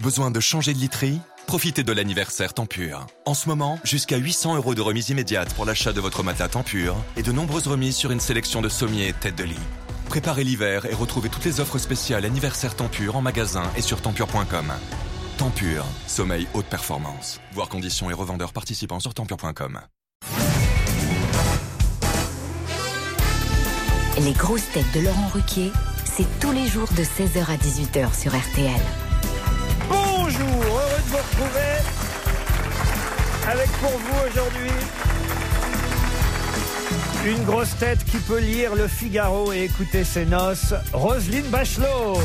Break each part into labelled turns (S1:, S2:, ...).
S1: Besoin de changer de literie Profitez de l'anniversaire Tempur. En ce moment, jusqu'à 800 euros de remise immédiate pour l'achat de votre matelas Tempur et de nombreuses remises sur une sélection de sommiers et têtes de lit. Préparez l'hiver et retrouvez toutes les offres spéciales anniversaire Tempur en magasin et sur tempur.com. Tempur, sommeil haute performance. Voir conditions et revendeurs participants sur tempur.com.
S2: Les grosses têtes de Laurent Ruquier, c'est tous les jours de 16h à 18h sur RTL.
S3: Bonjour, heureux de vous retrouver avec pour vous aujourd'hui une grosse tête qui peut lire le Figaro et écouter ses noces, Roselyne Bachelot.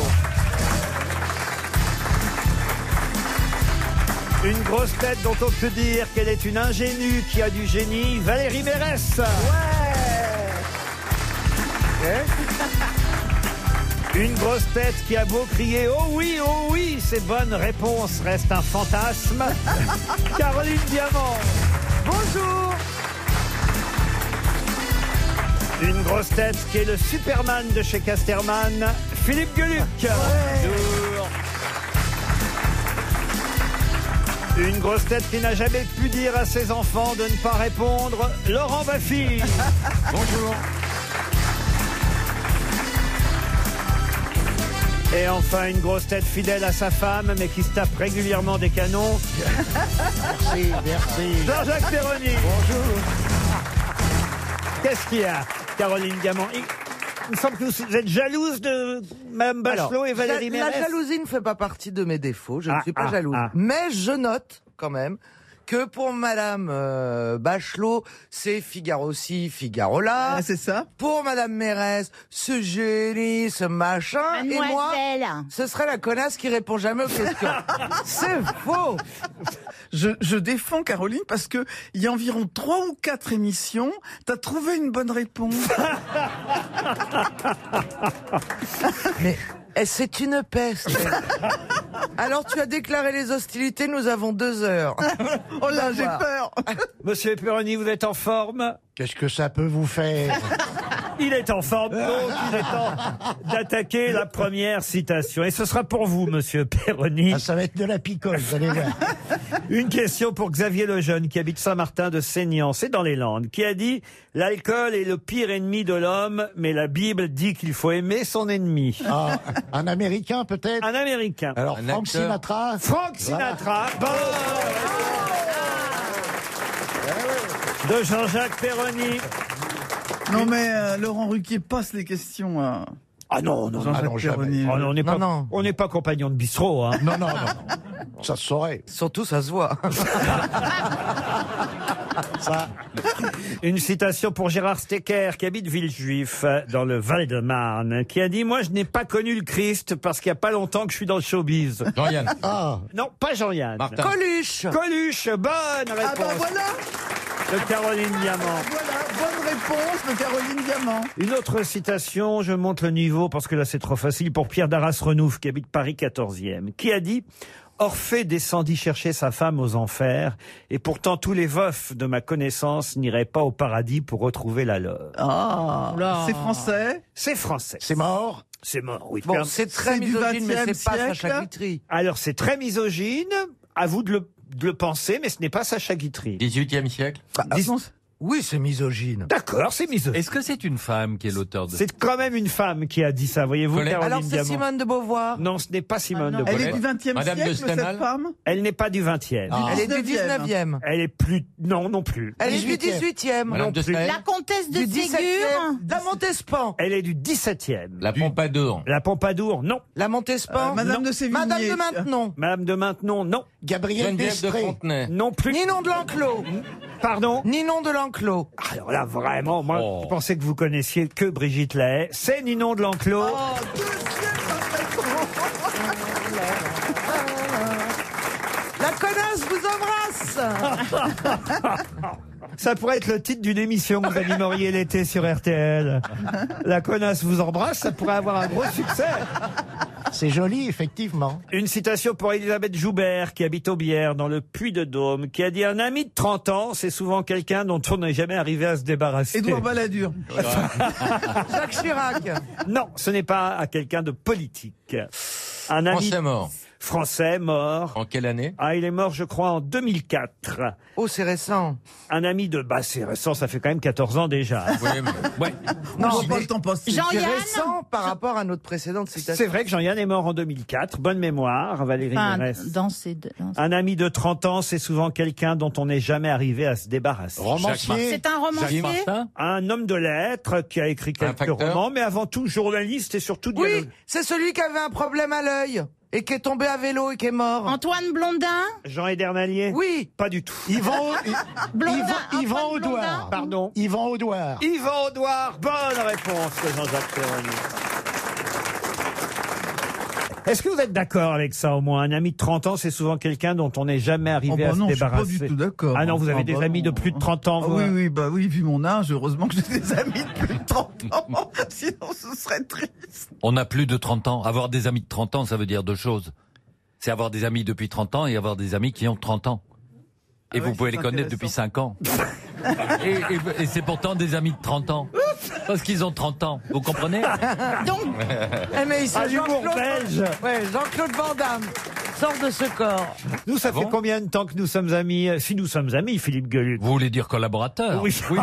S3: Une grosse tête dont on peut dire qu'elle est une ingénue qui a du génie, Valérie Mérès. Hein Une grosse tête qui a beau crier Oh oui, oh oui, ces bonnes réponses restent un fantasme. Caroline Diamant. Bonjour. Une grosse tête qui est le Superman de chez Casterman, Philippe Gueluc. Bonjour. Une grosse tête qui n'a jamais pu dire à ses enfants de ne pas répondre, Laurent Baffy. Bonjour. Et enfin, une grosse tête fidèle à sa femme, mais qui se tape régulièrement des canons.
S4: Merci, merci.
S3: Jean-Jacques Perroni. Bonjour. Qu'est-ce qu'il y a, Caroline Diamant Il il me semble que vous vous êtes jalouse de Mme Bachelot
S4: Alors,
S3: et Valérie
S4: la, la
S3: Mérès.
S4: jalousie ne fait pas partie de mes défauts, je ne
S3: Ah,
S4: suis pas
S3: ah,
S4: jalouse.
S3: ah.
S4: Mais je note quand même que pour Madame euh, Bachelot, c'est Figaro-ci,
S5: Ah,
S4: Figaro-là. c'est ça. Pour Madame Mérès, ce génie, ce machin. Et moi,
S6: Mademoiselle.
S4: ce serait la connasse qui répond jamais aux questions. c'est faux
S5: Oh Je, je défends Caroline parce que il y a environ trois ou quatre émissions, t'as trouvé une bonne réponse.
S4: Mais eh, c'est une peste. Alors tu as déclaré les hostilités, nous avons deux heures.
S5: Oh là, j'ai
S4: Voilà.
S5: peur.
S3: Monsieur Perroni, vous êtes en forme
S7: Qu'est-ce que ça peut vous faire
S3: Il est en forme, donc il est temps d'attaquer la première citation. Et ce sera pour vous, monsieur Perroni.
S7: Ah, Ça va être de la picole, vous allez voir.
S3: Une question pour Xavier Lejeune, qui habite Saint-Martin de Seignan, c'est dans les Landes, qui a dit « L'alcool est le pire ennemi de l'homme, mais la Bible dit qu'il faut aimer son ennemi
S7: Ah, un Américain peut-être ».
S3: Un Américain.
S7: Alors,
S4: Un
S7: Frank
S4: acteur.
S7: Sinatra
S3: Frank Sinatra, bonne réponse de Jean-Jacques Perroni.
S5: Non mais euh, Laurent Ruquier passe les questions à
S3: Ah non, non, non.
S7: Ah
S5: Jean-Jacques
S7: non, jamais.
S5: Perroni.
S3: Oh non, on n'est
S4: Non,
S3: pas,
S4: non.
S3: on n'est pas compagnons de bistrot. Hein.
S7: Non, non, non, non. Ça se saurait.
S4: Surtout, ça se voit.
S7: Ça,
S3: Une citation pour Gérard Stecker, qui habite Villejuif, euh, dans le Val-de-Marne, qui a dit « Moi, je n'ai pas connu le Christ parce qu'il n'y a pas longtemps que je suis dans le showbiz.
S8: Jean-Yann. »
S7: ah,
S3: Non, pas Jean-Yann.
S8: Martin.
S4: Coluche
S3: Coluche, bonne réponse
S5: Ah bah voilà,
S3: de Caroline Diamant.
S5: voilà, bonne réponse de Caroline Diamant.
S3: Une autre citation, je monte le niveau parce que là c'est trop facile, pour Pierre Darras Renouf qui habite Paris 14e, qui a dit « Orphée descendit chercher sa femme aux enfers et pourtant tous les veufs de ma connaissance n'iraient pas au paradis pour retrouver la leur.
S5: Ah, c'est français. »
S3: C'est français.
S7: c'est mort
S3: C'est mort, oui.
S4: Bon,
S3: Pierre-
S4: c'est très
S5: c'est du
S4: misogyne, mais
S5: 20e
S4: c'est pas Sacha
S5: siècle.
S4: Guitry.
S3: Alors c'est très misogyne, à vous de le, de le penser, mais ce n'est pas Sacha Guitry.
S8: 18e siècle.
S3: Dis-
S4: Oui, Bah, ah, c'est misogyne.
S3: D'accord, c'est misogyne.
S8: Est-ce que c'est une femme qui est l'auteur de
S3: C'est quand même une femme qui a dit ça, voyez-vous,
S8: Colette.
S3: Caroline
S4: Alors, c'est
S3: Diamant.
S4: Simone de Beauvoir.
S3: Non, ce n'est pas Simone
S5: Ah
S3: de
S5: non. Elle est
S3: Beauvoir.
S5: du 20e
S8: Madame de
S5: siècle,
S8: Stenhal
S5: cette femme
S3: Elle n'est pas du 20e.
S7: Ah.
S4: Elle est du
S5: 19e.
S4: 19e.
S3: Elle est plus... Non, non plus.
S4: Elle est du 18e.
S8: Madame de
S3: plus.
S8: Staël
S6: La comtesse de
S4: Du
S6: Ségur.
S4: 17e. La Montespan.
S3: Elle est du 17e.
S8: La Pompadour.
S3: La Pompadour, non.
S4: La
S5: Euh,
S4: Montespan.
S5: Madame de Sévigné.
S4: Madame de Maintenon.
S3: Madame de Maintenon, non.
S7: Gabriel
S8: Geneviève de
S7: Destré.
S8: Fontenay.
S3: Non plus.
S4: Ninon de l'Enclos.
S3: Pardon.
S4: Ninon de l'Enclos.
S3: Alors là, vraiment, moi,
S8: Oh.
S3: je pensais que vous connaissiez que Brigitte Lahaye. C'est Ninon de l'Enclos.
S4: La connasse vous embrasse.
S3: Ça pourrait être le titre d'une émission que vous animeriez l'été sur RTL. La connasse vous embrasse, ça pourrait avoir un gros succès.
S7: C'est joli, effectivement.
S3: Une citation pour Elisabeth Joubert, qui habite Aubière, dans le Puy-de-Dôme, qui a dit « Un ami de 30 ans, c'est souvent quelqu'un dont on n'est jamais arrivé à se débarrasser. »
S5: Édouard Balladur.
S4: Jacques Chirac.
S3: Non, ce n'est pas à quelqu'un de politique. Un ami
S8: Français mort.
S3: français mort.
S8: En quelle année
S3: Ah, il est mort, je crois, en 2004.
S4: Oh, c'est récent.
S3: Un ami de... Bah, c'est récent, ça fait quand même 14 ans déjà. Ouais.
S5: Non, on pas le temps passé.
S4: Oh, C'est
S6: Jean-Yann
S4: récent par rapport à notre précédente citation.
S3: C'est vrai que Jean-Yann est mort en 2004. Bonne mémoire, Valérie
S6: Enfin,
S3: Mérès.
S6: dans ces deux- dans ces-
S3: Un ami de 30 ans, c'est souvent quelqu'un dont on n'est jamais arrivé à se débarrasser.
S7: Romancier.
S6: C'est un
S8: Jacques
S6: romancier
S8: Martin
S3: Un homme de lettres qui a écrit quelques
S8: facteur.
S3: romans, mais avant tout journaliste et surtout
S4: Oui,
S3: dialogue-
S4: c'est celui qui avait un problème à l'œil et qui est tombé à vélo et qui est mort.
S6: Antoine Blondin
S3: Jean Edernalier
S4: Oui.
S3: Pas du tout.
S7: Yvan,
S6: Blondin,
S7: Yvan,
S6: Antoine
S7: Yvan
S6: Blondin.
S7: Audouard.
S3: Pardon.
S7: Yvan Audouard.
S3: Yvan Audouard, bonne réponse de Jean-Jacques Perroni. Est-ce que vous êtes d'accord avec ça au moins Un ami de 30 ans, c'est souvent quelqu'un dont on n'est jamais
S5: Oh,
S3: arrivé
S5: bah
S3: à
S5: non,
S3: se
S5: je suis pas
S3: débarrasser.
S5: du tout d'accord.
S3: Ah non, vous avez
S5: Ah,
S3: des
S5: bah
S3: amis de
S5: non.
S3: plus de 30 ans,
S5: Ah
S3: vous
S5: oui,
S3: hein
S5: oui, bah oui, vu mon âge, heureusement que j'ai des amis de plus de 30 ans. Sinon, ce serait triste.
S8: On a plus de 30 ans. Avoir des amis de 30 ans, ça veut dire deux choses. C'est avoir des amis depuis 30 ans et avoir des amis qui ont 30 ans. Et
S5: Ah
S8: vous
S5: oui,
S8: pouvez
S5: c'est
S8: les connaître depuis
S5: intéressant.
S8: 5 ans. et et- et c'est pourtant des amis de 30 ans. Parce qu'ils ont 30 ans. Vous comprenez
S6: Donc,
S4: Eh, mais il
S3: Ah,
S4: s'est
S3: l'humour
S4: Jean-Claude-
S3: belge.
S4: Ouais, Jean-Claude Van Damme. Sors de ce corps.
S3: Nous, ça
S8: Ah
S3: fait
S8: bon
S3: combien de temps que nous sommes amis Euh, Si nous sommes amis, Philippe Gueluc.
S8: Vous voulez dire collaborateur
S3: Oui.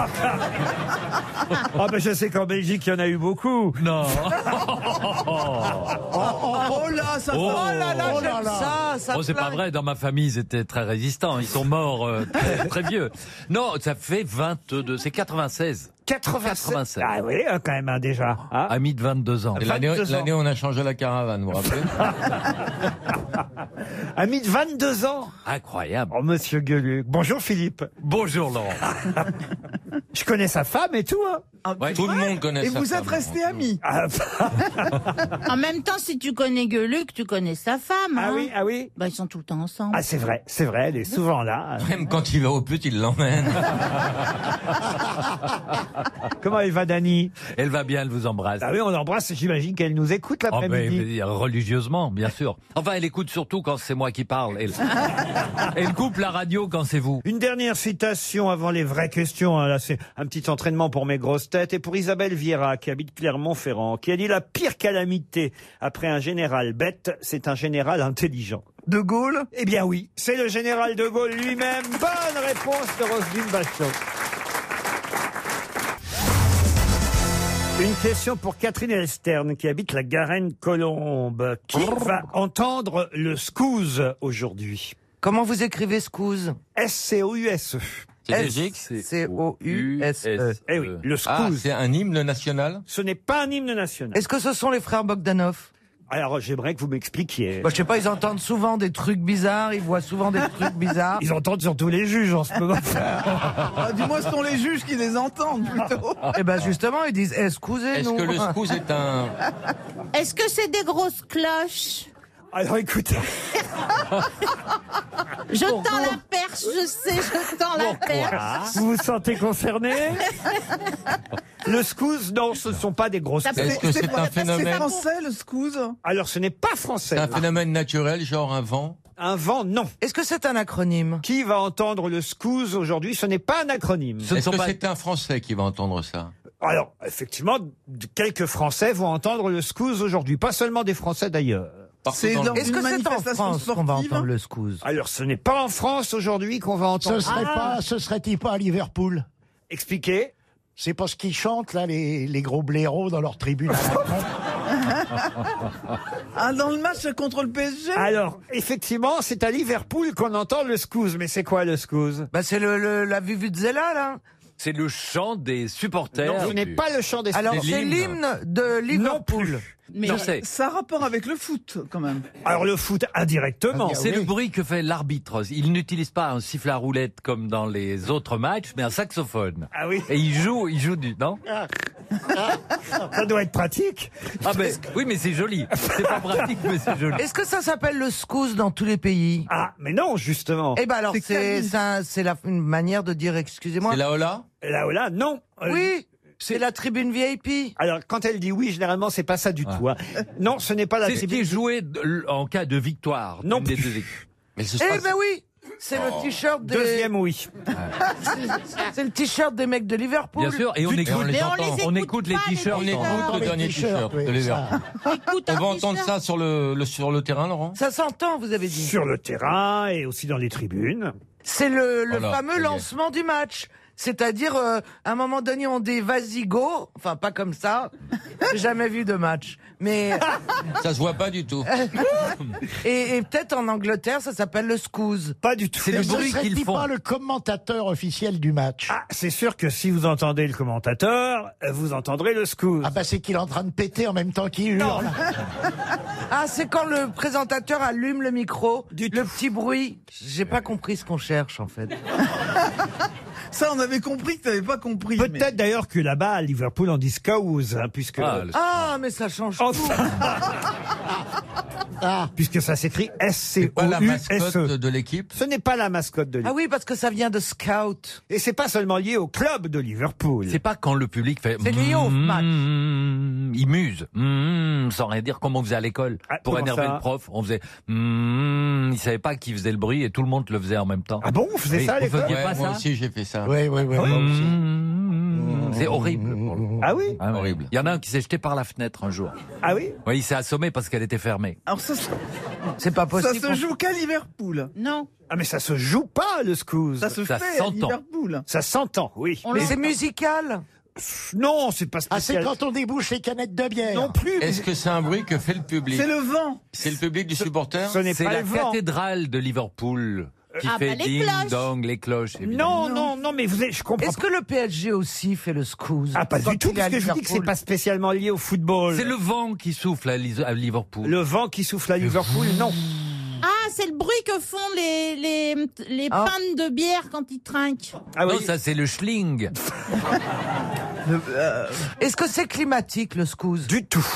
S3: Ah ben je sais qu'en Belgique, il y en a eu beaucoup.
S8: Non.
S5: Oh là, ça
S8: Oh.
S5: va.
S4: Ah là,
S7: Oh là
S4: j'aime
S7: là.
S4: ça, ça
S8: Oh, c'est pas
S4: plaît.
S8: vrai, dans ma famille, ils étaient très résistants. Ils sont morts euh, très, très vieux. Non, ça fait 22, c'est 96.
S3: 96.
S8: 96.
S3: Ah oui, hein, quand même hein, déjà. hein.
S8: Ami de 22 ans.
S9: Ah. Et l'année
S3: 22 ans.
S9: l'année où on a changé la caravane, vous vous rappelez
S3: Ami de 22 ans.
S8: Incroyable.
S3: Oh Monsieur Gueluc. Bonjour Philippe.
S8: Bonjour Laurent.
S3: Je connais sa femme et tout. Hein.
S5: Ah,
S9: Ouais,
S5: c'est
S9: tout le
S5: vrai.
S9: monde connaît
S5: Et
S9: sa
S5: vous êtes
S9: femme,
S5: restés
S9: hein.
S5: amis.
S3: Ah,
S6: en même temps, si tu connais Gueuluc, tu connais sa femme.
S3: ah
S6: hein.
S3: oui, ah oui.
S6: Bah, ils sont tout le temps ensemble.
S3: Ah c'est vrai, c'est vrai, elle est souvent là.
S9: Même quand il va au pute, il l'emmène.
S3: Comment elle va Dani
S8: Elle va bien, elle vous embrasse.
S3: Ah oui, on l'embrasse, j'imagine qu'elle nous écoute
S9: Ah
S8: Oh, ben,
S3: l'après-midi.
S8: ben, religieusement, bien sûr. Enfin, elle écoute surtout quand c'est moi qui parle. Elle, elle coupe la radio quand c'est vous.
S3: Une dernière citation avant les vraies questions. hein. Là, c'est un petit entraînement pour mes grosses têtes et pour Isabelle Vieira, qui habite Clermont-Ferrand, qui a dit la pire calamité après un général bête, c'est un général intelligent.
S5: De Gaulle
S3: Eh bien oui, c'est le général de Gaulle lui-même. Bonne réponse de Roselyne Bachelot. Une question pour Catherine Elstern qui habite la Garenne-Colombe. Qui va entendre le scouse aujourd'hui
S4: Comment vous écrivez scouse
S3: S-C-O-U-S-E.
S9: C'est
S4: S-
S9: logique
S4: C-O-U-S-E.
S3: Eh oui, le
S9: Ah,
S3: scouse.
S9: c'est un hymne national
S3: Ce n'est pas un hymne national.
S4: Est-ce que ce sont les frères Bogdanov
S3: Alors j'aimerais que vous m'expliquiez.
S4: bah, Je sais pas, ils entendent souvent des trucs bizarres, ils voient souvent des trucs bizarres.
S3: Ils entendent surtout les juges en ce moment.
S5: Ah, Du moins, ce sont les juges qui les entendent plutôt.
S4: Et ben justement, ils disent
S9: Est-ce
S4: excusez-nous.
S9: que le scouse est un...
S6: Est-ce que c'est des grosses cloches
S3: Alors Ah, écoutez,
S6: Je tends la perche, je sais, je tends la perche.
S3: vous vous sentez concerné Le scouse, non, ce ne sont pas des grosses
S6: Ça
S3: têtes.
S9: Est-ce que c'est un
S5: C'est
S9: phénomène
S5: français, le scouse
S3: Alors ce n'est pas
S9: c'est
S3: français.
S9: un phénomène naturel, genre un vent
S3: Un vent, non.
S4: Est-ce que c'est un acronyme
S3: Qui va entendre le scouse aujourd'hui Ce n'est pas un acronyme.
S8: Ce ne
S9: Est-ce
S8: sont
S9: que
S8: pas-
S9: c'est un Français qui va entendre ça
S3: Alors, effectivement, d- quelques Français vont entendre le scouse aujourd'hui. Pas seulement des Français d'ailleurs.
S9: Partout
S5: C'est
S9: dans le-
S5: dans-
S4: Est-ce
S5: Une
S4: que c'est en
S5: manifestation
S4: France qu'on va
S5: sportive
S4: entendre le scouse
S3: Alors, ce n'est pas en France aujourd'hui qu'on va
S7: Ce
S3: entendre. Ah.
S7: serait pas, ce serait-il pas à Liverpool
S3: Expliquez.
S7: C'est parce qu'ils chantent là les, les gros blaireaux dans leur tribune.
S5: Ah, dans le match contre le PSG
S3: Alors, effectivement, c'est à Liverpool qu'on entend le scouse. Mais c'est quoi le scouse
S4: Bah c'est le, le- la Vuvuzela là.
S8: C'est le chant des supporters.
S3: Non, ce n'est pas le chant des
S4: Alors
S9: C'est
S4: c'est
S9: l'hymne.
S4: l'hymne de
S3: non
S4: Liverpool.
S3: plus.
S6: Mais
S8: Je sais.
S5: Ça a rapport avec le foot, quand même.
S3: Alors le foot indirectement.
S8: Ah, C'est
S7: oui.
S8: le bruit que fait l'arbitre. Il n'utilise pas un siffle à roulette comme dans les autres matchs, mais un saxophone.
S3: Ah oui,
S8: Et il joue, il joue du, non
S3: Ah. ça doit être pratique.
S8: Ah ben, oui, mais c'est joli. C'est pas pratique, mais c'est joli.
S4: Est-ce que ça s'appelle le scouse dans tous les pays
S3: Ah, mais non, justement.
S4: Eh ben alors
S5: C'est
S4: c'est
S5: quasi-
S4: c'est un- c'est la une manière de dire excusez-moi.
S9: C'est la Ola
S3: Là ou là, non. Euh,
S4: Oui, c'est la tribune VIP.
S3: Alors quand elle dit oui, généralement c'est pas ça du tout. hein. Non, ce n'est pas la
S8: C'est ce qui est joué de- en cas de victoire.
S3: Non
S8: d'une des
S3: plus.
S8: deux équipes.
S9: Mais ce
S4: Eh
S9: sera- Oh.
S4: ben oui. C'est
S8: Oh.
S4: le t-shirt des.
S3: Deuxième oui.
S4: C'est le t-shirt des mecs de Liverpool.
S8: Bien sûr, et on
S4: Du
S8: écoute,
S4: tout.
S6: Mais on les
S8: on
S6: écoute
S8: écoute les
S6: pas, les
S8: t-shirts.
S9: On
S8: on-
S9: écoute le
S7: les
S9: dernier
S7: t-shirts,
S9: t-shirt
S7: oui,
S9: de Leverkusen. On va entendre ça sur le, le- sur le terrain, Laurent
S4: Ça s'entend, vous avez dit.
S3: Sur le terrain et aussi dans les tribunes.
S4: C'est le, le
S9: Oh là,
S4: fameux
S9: ça y est.
S4: lancement du match. C'est-à-dire, euh, à un moment donné, on dit vas-y go. Enfin, pas comme ça. J'ai jamais vu de match. Mais euh,
S9: Ça se voit pas du tout.
S4: et, et peut-être en Angleterre, ça s'appelle le scouse.
S3: Pas du tout.
S8: C'est le
S7: Mais
S8: bruit
S7: ce serait
S8: qu'ils
S7: il
S8: font.
S7: pas le commentateur officiel du match Ah,
S3: Ah, c'est sûr que si vous entendez le commentateur, vous entendrez le scoop.
S7: bah c'est qu'il est en train de péter en même temps qu'il hurle.
S4: Ah, c'est quand le présentateur allume le micro,
S3: Du
S4: le
S3: tout.
S4: petit bruit. J'ai pas compris ce qu'on cherche en fait.
S9: Ah,
S5: Ça, on avait compris que t'avais pas compris. mais-
S3: Peut-être d'ailleurs que là-bas, à Liverpool, on dit scouse, hein, puisque...
S8: Ah, le-
S4: Ah, mais ça change.
S3: Oh,
S4: tout.
S3: Enfin Puisque ça s'écrit
S9: Pas la mascotte
S3: S-C-O-U-S-E.
S9: de l'équipe.
S3: E. Ce n'est pas la mascotte
S4: Ah
S3: de Liverpool.
S4: oui, parce que ça vient de scout.
S3: Et c'est pas seulement lié au club de Liverpool.
S8: C'est pas quand le public fait.
S4: C'est lié au
S8: Mm,
S4: match.
S8: mm, Il muse. mm, sans rien dire, comme on faisait à l'école.
S3: Ah,
S8: Pour
S3: comment
S8: énerver
S3: ça
S8: le prof, on faisait. mm, il savait pas qui faisait le bruit et tout le monde le faisait en même temps.
S3: Ah bon, vous faisiez
S8: Oui,
S3: ça à
S8: vous
S3: l'école
S8: faisiez- Il y a
S9: Ouais,
S8: pas
S9: moi
S8: ça
S9: aussi, j'ai fait ça.
S7: Oui, oui, oui. moi aussi.
S3: Mmh.
S8: Mm, C'est horrible. pour le-
S3: Oh. Ah oui
S8: Ah ouais.
S9: Horrible.
S8: Il y en a un qui s'est jeté par la fenêtre un jour.
S3: Ah oui
S8: Oui, il s'est assommé parce qu'elle était fermée.
S5: Alors ça, ça-
S4: C'est pas
S5: ça
S4: possible.
S5: se joue qu'à Liverpool.
S6: Non,
S3: Ah mais ça se joue pas, le scouse.
S5: Ça se
S8: Ça
S5: fait à
S8: s'entend.
S5: Liverpool.
S3: Ça s'entend, oui.
S6: on
S4: Mais
S6: l'en-
S4: c'est musical.
S3: Non, c'est pas
S7: Ah, c'est
S3: spécial.
S7: quand on débouche les canettes de bière.
S3: Non plus. mais
S9: Est-ce que c'est un bruit que fait le public
S5: C'est le vent.
S9: C'est le public du supporter
S3: Ce n'est
S8: C'est
S3: pas
S8: la
S3: le vent.
S8: cathédrale de Liverpool qui
S6: Ah,
S8: fait
S6: bah, les
S8: ding
S6: cloches.
S8: dong les cloches. évidemment.
S3: Non, non, non, mais vous, êtes- je comprends
S4: Est-ce que le PSG aussi fait le scouse
S3: Ah, pas
S4: quand
S3: du tout,
S4: il est à
S3: parce que je vous dis que c'est
S4: Liverpool
S3: pas spécialement lié au football.
S8: C'est le vent qui souffle à Lis- à Liverpool.
S3: Le vent qui souffle à Liverpool, non.
S6: Ah, c'est le bruit que font les, les, les
S4: Ah.
S6: pintes de bière quand ils trinquent.
S3: Ah
S8: non,
S3: oui.
S8: ça c'est le schling.
S3: euh,
S4: Est-ce que c'est climatique le scouse
S3: Du tout.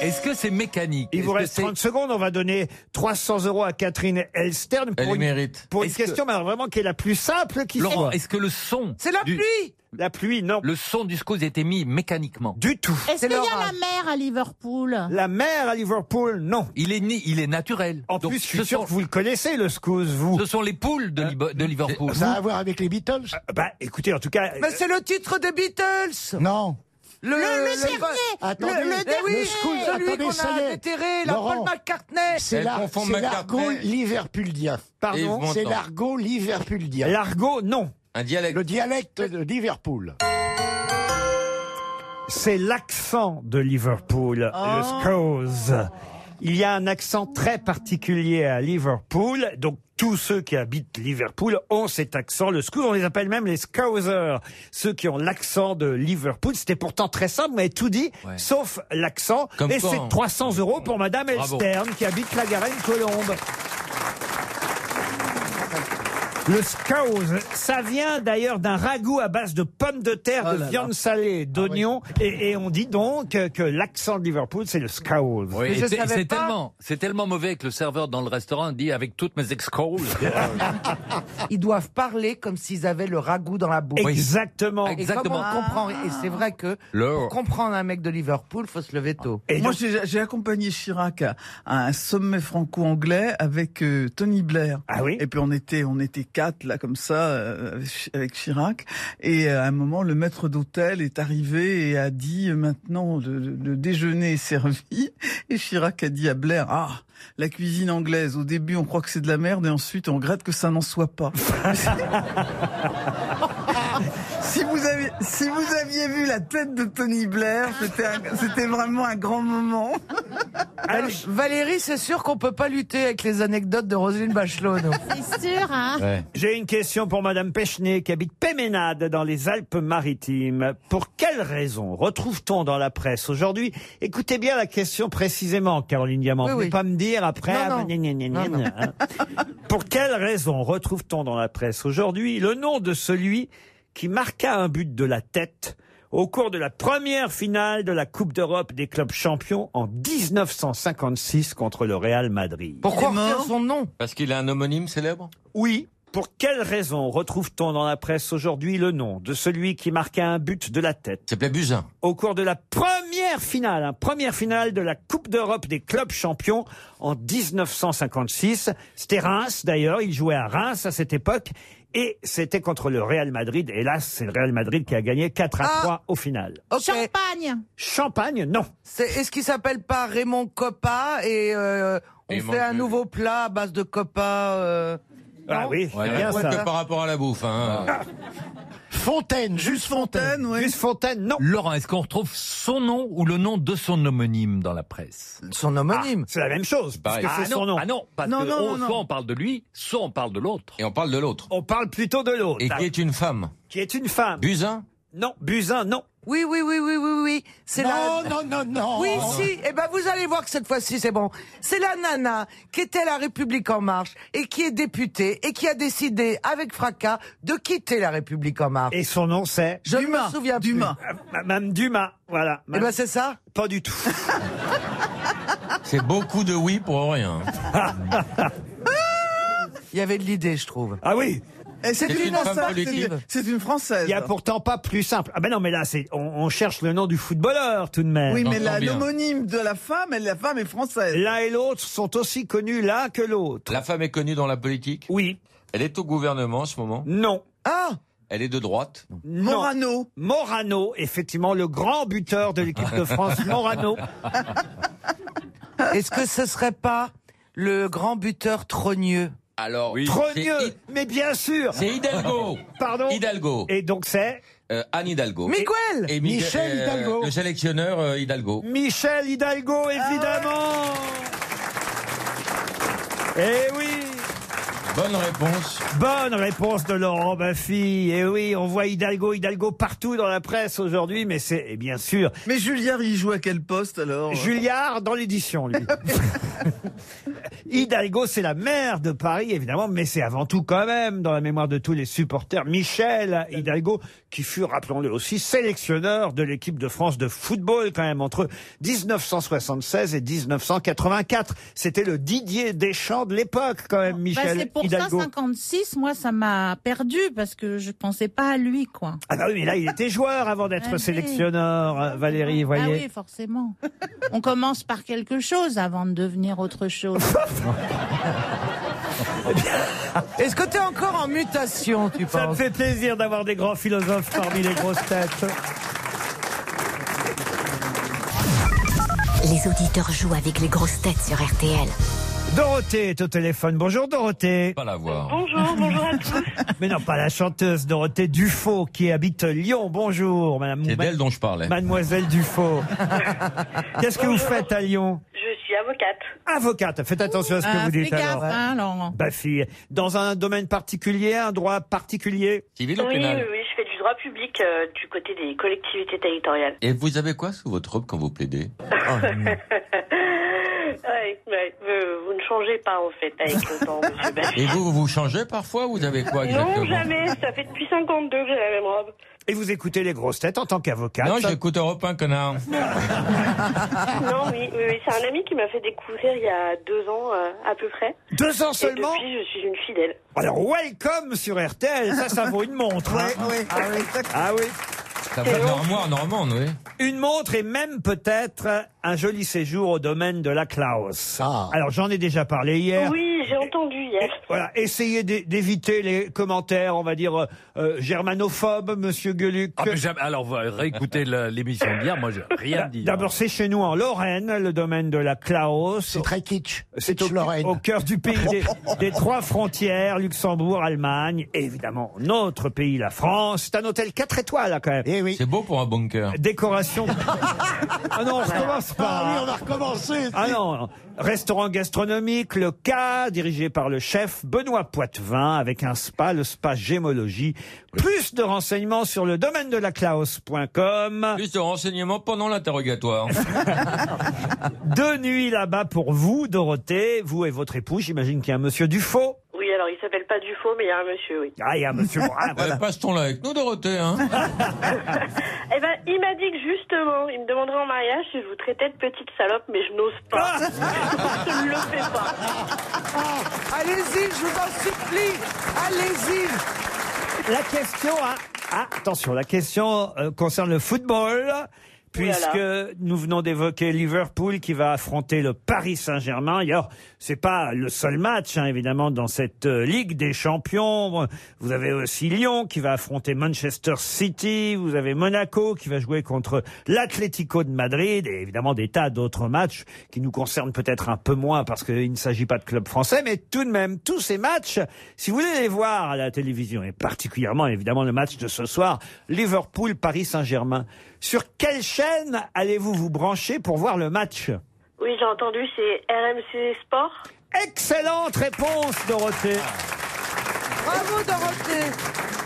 S8: Est-ce que c'est mécanique
S3: Il vous
S8: Est-ce
S3: reste
S8: que
S3: 30 secondes, on va donner 300 euros à Catherine Elstern
S9: Elle
S3: pour
S9: les
S3: une,
S9: mérite.
S3: pour une
S8: Est-ce
S3: question mais alors vraiment qui est la plus simple qui
S8: c'est- Laurent,
S3: soit.
S8: est-ce que le son
S4: C'est la
S8: du...
S4: pluie
S3: La pluie, non.
S8: Le son du scouse était mis mécaniquement.
S3: Du tout.
S6: Est-ce
S4: C'est
S6: qu'il y a la
S4: l'orage.
S6: mer à Liverpool
S3: La mer à Liverpool, non.
S8: Il est ni, il est naturel.
S3: En
S8: Donc,
S3: plus, je
S8: ce
S3: suis sûr
S8: sont-
S3: que vous le connaissez, le scouse, vous. Euh,
S8: ce sont les poules de, Lib- de Liverpool.
S7: Ça a à voir avec les Beatles
S3: Bah, écoutez, en tout cas,
S4: Mais c'est le titre des Beatles
S7: Non.
S4: Le,
S6: le dernier.
S7: Attendez,
S4: Le, le
S7: le
S4: dernier
S7: scouse,
S4: Celui
S7: attendez,
S4: qu'on
S7: ça
S4: a
S7: y est.
S4: déterré, la Paul
S7: Laurent.
S4: McCartney
S7: C'est
S9: Elle
S7: la-
S9: confond
S7: c'est
S9: McCartney.
S7: l'argot liverpuldien.
S9: Yves
S3: pardon.
S9: Montand.
S7: C'est l'argot liverpuldien.
S3: L'argot, non.
S9: Un dialecte.
S7: Le dialecte de Liverpool.
S3: C'est l'accent de Liverpool,
S7: Ah.
S3: le scouse. Il y a un accent très particulier à Liverpool, donc tous ceux qui habitent Liverpool ont cet accent. Le scouse, on les appelle même les scousers, ceux qui ont l'accent de Liverpool. C'était pourtant très simple, mais tout dit,
S8: Ouais.
S3: sauf l'accent.
S9: Comme
S3: Et
S9: quoi,
S3: c'est
S9: hein.
S3: 300 euros pour Madame
S8: Bravo.
S3: Elstern, qui habite la Garenne-Colombe. Le scouse, ça vient d'ailleurs d'un ragoût à base de pommes de terre,
S4: Oh
S3: de viande
S4: Ah
S3: salée, d'oignons, et, et on dit donc que, que l'accent de Liverpool, c'est le scouse.
S8: Oui,
S4: Mais
S8: et
S4: je
S8: c'est-
S4: savais
S8: c'est
S4: pas.
S8: tellement, c'est tellement mauvais que le serveur dans le restaurant dit avec toutes mes ex
S4: Ils doivent parler comme s'ils avaient le ragoût dans la bouche.
S3: Exactement.
S8: Ex-
S4: Et comme
S8: exactement.
S4: on comprend, et c'est vrai que
S8: Le-
S4: pour comprendre un mec de Liverpool, faut se lever tôt.
S3: Et
S5: Moi,
S3: donc-
S5: j'ai j'ai accompagné Chirac à, à un sommet franco-anglais avec euh, Tony Blair.
S3: Ah oui
S5: Et puis on était, on était quatre là comme ça euh, avec Chi- avec Chirac. Et euh, à un moment, le maître d'hôtel est arrivé et a dit euh, maintenant le, le- le déjeuner est servi. Et Chirac a dit à Blair ah la cuisine anglaise. Au début, on croit que c'est de la merde et ensuite on regrette que ça n'en soit pas. Si vous, avez, si vous aviez vu la tête de Tony Blair, c'était un- c'était vraiment un grand moment.
S4: Val- Valérie, c'est sûr qu'on peut pas lutter avec les anecdotes de Roselyne Bachelot. nous.
S6: C'est sûr, hein
S9: Ouais.
S3: J'ai une question pour Madame Pechenet qui habite Péménade dans les Alpes-Maritimes. Pour quelle raison retrouve-t-on dans la presse aujourd'hui Écoutez bien la question précisément, Caroline Diamant.
S4: Oui,
S3: Vous
S4: oui.
S3: ne pas me dire après.
S4: Non,
S3: ah,
S4: non.
S3: bah, gna, gna, gna, gna,
S4: Non, non.
S3: hein. pour quelle raison retrouve-t-on dans la presse aujourd'hui le nom de celui qui marqua un but de la tête au cours de la première finale de la Coupe d'Europe des clubs champions en 1956 contre le Real Madrid
S4: Pourquoi
S5: Il est mort
S4: retenir son nom
S9: Parce qu'il a un homonyme célèbre
S3: Oui, Pour quelle raison retrouve-t-on dans la presse aujourd'hui le nom de celui qui marqua un but de la tête
S9: s'appelait Buzyn.
S3: Au cours de la première finale, hein, première finale de la Coupe d'Europe des clubs champions en 1956. C'était Reims d'ailleurs, il jouait à Reims à cette époque. Et c'était contre le Real Madrid. Hélas, c'est le Real Madrid qui a gagné 4 à
S4: Ah
S3: 3 au final.
S4: Champagne.
S3: Champagne, non.
S4: C'est, est-ce qu'il s'appelle pas Raymond Coppa et euh, on
S9: Et
S4: fait un
S9: mange-
S4: nouveau plat à base de Coppa euh,
S3: Ah
S4: non
S9: Ouais, la boîte que par rapport à la bouffe. Hein.
S7: Fontaine, juste Fontaine.
S3: Juste Fontaine, non.
S8: Laurent, est-ce qu'on retrouve son nom ou le nom de son homonyme dans la presse
S4: Son homonyme.
S3: C'est la même chose, parce
S8: Pareil.
S3: que
S8: ah,
S3: c'est
S8: non,
S3: son nom.
S8: ah non, parce
S5: Non,
S8: que
S5: non,
S8: on-
S5: non,
S8: soit
S5: non.
S8: on parle de lui, soit on parle de l'autre.
S9: Et on parle de l'autre.
S3: On parle plutôt de l'autre,
S9: Et
S3: hein,
S9: qui est une femme.
S3: qui est une femme.
S9: Buzyn
S3: Non, Buzyn, non.
S4: Oui, oui, oui, oui, oui, oui. C'est la...
S7: Non, non, non, non.
S4: Oui, si. Eh ben, vous allez voir que cette fois-ci, c'est bon. C'est la nana qui était à la République en marche et qui est députée et qui a décidé, avec fracas, de quitter la République en marche.
S3: Et son nom, c'est
S4: Je ne me
S5: Dumas,
S4: souviens plus.
S5: Dumas.
S3: Ah, ma- Mme Dumas. Voilà.
S4: Eh
S3: Mme-
S4: ben, c'est ça.
S3: Pas du tout.
S9: C'est beaucoup de oui pour rien.
S4: Il y avait de l'idée, je trouve.
S3: Ah oui
S5: Et C'est
S9: C'est une femme
S5: Française,
S9: politique.
S5: C'est une Française.
S3: Il n'y a pourtant pas plus simple. Ah ben non, mais là, c'est on, on cherche le nom du footballeur, tout de même.
S5: Oui, mais
S9: J'entends
S5: la-
S9: bien.
S5: l'homonyme de la femme, elle, la femme est française.
S3: L'un et l'autre sont aussi connus l'un que l'autre.
S9: La femme est connue dans la politique.
S3: Oui.
S9: Elle est au gouvernement en ce moment.
S3: Non.
S4: Ah
S9: Elle est de droite.
S3: Non.
S5: Morano.
S3: Morano, effectivement, le grand buteur de l'équipe de France, Morano.
S4: Est-ce que ce serait pas le grand buteur trogneux
S9: Alors,
S3: Trogneux,
S9: Oh, c'est Hi-
S3: mais bien sûr.
S9: C'est Hidalgo.
S3: Pardon.
S9: Hidalgo.
S3: Et donc c'est
S9: Euh, Anne Hidalgo.
S4: Miguel
S9: Et
S7: Michel
S9: euh,
S7: Hidalgo.
S9: Le sélectionneur euh, Hidalgo.
S3: Michel Hidalgo, évidemment. Eh oui.
S9: Bonne réponse.
S3: Bonne réponse de Laurent Baffy. Et oui, on voit Hidalgo, Hidalgo partout dans la presse aujourd'hui, mais c'est et bien sûr
S5: Mais Julliard, il joue à quel poste alors
S3: Julliard dans l'édition, lui. Hidalgo, c'est la maire de Paris, évidemment, mais c'est avant tout quand même, dans la mémoire de tous les supporters, Michel Hidalgo, qui fut, rappelons-le aussi, sélectionneur de l'équipe de France de football, quand même, entre 1976 et 1984. C'était le Didier Deschamps de l'époque, quand même,
S6: Bah,
S3: Michel
S6: c'est pour
S3: Hidalgo.
S6: ça 56, moi ça m'a perdu parce que je pensais pas à lui quoi.
S3: Ah bah oui, mais là, il était joueur avant d'être
S6: Ah oui.
S3: sélectionneur, euh, Valérie, vous
S6: Ah
S3: voyez.
S6: oui, forcément. On commence par quelque chose avant de devenir autre chose.
S4: Est-ce que t'es encore en mutation, tu
S3: Ça me
S4: penses
S3: fait plaisir d'avoir des grands philosophes parmi les grosses têtes.
S2: Les auditeurs jouent avec les grosses têtes sur RTL.
S3: Dorothée est au téléphone. Bonjour Dorothée.
S8: Pas la voir.
S10: Bonjour, bonjour à tous.
S3: Mais non, pas la chanteuse Dorothée Dufaux qui habite Lyon. Bonjour, madame.
S9: C'est d'elle dont je parlais.
S3: Mademoiselle Dufaux. Qu'est-ce que vous faites à Lyon
S10: Je suis avocate.
S3: Avocate. Faites attention à ce que
S6: Ah,
S3: vous
S6: fais
S3: dites
S6: gaffe,
S3: alors.
S6: hein, Laurent.
S3: Bah fille, dans un domaine particulier, un droit particulier.
S9: Civil
S10: Oui,
S9: ou pénal
S10: oui, oui, je fais du droit public euh, du côté des collectivités territoriales.
S9: Et vous avez quoi sous votre robe quand vous plaidez
S3: Oh,
S10: Ouais, ouais, euh, vous ne changez pas en fait avec le temps, monsieur Baffi.
S9: Et vous, vous vous changez parfois Vous avez quoi exactement
S10: Non, jamais. Ça fait depuis 52 que j'ai la même robe.
S3: Et vous écoutez les grosses têtes en tant qu'avocate.
S9: Non, j'écoute Europe 1, connard.
S10: Non, oui, oui, oui, c'est un ami qui m'a fait découvrir il y a deux ans euh, à peu près.
S3: Deux ans
S10: Et
S3: seulement.
S10: depuis, je suis une fidèle.
S3: Alors, welcome sur RTL. Ça, ça vaut une montre. hein.
S5: Oui, oui.
S3: Ah oui.
S9: Ça va de l'armoire normande, oui.
S3: Une montre et même peut-être un joli séjour au domaine de la Klaus.
S7: Ah.
S3: Alors j'en ai déjà parlé hier.
S10: Oui, j'ai entendu hier.
S3: Voilà, essayez d'é- d'éviter les commentaires, on va dire, euh, euh, germanophobes, monsieur Gueluc.
S8: Ah, mais j'aime- alors, vous réécoutez la- l'émission d'hier, moi, j'ai rien dit.
S3: D'abord, c'est chez nous en Lorraine, le domaine de la Klaus.
S7: hein. C'est très kitsch.
S3: C'est
S7: C'est
S3: au,
S7: Lorraine.
S3: au cœur du pays des, des trois frontières, Luxembourg, Allemagne, et évidemment notre pays, la France. C'est un hôtel 4 étoiles, là, quand même.
S7: Eh oui.
S9: C'est beau pour un bunker.
S3: Décoration. ah non, on recommence pas.
S7: Oh, Ah oui, on a recommencé.
S3: Ah non, non. restaurant gastronomique, le K, dirigé par le chef Benoît Poitvin, avec un spa, le spa Gémologie. Plus de renseignements sur le domaine de la Klaus.com.
S9: Plus de renseignements pendant l'interrogatoire.
S3: Deux nuits là-bas pour vous, Dorothée, vous et votre époux. J'imagine qu'il y a un monsieur Dufaux.
S10: Oui, alors il s'appelle pas Dufaux, mais il y a un monsieur, oui.
S3: Ah, il y a un monsieur. Ah, voilà.
S9: Euh, Passe-t-on avec nous, Dorothée hein
S10: Eh ben, il m'a dit que justement, il me demanderait en mariage si je vous
S3: Ah.
S10: traitais de petite salope, mais je n'ose pas. je ne le fais pas.
S4: Allez, Allez-y, je vous en supplie. Allez-y.
S3: La question, hein, ah, attention, la question euh, concerne le football. Puisque nous venons d'évoquer Liverpool qui va affronter le Paris Saint-Germain. Et Alors, c'est pas le seul match, hein, évidemment, dans cette euh, Ligue des Champions. Vous avez aussi Lyon qui va affronter Manchester City. Vous avez Monaco qui va jouer contre l'Atlético de Madrid. Et évidemment, des tas d'autres matchs qui nous concernent peut-être un peu moins parce qu'il ne s'agit pas de club français. Mais tout de même, tous ces matchs, si vous voulez les voir à la télévision, et particulièrement, évidemment, le match de ce soir, Liverpool-Paris Saint-Germain, sur quelle chaîne allez-vous vous brancher pour voir le match
S10: Oui, j'ai entendu, c'est RMC Sport.
S3: Excellente réponse, Dorothée.
S4: Bravo, Dorothée.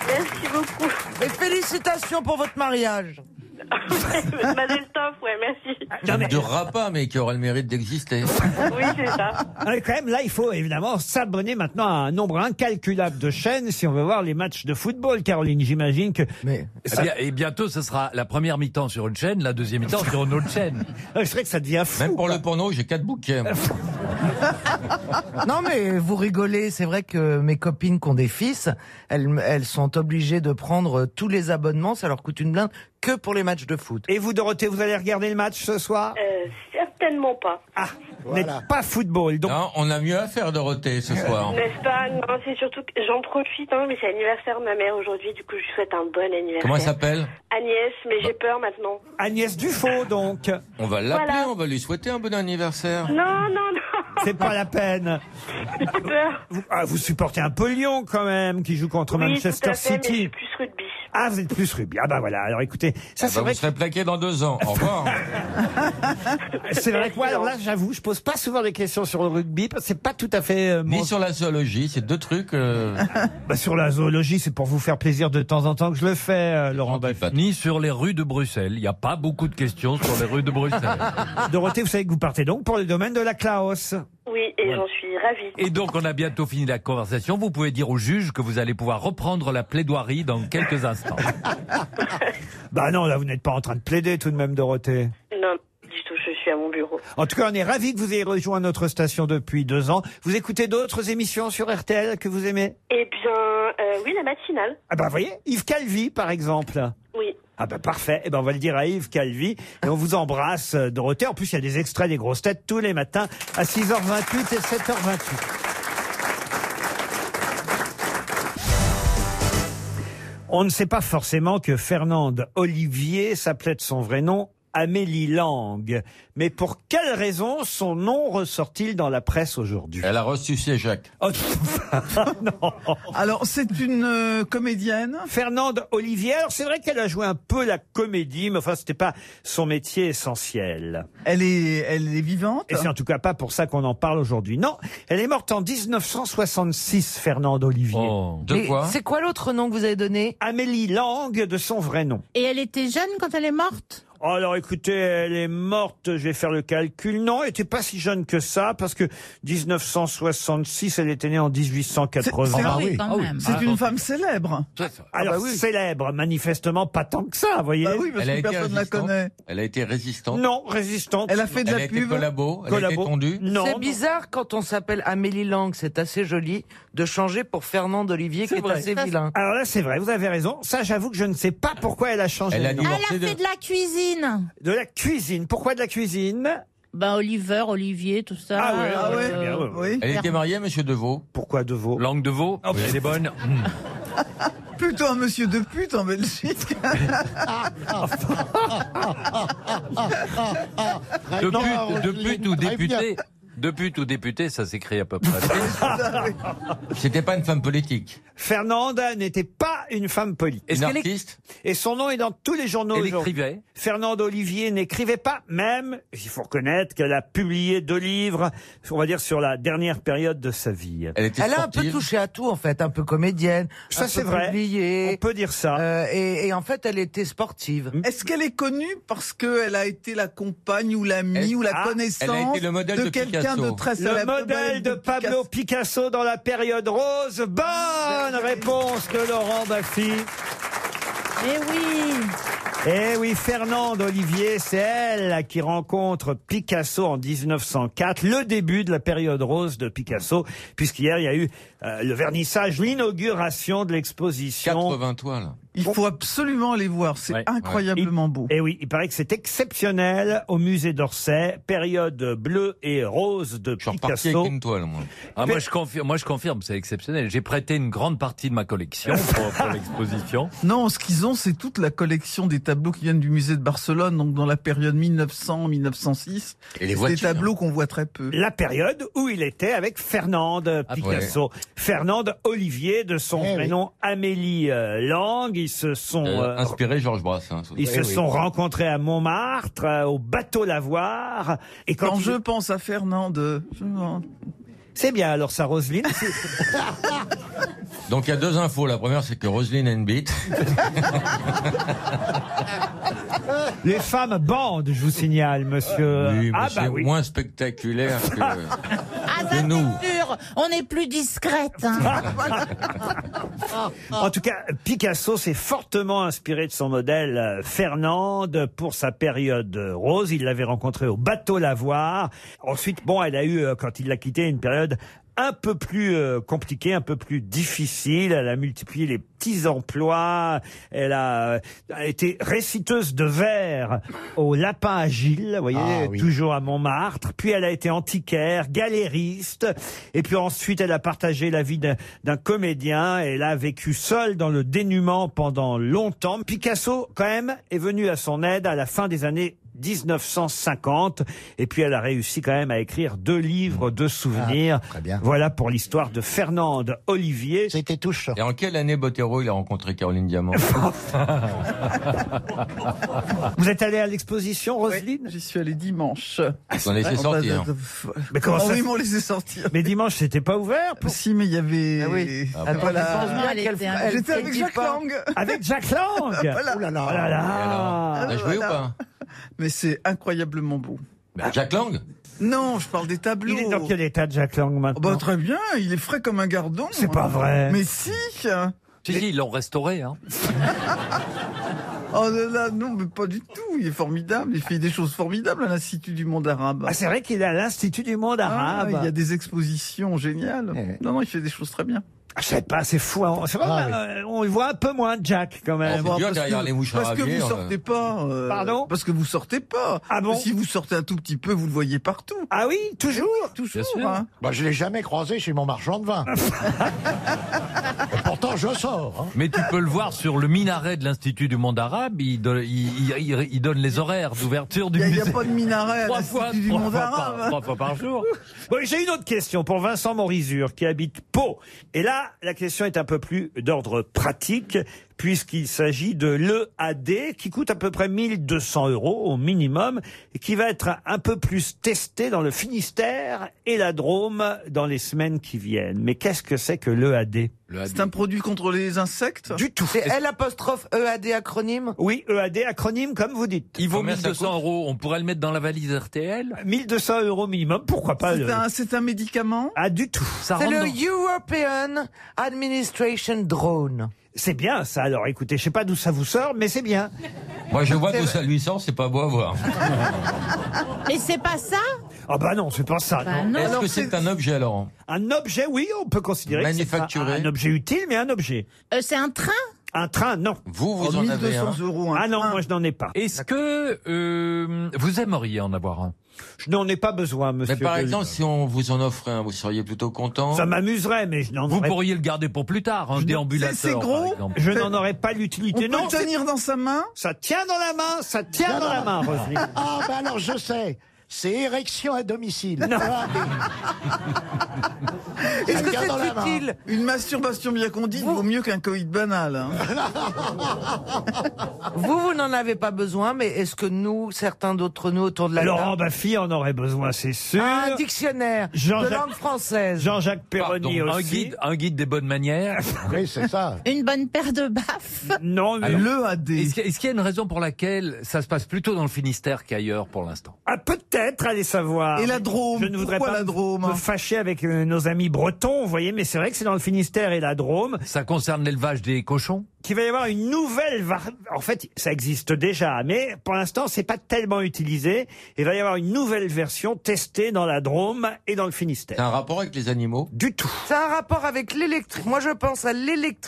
S10: Merci beaucoup.
S4: Et félicitations pour votre mariage.
S10: Mazel Tov, ouais, merci.
S9: ne durera pas, mais qui aura le mérite d'exister.
S10: Oui, c'est ça.
S3: Ah, quand même, là, il faut évidemment s'abonner maintenant à un nombre incalculable de chaînes si on veut voir les matchs de football. Caroline, j'imagine que. Mais.
S8: Eh bien- Et bientôt, ce sera la première mi-temps sur une chaîne, la deuxième mi-temps sur une autre chaîne.
S3: C'est vrai Ah, que ça devient fou.
S9: Même pour le porno, j'ai quatre bouquets. moi.
S4: Non mais vous rigolez, c'est vrai que mes copines qui ont des fils, elles, elles sont obligées de prendre euh, tous les abonnements, ça leur coûte une blinde, que pour les matchs de foot.
S3: Et vous, Dorothée, vous allez regarder le match ce soir
S10: Euh, certainement pas.
S3: Vous n'êtes pas football. Donc,
S9: Non, on a mieux à faire, Dorothée, ce soir.
S10: N'est-ce pas Non, c'est surtout que j'en profite, hein, mais c'est l'anniversaire de ma mère aujourd'hui, du coup je lui souhaite un bon anniversaire.
S9: Comment elle s'appelle Bah.
S10: Agnès, mais j'ai peur maintenant.
S3: Agnès Dufaux, donc.
S9: On va l'appeler,
S10: Voilà.
S9: on va lui souhaiter un bon anniversaire.
S10: Non, non, non,
S3: C'est pas la peine.
S10: j'ai peur.
S3: Vous, ah, vous supportez un peu Lyon quand même, qui joue contre
S10: oui, tout
S3: Manchester
S10: à fait, mais je
S3: City.
S10: suis plus rugby.
S3: Ah, vous êtes plus rugby. Ah bah voilà. Alors écoutez, ça
S9: Ah
S3: c'est
S9: bah,
S3: vrai.
S9: vous serez plaqué dans deux ans. Au revoir.
S3: que- C'est vrai que moi, alors là, j'avoue, je pose pas souvent des questions sur le rugby parce que c'est pas tout à fait euh, mon-
S9: Ni sur la zoologie, c'est deux trucs. euh,
S3: Bah, sur la zoologie, c'est pour vous faire plaisir de temps en temps que je le fais, euh, Laurent Baffy.
S8: Ni sur les rues de Bruxelles. Il n'y a pas beaucoup de questions sur les rues de Bruxelles.
S3: Dorothée, vous savez que vous partez donc pour le domaine de la Klaus.
S10: Oui, et j'en suis ravie.
S8: Et donc, on a bientôt fini la conversation. Vous pouvez dire au juge que vous allez pouvoir reprendre la plaidoirie dans quelques instants.
S3: Bah non, là, vous n'êtes pas en train de plaider tout de même, Dorothée.
S10: Non, du tout, je suis à mon bureau.
S3: En tout cas, on est ravis que vous ayez rejoint notre station depuis deux ans. Vous écoutez d'autres émissions sur RTL que vous aimez
S10: Eh bien, euh, oui, la matinale.
S3: Ah bah, voyez, Yves Calvi, par exemple.
S10: Oui.
S3: Ah bah parfait, eh ben on va le dire à Yves Calvi et on vous embrasse euh, Dorothée. En plus il y a des extraits des grosses têtes tous les matins à 6h28 et 7h28. On ne sait pas forcément que Fernande Olivier s'appelait de son vrai nom Amélie Lang. Mais pour quelle raison son nom ressort-il dans la presse aujourd'hui
S9: Elle a reçu ses Jacques.
S3: Oh,
S5: Alors, c'est une euh, comédienne.
S3: Fernande Olivier, alors c'est vrai qu'elle a joué un peu la comédie, mais enfin c'était pas son métier essentiel.
S5: Elle est, elle est vivante.
S3: Et c'est en tout cas pas pour ça qu'on en parle aujourd'hui. Non, elle est morte en 1966, Fernande Olivier.
S8: Oh.
S9: De
S4: Mais
S9: quoi
S4: C'est quoi l'autre nom que vous avez donné
S3: Amélie Lang, de son vrai nom.
S6: Et elle était jeune quand elle est morte
S3: Oh, Alors écoutez, elle est morte, je vais faire le calcul. Non, elle était pas si jeune que ça, parce que 1966, elle était née en 1880.
S5: C'est-
S6: Ah
S5: Ah
S6: oui,
S5: oui.
S6: quand
S8: Ah oui.
S6: même.
S5: C'est une femme célèbre.
S3: Alors
S5: Ah bah oui.
S3: célèbre, manifestement pas tant que ça, vous voyez.
S5: Bah oui, parce
S9: Elle a
S5: que
S9: été
S5: personne ne la
S9: résistante.
S5: connaît.
S9: Elle a été résistante.
S3: Non, résistante.
S5: Elle a fait de
S9: Elle a
S5: la
S9: été
S5: pub.
S9: collabo. Elle a été
S3: collabo.
S9: tondue.
S3: Non.
S4: C'est
S3: non.
S4: bizarre quand on s'appelle Amélie Lang, c'est assez joli de changer pour Fernand Olivier qui est
S3: vrai.
S4: assez
S6: Ça,
S9: hein.
S4: vilain.
S3: Alors là, c'est vrai, vous avez raison. Ça, j'avoue que je ne sais pas pourquoi elle a changé
S9: Elle a
S3: de
S6: Elle
S3: nom.
S6: a
S9: divorcé
S6: fait
S9: de...
S6: de la cuisine.
S3: De la cuisine. Pourquoi de la cuisine
S6: Bah, Oliver, Olivier, tout ça.
S3: Ah ouais, ah ouais,
S6: euh,
S3: bien, ouais.
S5: Oui.
S9: Elle était mariée à Monsieur Deveau.
S3: Pourquoi de vos
S8: Langue de veau,
S3: Oh,
S8: elle est bonne.
S5: Plutôt un monsieur de pute en Belgique.
S8: De
S7: Non,
S8: pute, de
S7: Roselyne,
S8: pute ou
S7: très bien.
S8: député. De pute ou député, ça s'écrit à peu près.
S5: Ah
S9: C'était pas une femme politique.
S3: Fernanda n'était pas une femme polie.
S8: Est-ce
S9: Une
S8: qu'elle est-
S9: artiste.
S3: Et son nom est dans tous les journaux
S8: Elle
S3: aujourd'hui.
S8: écrivait.
S3: Fernande Olivier n'écrivait pas, même, il faut reconnaître qu'elle a publié deux livres, on va dire, sur la dernière période de sa vie.
S9: Elle était
S4: Elle a un peu
S9: sportive.
S4: touché à tout en fait, un peu comédienne,
S3: Ça,
S4: un
S3: c'est
S4: peu
S3: vrai.
S4: publiée,
S3: On peut dire ça. Mm.
S4: euh, et, et en fait elle était sportive.
S5: Est-ce qu'elle est connue parce qu'elle a été la compagne ou l'amie
S9: Elle-
S5: ou la
S3: Ah,
S5: connaissance
S9: elle a été le modèle
S5: de
S9: de
S5: quelqu'un
S9: Picasso.
S5: de très célèbre
S3: Le modèle de Pablo Picasso dans la période rose. Bonne réponse de Laurent Baffy.
S6: Eh oui.
S3: Eh oui, Fernande Olivier, c'est elle qui rencontre Picasso en 1904, le début de la période rose de Picasso, puisqu'hier il y a eu euh, le vernissage, l'inauguration de l'exposition. 80 toiles.
S5: Il faut absolument les voir, c'est incroyablement beau.
S3: Et oui, il paraît que c'est exceptionnel au musée d'Orsay, période bleue et rose de Picasso.
S8: Ah, moi, je confirme, moi, je confirme, c'est exceptionnel. J'ai prêté une grande partie de ma collection pour, pour l'exposition.
S5: Non, ce qu'ils ont, c'est toute la collection des tableaux qui viennent du musée de Barcelone, donc dans la période 1900-1906.
S8: Et les
S5: Des
S8: voitures.
S5: tableaux qu'on voit très peu.
S3: La période où il était avec Fernande
S9: Ah,
S3: Picasso. Fernande Olivier, de son
S5: Eh
S3: vrai
S5: oui.
S3: nom Amélie euh, Lang. Ils se sont, euh,
S9: Inspiré Georges Brass. hein,
S3: ils se
S9: oui.
S3: sont rencontrés à Montmartre, euh, au bateau Lavoir. Et quand,
S5: Quand je
S3: pense à Fernande. C'est bien alors ça, Roselyne.
S9: Donc il y a deux infos. La première, c'est que Roselyne a une bite.
S3: Les femmes bandent, je vous signale, monsieur.
S9: Oui, mais
S3: ah bah
S9: c'est
S3: oui. Ah,
S9: moins spectaculaire que, que nous.
S6: Sûr, on est plus discrète. hein.
S3: En tout cas, Picasso s'est fortement inspiré de son modèle euh, Fernande pour sa période euh, rose. Il l'avait rencontré au bateau Lavoir. Ensuite, bon, elle a eu, euh, quand il l'a quitté, une période un peu plus euh, compliquée, un peu plus difficile. Elle a multiplié les petits emplois. Elle a euh, a été réciteuse de vers au Lapin à Gilles, vous voyez,
S7: Ah oui.
S3: toujours à Montmartre. Puis elle a été antiquaire, galériste. Et puis ensuite, elle a partagé la vie d'un d'un comédien. Elle a vécu seule dans le dénuement pendant longtemps. Picasso, quand même, est venu à son aide à la fin des années 1950. Et puis elle a réussi quand même à écrire deux livres de souvenirs. Voilà pour l'histoire de Fernande Olivier. C'était touchant.
S9: Et en quelle année Botero il a rencontré Caroline Diamant
S3: Vous êtes allé à l'exposition, Roselyne
S5: J'y suis allé dimanche.
S9: Ils ont laissé sortir.
S3: Mais comment
S5: Ah
S3: ça
S5: oui,
S3: se-
S5: ils m'ont laissé sortir.
S3: Mais dimanche, c'était pas ouvert.
S5: Si, mais il y avait.
S7: Ah oui.
S5: Ah,
S7: Attends,
S5: voilà.
S7: tu penses bien Elle qu'elle était fra- avec
S5: J'étais avec
S7: Sylvie
S5: Jacques
S7: Pan.
S5: Lang.
S3: Avec Jacques Lang
S5: Voilà.
S7: Oh là là.
S3: Ah,
S5: Oh là là.
S7: Et alors T'as joué ou pas
S5: Mais c'est incroyablement beau.
S9: Jacques Lang
S5: Non, je parle des tableaux.
S3: Il est dans quel état, Jack Lang, maintenant
S5: bah, Très bien, il est frais comme un gardon.
S3: C'est pas vrai.
S5: Mais si
S8: Si, si, ils l'ont restauré. Hein.
S5: Oh là là, non, mais pas du tout. Il est formidable. Il fait des choses formidables à l'Institut du monde arabe.
S3: Ah, c'est vrai qu'il est à l'Institut du monde
S5: Ah,
S3: arabe. Eh.
S5: il y a des expositions géniales. Non, non, il fait des choses très bien.
S3: Ah, Je sais pas, c'est fou. hein. C'est vrai,
S5: Ah,
S3: euh, on le voit un peu moins, Jack, quand même.
S5: Bah, parce que- Parce que vous sortez pas. euh,
S3: Pardon
S5: Parce que vous sortez pas.
S3: Ah bon
S5: Si vous sortez un tout petit peu, vous le voyez partout.
S3: Ah oui, toujours
S5: Toujours.
S7: sûr.
S5: hein.
S7: Bah, je l'ai jamais croisé chez mon marchand de vin. Pourtant, je
S5: hein.
S7: sors.
S8: Mais tu peux le voir sur le minaret de l'Institut du Monde Arabe. Il, do- il- il- il- il donne les horaires d'ouverture du
S5: Il n'y
S8: musée.
S5: a, pas de minaret à
S8: Trois fois,
S5: l'Institut du
S8: trois
S5: monde
S8: fois par-
S5: arabe.
S8: trois fois par jour.
S3: Bon, J'ai une autre question pour Vincent Morizur qui habite Pau. Et là, la question est un peu plus d'ordre pratique puisqu'il s'agit de l'EAD qui coûte à peu près 1200 euros au minimum et qui va être un peu plus testé dans le Finistère et la Drôme dans les semaines qui viennent. Mais qu'est-ce que c'est que l'EAD
S5: C'est un produit contre les insectes
S3: Du tout.
S4: C'est L apostrophe EAD acronyme
S3: Oui, EAD acronyme comme vous dites.
S8: Il vaut
S3: Combien ça Euh,
S8: 1200 euros. On pourrait le mettre dans la valise RTL.
S3: 1200 euros minimum, pourquoi pas euh,
S5: C'est
S3: le-
S5: un, c'est un médicament
S3: Ah, du tout. Ça
S4: C'est le European Administration Drone.
S3: C'est bien ça. Alors écoutez, je sais pas d'où ça vous sort, mais c'est bien.
S9: Moi, je vois d'où ça lui sort, c'est pas beau à voir.
S6: Mais c'est pas ça
S3: Ah bah non, c'est pas ça.
S6: Bah
S3: non.
S6: non.
S9: Est-ce que c'est un objet, Laurent
S3: Un objet, oui, on peut considérer que c'est un,
S9: Manufacturé.
S3: un objet utile, mais un objet.
S6: Euh, C'est un train
S3: Un train, non.
S9: Vous,
S5: Oh,
S9: vous en avez hein. un.
S5: euros.
S3: Ah non, moi je n'en ai pas.
S8: Est-ce que euh, vous aimeriez en avoir un
S3: Je n'en ai pas besoin, monsieur.
S9: Mais par
S3: Gueluc.
S9: exemple, si on vous en offrait un, vous seriez plutôt content
S3: ça m'amuserait, mais je n'en
S8: Vous
S3: aurais...
S8: pourriez le garder pour plus tard, un déambulateur.
S5: c'est
S8: par
S5: gros
S8: exemple.
S3: je n'en aurais pas
S5: On peut
S3: l'utilité. Non,
S5: le tenir dans sa main
S3: c'est- ça tient dans la main, ça tient dans la main, Roselyne.
S7: Ah, bah alors, je sais. C'est érection à domicile.
S4: Est-ce que
S7: garde dans la
S4: c'est
S7: main.
S4: utile
S5: Une masturbation bien condite vaut mieux qu'un coït banal. hein.
S4: Vous, vous n'en avez pas besoin, mais est-ce que nous, certains d'autres nous autour de la
S3: Laurent
S4: table,
S3: Baffy en aurait besoin, c'est sûr.
S5: Ah,
S4: un dictionnaire de
S3: Jean-Jacques-
S4: langue française
S3: Jean-Jacques Perroni
S8: Pardon, un
S3: aussi.
S8: guide, un guide des bonnes manières.
S7: Oui, c'est ça.
S6: Une bonne paire de baffes
S3: Non, mais-
S5: Oh, Le AD.
S8: Est-ce qu'il y a- est-ce qu'il y a une raison pour laquelle ça se passe plutôt dans le Finistère qu'ailleurs pour l'instant
S3: Ah, peut-être, allez savoir.
S5: Et la Drôme,
S3: Je ne voudrais
S5: pourquoi
S3: pas
S5: la
S3: me-
S5: Drôme
S3: me fâcher avec euh, nos amis bretons, vous voyez, mais c'est vrai que c'est dans le Finistère et la Drôme.
S8: Ça concerne l'élevage des cochons
S3: qu'il va y avoir une nouvelle var- En fait, ça existe déjà, mais pour l'instant, c'est pas tellement utilisé. Il va y avoir une nouvelle version testée dans la Drôme et dans le Finistère.
S9: C'est un rapport avec les animaux
S3: Du tout.
S4: Ça a un rapport avec l'électrique. Moi, je pense à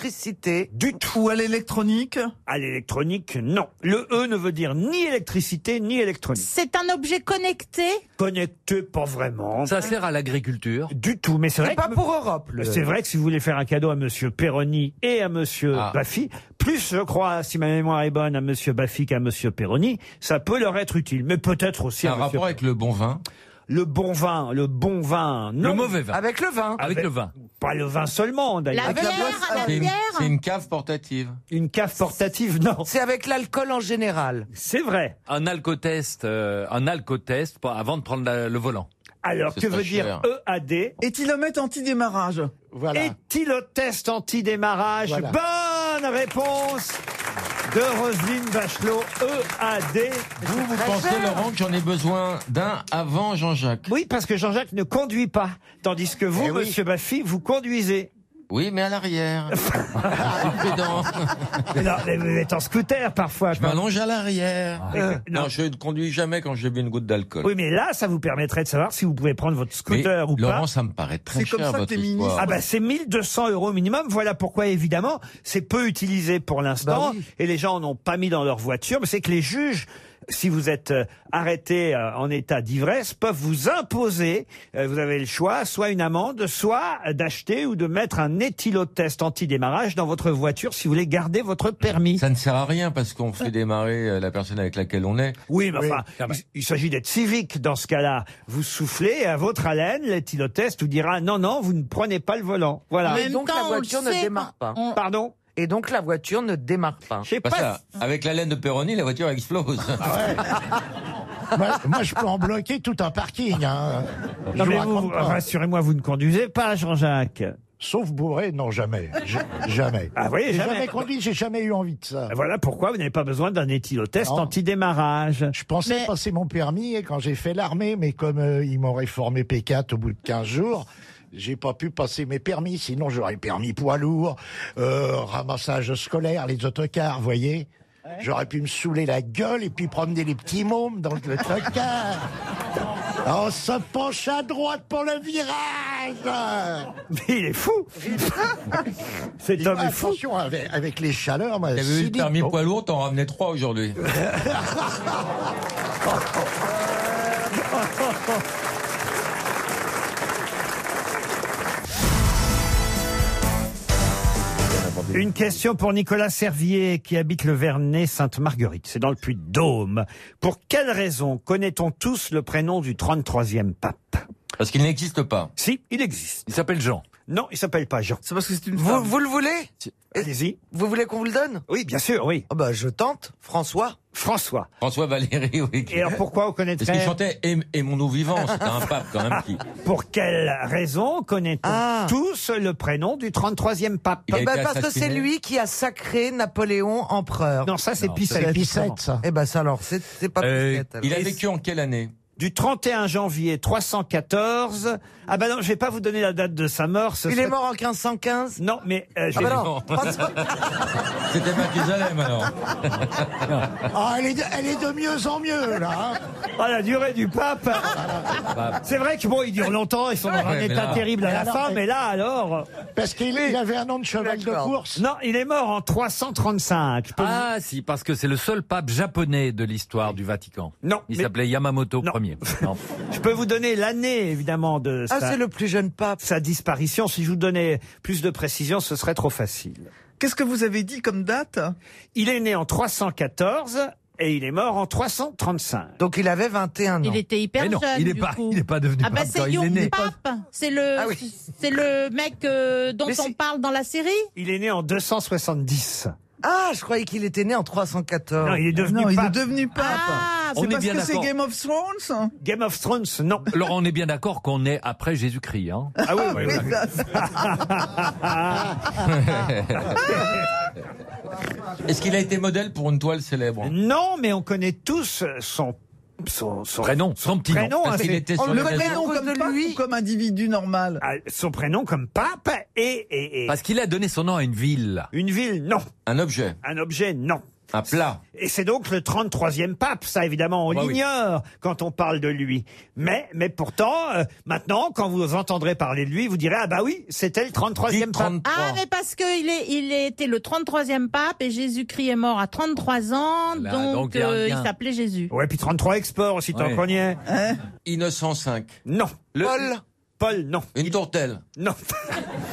S4: l'électricité.
S3: Du
S4: tout.
S5: Ou à l'électronique
S3: À l'électronique, non. Le E ne veut dire ni électricité ni électronique.
S6: C'est un objet connecté
S3: Connecté, pas vraiment.
S8: Ça sert à l'agriculture
S3: Du tout, mais c'est vrai.
S4: pas
S3: que-
S4: pour Europe. le-
S3: C'est vrai que si vous voulez faire un cadeau à Monsieur Perroni et à Monsieur
S9: Ah.
S3: Baffy, plus je crois, si ma mémoire est bonne, à Monsieur Baffy qu'à Monsieur Perroni, ça peut leur être utile. Mais peut-être aussi
S9: C'est
S3: à
S9: un
S3: Monsieur
S9: rapport avec le bon vin
S3: Le bon vin, le bon vin, non.
S9: Le mauvais vin.
S4: Avec le vin.
S8: Avec le vin.
S3: Pas le vin seulement, d'ailleurs.
S6: La bière, la
S9: C'est une,
S6: bière.
S9: c'est une cave portative.
S3: Une cave portative, non.
S4: C'est avec l'alcool en général.
S3: C'est vrai.
S8: Un alcotest, euh, un alcotest pour- avant de prendre la- le volant.
S3: Alors,
S9: Ce
S3: que
S9: serait
S3: veut
S9: cher.
S3: dire E EAD
S5: Éthylomètre anti-démarrage.
S7: Voilà.
S3: Éthylotest anti-démarrage.
S7: Voilà.
S3: Bonne réponse de Roselyne Bachelot, E EAD.
S9: Vous, vous pensez, Laurent, que j'en ai besoin d'un avant Jean-Jacques
S3: Oui, parce que Jean-Jacques ne conduit pas, tandis que vous,
S7: Eh oui.
S3: Monsieur Baffy, vous conduisez.
S9: Oui, mais à l'arrière. Je suis pédant.
S3: Mais non, mais vous êtes en scooter parfois.
S9: Je
S3: quoi.
S9: m'allonge à l'arrière.
S3: Euh,
S9: non.
S3: non.
S9: je ne conduis jamais quand j'ai bu une goutte d'alcool.
S3: Oui, mais là, ça vous permettrait de savoir si vous pouvez prendre votre
S9: Mais,
S3: scooter ou
S9: Laurent,
S3: pas.
S9: ça me paraît très
S5: C'est comme
S9: cher,
S5: ça que
S9: votre
S5: t'es ministre.
S9: histoire.
S3: Ah bah c'est 1200 euros minimum, voilà pourquoi évidemment c'est peu utilisé pour
S4: Bah
S3: l'instant
S4: oui.
S3: et les gens n'ont pas mis dans leur voiture, mais c'est que les juges, si vous êtes euh, arrêté euh, en état d'ivresse, peuvent vous imposer, euh, vous avez le choix, soit une amende, soit euh, d'acheter ou de mettre un éthylotest anti-démarrage dans votre voiture si vous voulez garder votre permis.
S9: Ça ne sert à rien parce qu'on fait démarrer euh, la personne avec laquelle on est.
S3: Oui, mais
S7: Oui.
S3: enfin,
S5: Ah bah.
S3: il, il s'agit d'être civique dans ce cas-là. Vous soufflez à votre haleine, l'éthylotest vous dira non, non, vous ne prenez pas le volant.
S6: En
S3: Voilà.
S6: même
S4: donc, la
S6: temps, on le
S4: voiture ne
S6: sait,
S4: démarre
S6: on-
S4: pas.
S6: on-
S3: Pardon
S4: Et donc, la voiture ne démarre pas.
S3: Je sais
S9: Parce
S3: pas.
S9: que, avec la laine de Peroni, la voiture explose.
S5: Ah
S7: moi, moi, je peux en bloquer tout un parking. hein. Je
S3: Non,
S7: vous
S3: mais vous,
S7: raconte pas.
S3: rassurez-moi, vous ne conduisez pas, Jean-Jacques.
S7: Sauf bourré, non, jamais. J- jamais.
S3: Ah oui,
S7: J'ai
S3: jamais. Ah,
S7: jamais conduit, j'ai jamais eu envie de ça.
S3: Voilà pourquoi vous n'avez pas besoin d'un éthylotest
S7: Non.
S3: anti-démarrage.
S7: Je pensais
S6: Mais-
S7: passer mon permis et quand j'ai fait l'armée, mais comme euh, ils m'auraient formé P4 au bout de 15 jours, j'ai pas pu passer mes permis, sinon j'aurais permis poids lourd, euh, ramassage scolaire, les autocars, vous voyez J'aurais pu me saouler la gueule et puis promener les petits mômes dans le autocar. On se penche à droite pour le virage
S3: Mais il est fou Cet homme est fou
S7: Attention, avec, avec les chaleurs, moi,
S5: bah,
S9: T'avais eu le
S7: Sylvie,
S9: permis
S7: bon,
S9: poids lourd, t'en ramenais trois aujourd'hui.
S3: Une question pour Nicolas Servier, qui habite le Vernet Sainte-Marguerite. C'est dans le Puy-de-Dôme. Pour quelle raison connaît-on tous le prénom du 33e pape
S9: Parce qu'il n'existe pas.
S3: Si, il existe.
S8: Il s'appelle Jean.
S3: Non, il s'appelle pas Jean.
S5: C'est parce que c'est une
S4: Vous,
S5: femme.
S4: vous le voulez
S3: Allez-y.
S4: Vous voulez qu'on vous le donne
S3: Oui, bien sûr, oui.
S4: Ah bah, je tente. François.
S3: François.
S9: François Valéry, oui.
S3: Et alors pourquoi on
S9: Parce qu'il
S3: connaîtrait
S9: chantait Aim- Aimons-nous vivants. C'était un pape quand même qui.
S3: Pour quelle raison connaît-on
S4: Ah.
S3: tous le prénom du 33e pape
S9: Il a
S4: Bah,
S9: été
S4: parce que c'est
S9: assassiné.
S4: lui qui a sacré Napoléon empereur.
S3: Non, ça c'est
S8: Non,
S3: Pissette.
S7: c'est
S3: justement.
S7: Picette, ça.
S4: Eh ben ça alors, c'est- c'est pas
S8: Euh,
S4: Pisquette, alors.
S9: Il a
S4: Et
S9: vécu en quelle année
S3: Du 31 janvier 314. Ah bah non, je vais pas vous donner la date de sa mort. ce
S4: Il
S3: serait-
S4: est mort en 1515
S3: Non, mais euh, je
S4: Ah
S3: vais-
S4: bah non,
S9: Non. C'était Mathusalem alors.
S7: Ah, elle, est de, elle est de mieux en mieux, là. hein.
S3: Ah, la durée du pape. c'est vrai que bon, il dure longtemps. Ils sont dans un
S9: Ouais, mais
S3: état
S9: là-
S3: terrible à
S7: Mais
S3: la
S7: alors,
S3: fin,
S7: mais-
S3: mais là alors. euh,
S7: Parce qu'il il avait un nom de cheval de
S4: D'accord.
S7: course.
S3: Non, il est mort en 335. Je peux vous-
S8: Ah si, parce que c'est le seul pape japonais de l'histoire du Vatican.
S3: Non,
S8: Il
S3: mais-
S8: s'appelait Yamamoto
S3: Non.
S8: Ier. Non.
S3: Je peux vous donner l'année évidemment de
S4: Ah,
S3: sa-
S4: c'est le plus jeune pape.
S3: sa disparition. Si je vous donnais plus de précision, ce serait trop facile.
S5: Qu'est-ce que vous avez dit comme date
S3: Il est né en 314 et il est mort en 335.
S4: Donc il avait 21 ans.
S6: Il était hyper
S8: Mais non,
S6: jeune.
S8: il est
S6: du
S8: pas-
S6: coup.
S8: il est pas devenu
S6: ah bah
S8: pape quand
S6: c'est
S8: il est né.
S6: Young Pape. C'est le,
S4: Ah oui.
S6: c'est le mec euh, dont
S4: Mais
S6: on
S4: c'est-
S6: parle dans la série.
S3: Il est né en 270.
S4: Ah, je croyais qu'il était né en 314.
S3: Non, il est devenu
S5: Non, il est
S3: pape.
S5: devenu pape.
S6: Ah,
S8: On
S5: c'est
S8: est
S5: parce
S8: bien
S5: que c'est
S8: d'accord.
S5: Game of Thrones
S3: Game of Thrones, non.
S8: Laurent, on est bien d'accord qu'on est après Jésus-Christ. Hein
S3: Ah oui, oui,
S5: Mais
S3: oui.
S5: ça,
S9: Est-ce qu'il a été modèle pour une toile célèbre
S3: Non, mais on connaît tous son son, son
S8: Prénom, son petit nom.
S3: prénom,
S8: Parce
S3: hein,
S8: qu'il
S3: c'est-
S8: était sur
S3: le
S8: les réseaux.
S3: prénom comme pape ou
S5: comme individu normal.
S3: Ah, son prénom comme pape et, et, et
S8: Parce qu'il a donné son nom à une ville.
S3: Une ville, non.
S9: Un objet.
S3: Un objet, non.
S9: Un plat.
S3: Et c'est donc le 33e pape, ça évidemment, on
S9: Bah oui.
S3: l'ignore quand on parle de lui. Mais, mais pourtant, euh, maintenant, quand vous entendrez parler de lui, vous direz, ah bah oui, c'était le 33e pape.
S6: Ah, mais parce qu'il est, il était le 33e pape et Jésus-Christ est mort à 33 ans,
S3: Là, donc,
S6: donc
S3: il y a un
S6: euh, il
S3: lien.
S6: s'appelait Jésus.
S9: Oh,
S3: Ouais, puis 33 exports aussi, tant
S9: Ouais.
S3: qu'on y est.
S9: Innocent 5.
S3: Non.
S9: Paul
S3: Paul, non.
S9: Une tourtelle
S3: Non.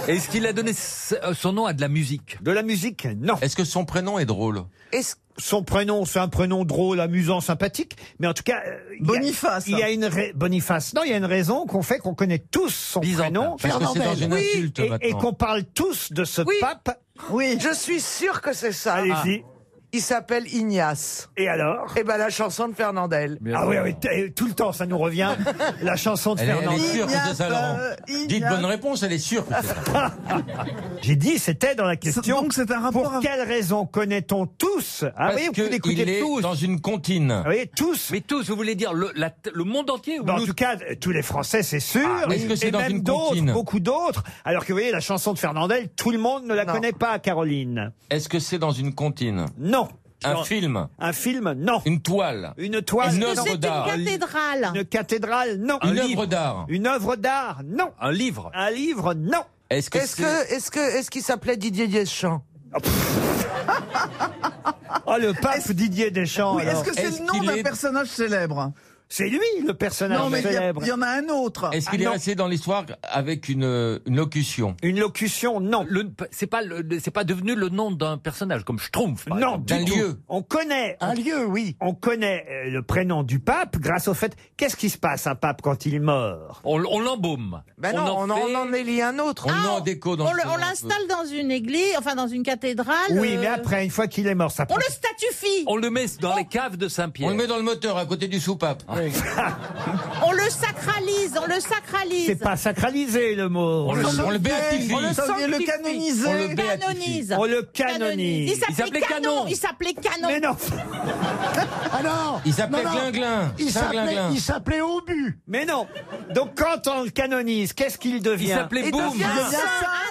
S8: Est-ce qu'il a donné s- euh, son nom à de la musique
S3: De la musique, non.
S9: Est-ce que son prénom est drôle
S3: Est-ce- Son prénom, c'est un prénom drôle, amusant, sympathique, mais en tout cas, euh, il y a-
S5: Boniface.
S3: Il y a une ra- Boniface. Non, il y a une raison qu'on fait qu'on connaît tous son prénom.
S9: Parce que c'est dans une
S3: Oui,
S9: insulte
S3: et- et,
S9: maintenant.
S3: qu'on parle tous de ce
S4: Oui.
S3: pape.
S5: Oui.
S4: Je suis sûr que c'est ça. Ah.
S3: Allez-y.
S4: Il s'appelle Ignace.
S3: Et alors
S4: Eh ben la chanson de Fernandel.
S3: Ah oui, oui, t- et tout le temps, ça nous revient. la chanson de
S9: Elle est, elle est
S3: Fernand.
S9: sûre que c'est ça, Laurent.
S5: Ignace.
S9: Dites bonne réponse, elle est sûre que c'est ça.
S3: J'ai dit, c'était dans la question.
S5: Donc c'est un rapport
S3: Pour
S5: avec...
S3: quelle raison connaît-on tous Ah
S9: Parce
S3: oui, vous
S9: que il
S3: l'écoutez
S9: est
S3: tous.
S9: dans une comptine.
S3: Ah oui, tous.
S8: Mais tous, vous voulez dire le, la- le monde entier ou
S3: Bah, en
S8: nous-
S3: tout cas, euh, tous les Français, c'est sûr.
S9: Ah, mais est-ce que c'est
S3: et
S9: dans
S3: même
S9: une
S3: d'autres,
S9: comptine
S3: beaucoup d'autres. Alors que vous voyez, la chanson de Fernandel, tout le monde ne la
S4: Non.
S3: connaît pas, Caroline.
S9: Est-ce que c'est dans une comptine
S3: Non.
S9: Un
S3: Genre,
S9: film
S3: Un film, non.
S9: Une toile
S3: Une toile,
S9: Une
S6: Est-ce que
S9: œuvre
S6: c'est une
S9: d'art.
S6: cathédrale
S3: Une cathédrale, non.
S9: Une œuvre d'art
S3: Une œuvre d'art, non.
S8: Un livre.
S3: Un livre, non.
S9: Est-ce que
S4: Est-ce
S9: c'est-
S4: que est-ce que est-ce qu'il s'appelait Didier Deschamps
S3: Oh, le pape Didier Deschamps.
S5: Oui, est-ce
S3: alors.
S5: que c'est
S9: Est-ce
S5: le nom
S9: qu'il
S5: d'un
S9: est-
S5: personnage célèbre
S3: C'est lui, le personnage
S5: Non, mais il y a-
S3: célèbre.
S5: il y, en a un autre.
S9: Est-ce
S5: Ah,
S9: qu'il est
S5: non.
S9: resté dans l'histoire avec une, une locution
S3: Une locution, non.
S8: Le- C'est pas, le- c'est pas devenu le nom d'un personnage comme Schtroumpf. par
S3: non,
S8: exemple.
S3: du
S9: D'un
S3: tout.
S9: lieu.
S3: On connaît,
S7: Un lieu, oui.
S3: on connaît euh, le prénom du pape grâce au fait. Qu'est-ce qui se passe un pape quand il meurt
S8: On, on l'embaume.
S4: Ben non, on en,
S8: fait-
S4: on en est lié un autre. Ah
S9: On en déco dans
S6: On
S9: le
S6: le-
S9: salon
S6: on
S9: un peu.
S6: l'installe dans une église, enfin dans une cathédrale.
S3: Oui,
S6: euh,
S3: mais après, une fois qu'il est mort, ça.
S6: On le statufie,
S8: On le met dans les caves de Saint-Pierre. Ah.
S9: On le met dans le moteur à côté du soupape.
S6: on le sacralise, on le
S3: C'est
S6: sacralise,
S3: pas sacralisé le mot.
S8: On le-
S9: On le béatifie.
S5: On le,
S6: sanctifie.
S5: canoniser.
S9: On le béatifie.
S6: canonise.
S3: On le canonise.
S6: Il s'appelait canon. Il s'appelait canon.
S3: Mais non, Ah
S7: Alors
S9: Il s'appelait Glinglin.
S7: Il
S9: Saint
S7: s'appelait-
S9: Glinglin.
S7: il s'appelait Obus.
S3: mais non. Donc quand on le canonise, qu'est-ce qu'il devient
S8: Il s'appelait
S4: Et
S8: Boum.
S4: devient
S6: Un saint,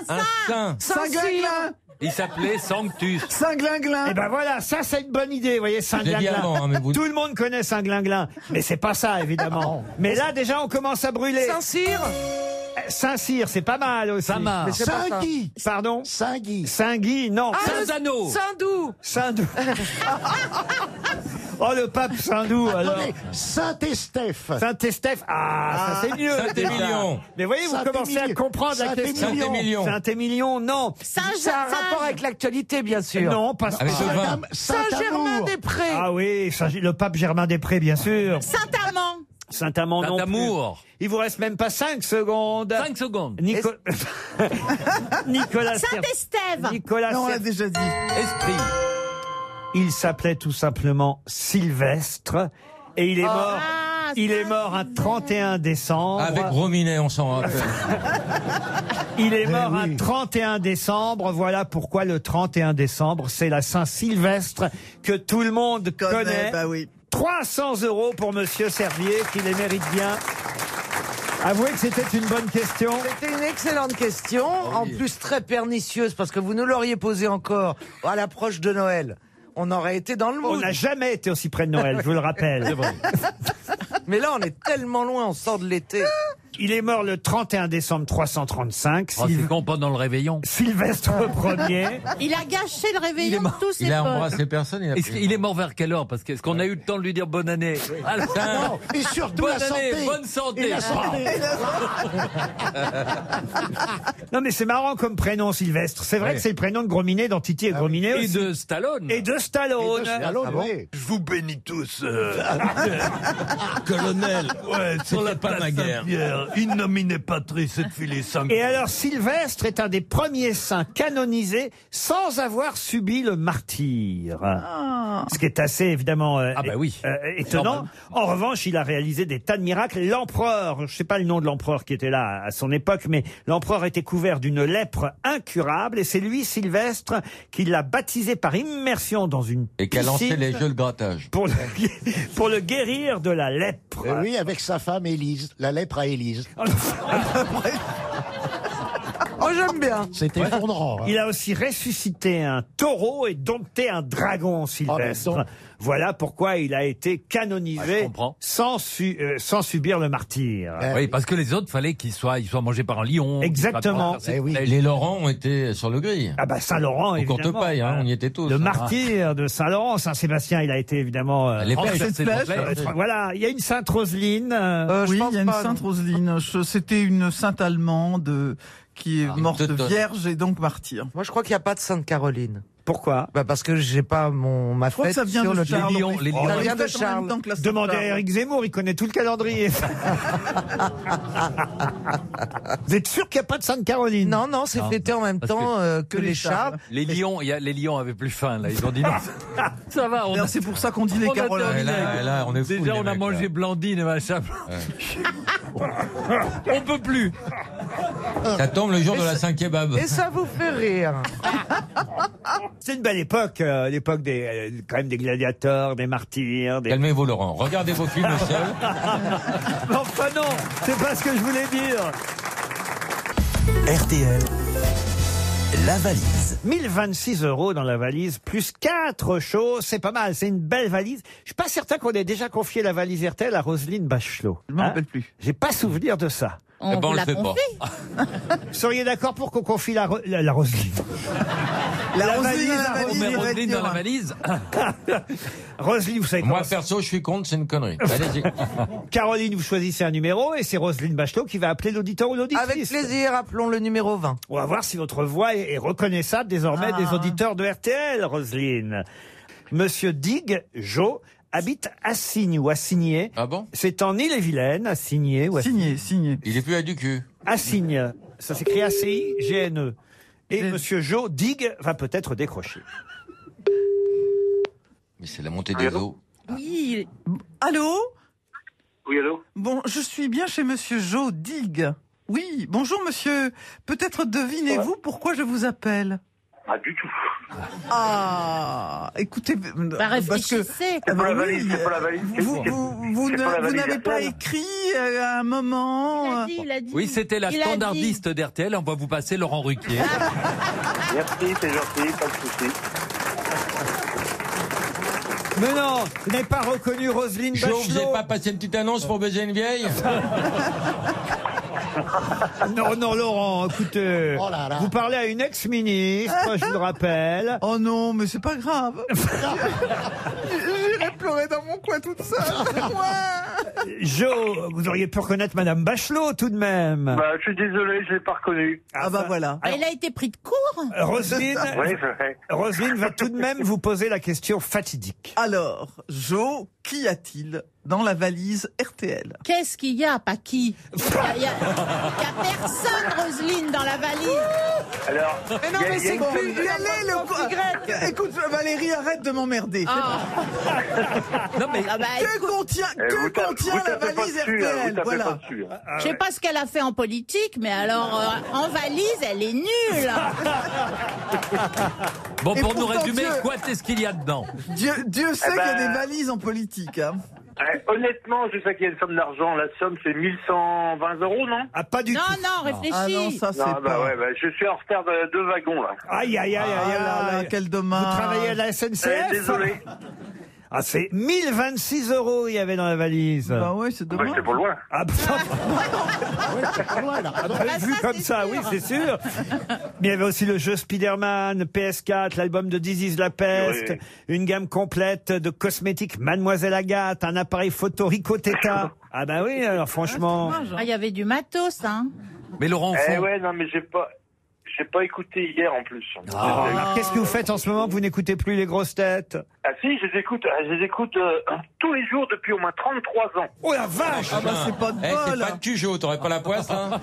S6: un
S9: Un
S6: saint.
S9: saint.
S5: Saint-Glinglin.
S8: Il s'appelait Sanctus.
S3: Eh
S5: Saint-Glinglin.
S3: ben voilà, ça c'est une bonne idée, vous voyez, Saint-Glinglin.
S9: diamants, hein, mais vous-
S3: Tout le monde connaît Saint-Glinglin, mais c'est pas ça évidemment. mais là déjà on commence à brûler.
S4: Saint-Cyr
S3: Euh, Saint-Cyr, c'est pas mal aussi.
S8: Samar.
S4: Mais c'est pas ça.
S7: Saint-Guy.
S3: Pardon
S7: Saint-Guy.
S3: Saint-Guy, non.
S8: Saint-Zano.
S4: Saint-Doux
S3: Saint-Doux. oh le pape Saint-Doux alors.
S7: Attendez, Saint-Estèphe.
S3: Saint-Estèphe, ah, ça c'est mieux.
S9: Saint-Émilion.
S3: déjà. Mais voyez, vous
S7: Saint-Émilion.
S3: commencez à comprendre la question.
S9: Saint-Émilion.
S3: Saint-Émilion, non.
S6: Saint
S4: C'est un
S6: Saint-
S4: rapport avec l'actualité, bien sûr.
S3: Non, parce que...
S9: Avec le vin.
S7: Madame Saint-Amour.
S4: Saint-Germain-des-Prés
S3: Ah oui, Saint- le pape Germain-des-Prés, bien sûr.
S6: Saint-Amand.
S3: Saint-Amand, non plus.
S8: Saint-Amour.
S3: Il vous reste même pas 5 secondes.
S8: 5 secondes.
S3: Nico- Nicolas Serf-
S6: Ah, Saint-Estève.
S3: Nicolas
S5: Non, on l'a
S3: Serf-
S5: déjà dit.
S8: Esprit.
S3: il s'appelait tout simplement Sylvestre et il est mort
S6: Ah,
S3: il est mort un 31 décembre.
S9: Avec Rominet, on s'en rappelle.
S3: Il
S5: Eh
S3: est mort un 31 décembre. Voilà pourquoi le 31 décembre, c'est la Saint-Sylvestre que tout le monde
S5: Connaît,
S3: connaît.
S5: Bah oui.
S3: 300 euros pour Monsieur Servier, qui les mérite bien. Avouez que c'était une bonne question. Ah
S4: C'était une excellente question, en plus très pernicieuse, parce que vous nous l'auriez posée encore à l'approche de Noël. On aurait été dans le
S3: On
S4: mood.
S3: n'a jamais été aussi près de Noël, je vous le rappelle.
S4: Mais là, on est tellement loin, on sort de l'été.
S3: Il est mort le 31 décembre 335,
S8: Oh,
S3: Syl-
S8: c'est con, pendant le réveillon.
S3: Sylvestre Ier.
S6: Il a gâché le réveillon de tous ses
S9: Il a
S6: potes.
S9: embrassé personne. Il a
S8: Est-ce qu'il est mort vers quelle heure Parce que- est-ce qu'on a eu le temps de lui dire bonne année
S3: Ah,
S8: Alors-
S7: Ah, Non, et surtout
S8: Bonne
S7: la santé.
S8: année, bonne santé.
S7: Et la santé.
S3: Non mais c'est marrant comme prénom Sylvestre. C'est vrai
S9: Ouais.
S3: que c'est le prénom de Grominet, dans Titi et Grominet
S8: Et
S3: aussi.
S8: de Stallone.
S3: Ah
S8: Ah
S3: Et de Stallone.
S7: Allô, oui.
S11: Je vous
S7: Ah,
S11: bénis tous, euh, colonel. Ouais,
S8: Sur la
S11: c'était pas
S8: place
S11: ma guerre.
S8: Saint-Pierre.
S11: Il nominait Patrice et de filer 5
S3: Et alors, Sylvestre est un des premiers saints canonisés sans avoir subi le martyre.
S5: Ah.
S3: Ce qui est assez, évidemment, euh, é- euh, étonnant. En revanche, il a réalisé des tas de miracles. L'empereur, je ne sais pas le nom de l'empereur qui était là à son époque, mais l'empereur était couvert d'une lèpre incurable et c'est lui, Sylvestre, qui l'a baptisé par immersion dans une
S9: Et qui a lancé
S3: piscine
S9: les jeux de grattage.
S3: Pour le, pour le guérir de la lèpre.
S7: Euh, oui, avec sa femme Élise, la lèpre à Élise.
S4: Oh, j'aime bien.
S7: C'est effondrant. hein.
S3: Il a aussi ressuscité un taureau et dompté un
S7: Ah,
S3: dragon, Sylvestre. voilà pourquoi il a été canonisé sans, su- euh, sans subir le martyre.
S8: oui, parce que les autres, fallait qu'ils soient, ils soient mangés par un lion.
S3: Exactement.
S8: qu'ils soient-
S3: Eh oui.
S9: Les Laurent ont été sur le grill.
S3: Ah bah Saint-Laurent,
S9: Au
S3: évidemment.
S9: courte paille, hein, on y était tous.
S3: Le
S9: hein.
S3: martyr de Saint-Laurent, Saint-Sébastien, il a été évidemment... euh,
S9: Ah, Les
S3: en-
S9: pêches, c'est
S3: euh,
S9: les pêches.
S3: Voilà, il y a une sainte Roseline.
S5: oui, il y a une sainte Roseline. Je- C'était une sainte allemande euh, qui est morte
S4: teutonne.
S5: vierge et donc martyr.
S4: Moi, je crois qu'il n'y a pas de Sainte Caroline.
S3: Pourquoi
S4: bah Parce que j'ai pas mon ma
S5: Je crois que
S4: fête
S5: ça vient
S4: sur
S5: de
S4: le
S5: Charles. Oh,
S4: calendrier.
S5: Les lions, les
S3: Oh,
S5: lions.
S4: Ça vient
S5: En
S4: de
S5: même
S4: Charles.
S5: temps que la Sainte
S3: Demandez à Eric Zemmour, il connaît tout le calendrier. Vous êtes sûr qu'il n'y a pas de Sainte-Caroline
S4: Non, non, c'est
S9: hein.
S4: fêté en même
S8: parce
S4: temps euh, que les Charles.
S8: Les lions, il y a- les lions avaient plus faim, là. Ils ont dit non. Ça va, on a-
S5: C'est pour ça qu'on dit les
S8: on a
S5: Carolines.
S8: terminé.
S9: là, là, on est fous,
S8: Déjà,
S9: les
S8: on a
S9: mecs,
S8: mangé
S9: là.
S8: Blandine et machin. on peut plus.
S9: Ça tombe le jour
S4: Et
S9: de la
S4: ça-
S9: cinquième kebab.
S4: Et ça vous fait rire.
S3: C'est une belle époque, euh, l'époque des euh, quand même des gladiateurs, des martyrs. Des...
S9: Calmez-vous, Laurent. Regardez vos films seuls.
S3: Mais enfin non, c'est pas ce que je voulais dire.
S12: RTL, la valise.
S3: 1026 euros dans la valise, plus quatre choses, c'est pas mal, c'est une belle valise. Je suis pas certain qu'on ait déjà confié la valise RTL à Roselyne Bachelot. Je m'en rappelle
S5: plus.
S3: J'ai pas souvenir de ça.
S6: On Eh ben, on vous le l'a fait pas. confie.
S3: Vous seriez d'accord pour qu'on confie la, Ro- la, la Roselyne valise,
S5: La Roselyne
S3: la
S8: On met
S5: valise,
S8: Roselyne dans la valise.
S3: Roselyne, vous savez
S9: Moi,
S3: comment
S9: perso, je suis contre, c'est une connerie. Allez-y.
S3: Caroline, vous choisissez un numéro et c'est Roselyne Bachelot qui va appeler l'auditeur ou l'auditrice.
S4: Avec plaisir, appelons le numéro 20.
S3: On va voir si votre voix est est reconnaissable désormais
S4: Ah.
S3: des auditeurs de RTL, Roselyne. Monsieur Dig, Jo, habite Assigne ou Assigné.
S9: Ah bon
S3: C'est en Ille-et-Vilaine, Assigné ou
S5: Signé, signé.
S9: Il est plus à du cul.
S3: Assigne. Ça s'écrit A-C-I-G-N-E. E. Et
S5: E.
S3: monsieur Jo Dig va peut-être décrocher.
S9: Ah, Mais c'est la montée des eaux.
S5: Ah. Oui. Allô
S13: Oui, allô
S5: Bon, je suis bien chez Monsieur Joe Dig. Oui, bonjour monsieur. Peut-être devinez-vous pourquoi je vous appelle
S13: Pas du tout.
S5: Ah, écoutez, parce que Ah,
S13: C'est pour la valise, c'est pour la valise. c'est-
S5: vous,
S13: c'est-
S5: vous- vous
S13: c'est
S5: ne-
S13: pour la
S5: vous
S13: valise
S5: n'avez pas
S13: RTL.
S5: écrit euh, à un moment. euh,
S8: Oui, c'était la
S5: Il a dit. Ah,
S8: standardiste d'RTL. On va vous passer Laurent Ruquier.
S13: Merci, c'est gentil, pas de soucis.
S3: Mais non, vous n'avez pas reconnu Roselyne
S9: Jo, vous
S3: Bachelot.
S9: n'avez pas passé une petite annonce pour baiser une vieille
S3: Non, non, Laurent, écoutez,
S5: Oh là là.
S3: vous parlez à une ex-ministre, je vous le rappelle.
S5: Oh non, mais c'est pas grave. J'irai pleurer dans mon coin toute seule.
S3: Jo, vous auriez pu reconnaître Madame Bachelot tout de même.
S13: Bah, je suis désolé, je l'ai pas reconnu.
S5: Ah bah ah. voilà.
S6: Elle a été pris de court
S3: Roselyne,
S13: Oui, vrai.
S3: Roselyne va tout de même vous poser la question fatidique.
S5: Alors, Joe, qu'y a-t-il dans la valise RTL
S6: Qu'est-ce qu'il y a Pas qui Il y a, il y a- il y a personne, Roselyne, dans la valise.
S13: Alors,
S5: Mais non,
S13: il y a-
S5: mais
S13: il y a
S5: c'est
S13: une-
S5: plus quel est le co- Écoute, Valérie, arrête de m'emmerder.
S8: Non, mais
S6: Ah bah,
S5: Que contient,
S13: Eh,
S5: que
S13: vous tapez-
S5: contient
S13: vous
S5: la
S13: tapez pas
S5: valise
S13: dessus, hein, vous tapez
S5: RTL
S13: pas
S5: Voilà.
S13: dessus, hein.
S5: ah,
S8: Ah,
S6: Je sais pas ce qu'elle a fait en politique, mais alors euh, en valise, elle est nulle.
S8: Bon,
S5: Et
S8: pour nous
S5: pourtant,
S8: résumer,
S5: Dieu-
S8: quoi est-ce qu'il y a dedans
S5: Dieu, Dieu sait
S13: Eh ben-
S5: qu'il y a des valises en politique. hein.
S13: Eh, Honnêtement, je sais qu'il y a une somme d'argent. La somme, c'est 1120 euros, non
S3: Ah, pas du
S6: Non,
S3: tout.
S6: non, réfléchis.
S5: Ah non, ça c'est
S13: Non, bah
S5: pas.
S13: ouais, bah, je suis en retard de deux wagons, là.
S3: Aïe, aïe, aïe,
S5: Ah
S3: aïe,
S5: là là,
S3: aïe.
S5: quel
S3: Vous
S5: dommage.
S3: travaillez à la
S13: Eh,
S3: SNCF
S13: désolé.
S3: Ah, c'est 1026 euros il y avait dans la valise.
S5: Bah ouais, c'est
S13: Bah,
S5: dommage.
S13: c'est pas loin.
S3: Ah, bah, vous l'avez Ah, vu comme Bah, ça, oui, c'est sûr. Mais il y avait aussi le jeu Spider-Man, PS4, l'album de This is la peste,
S13: Oui.
S3: une gamme complète de cosmétiques Mademoiselle Agathe, un appareil photo Rico Teta. Ah bah oui, alors franchement.
S6: Ah, Il y avait du matos, hein.
S8: Mais Laurent, au
S13: Eh
S8: fond,
S13: ouais, non, mais j'ai pas. J'ai pas écouté hier en plus. Désolé.
S3: Ah, Alors, Qu'est-ce que vous faites en ce moment que vous n'écoutez plus les grosses têtes
S13: Ah si, je les écoute, euh, je les écoute euh, tous les jours depuis au moins 33 ans.
S3: Oh la vache
S9: Ah bah, c'est pas de Eh, t'es bol. pas de
S13: Cujo, t'aurais pas la poisse hein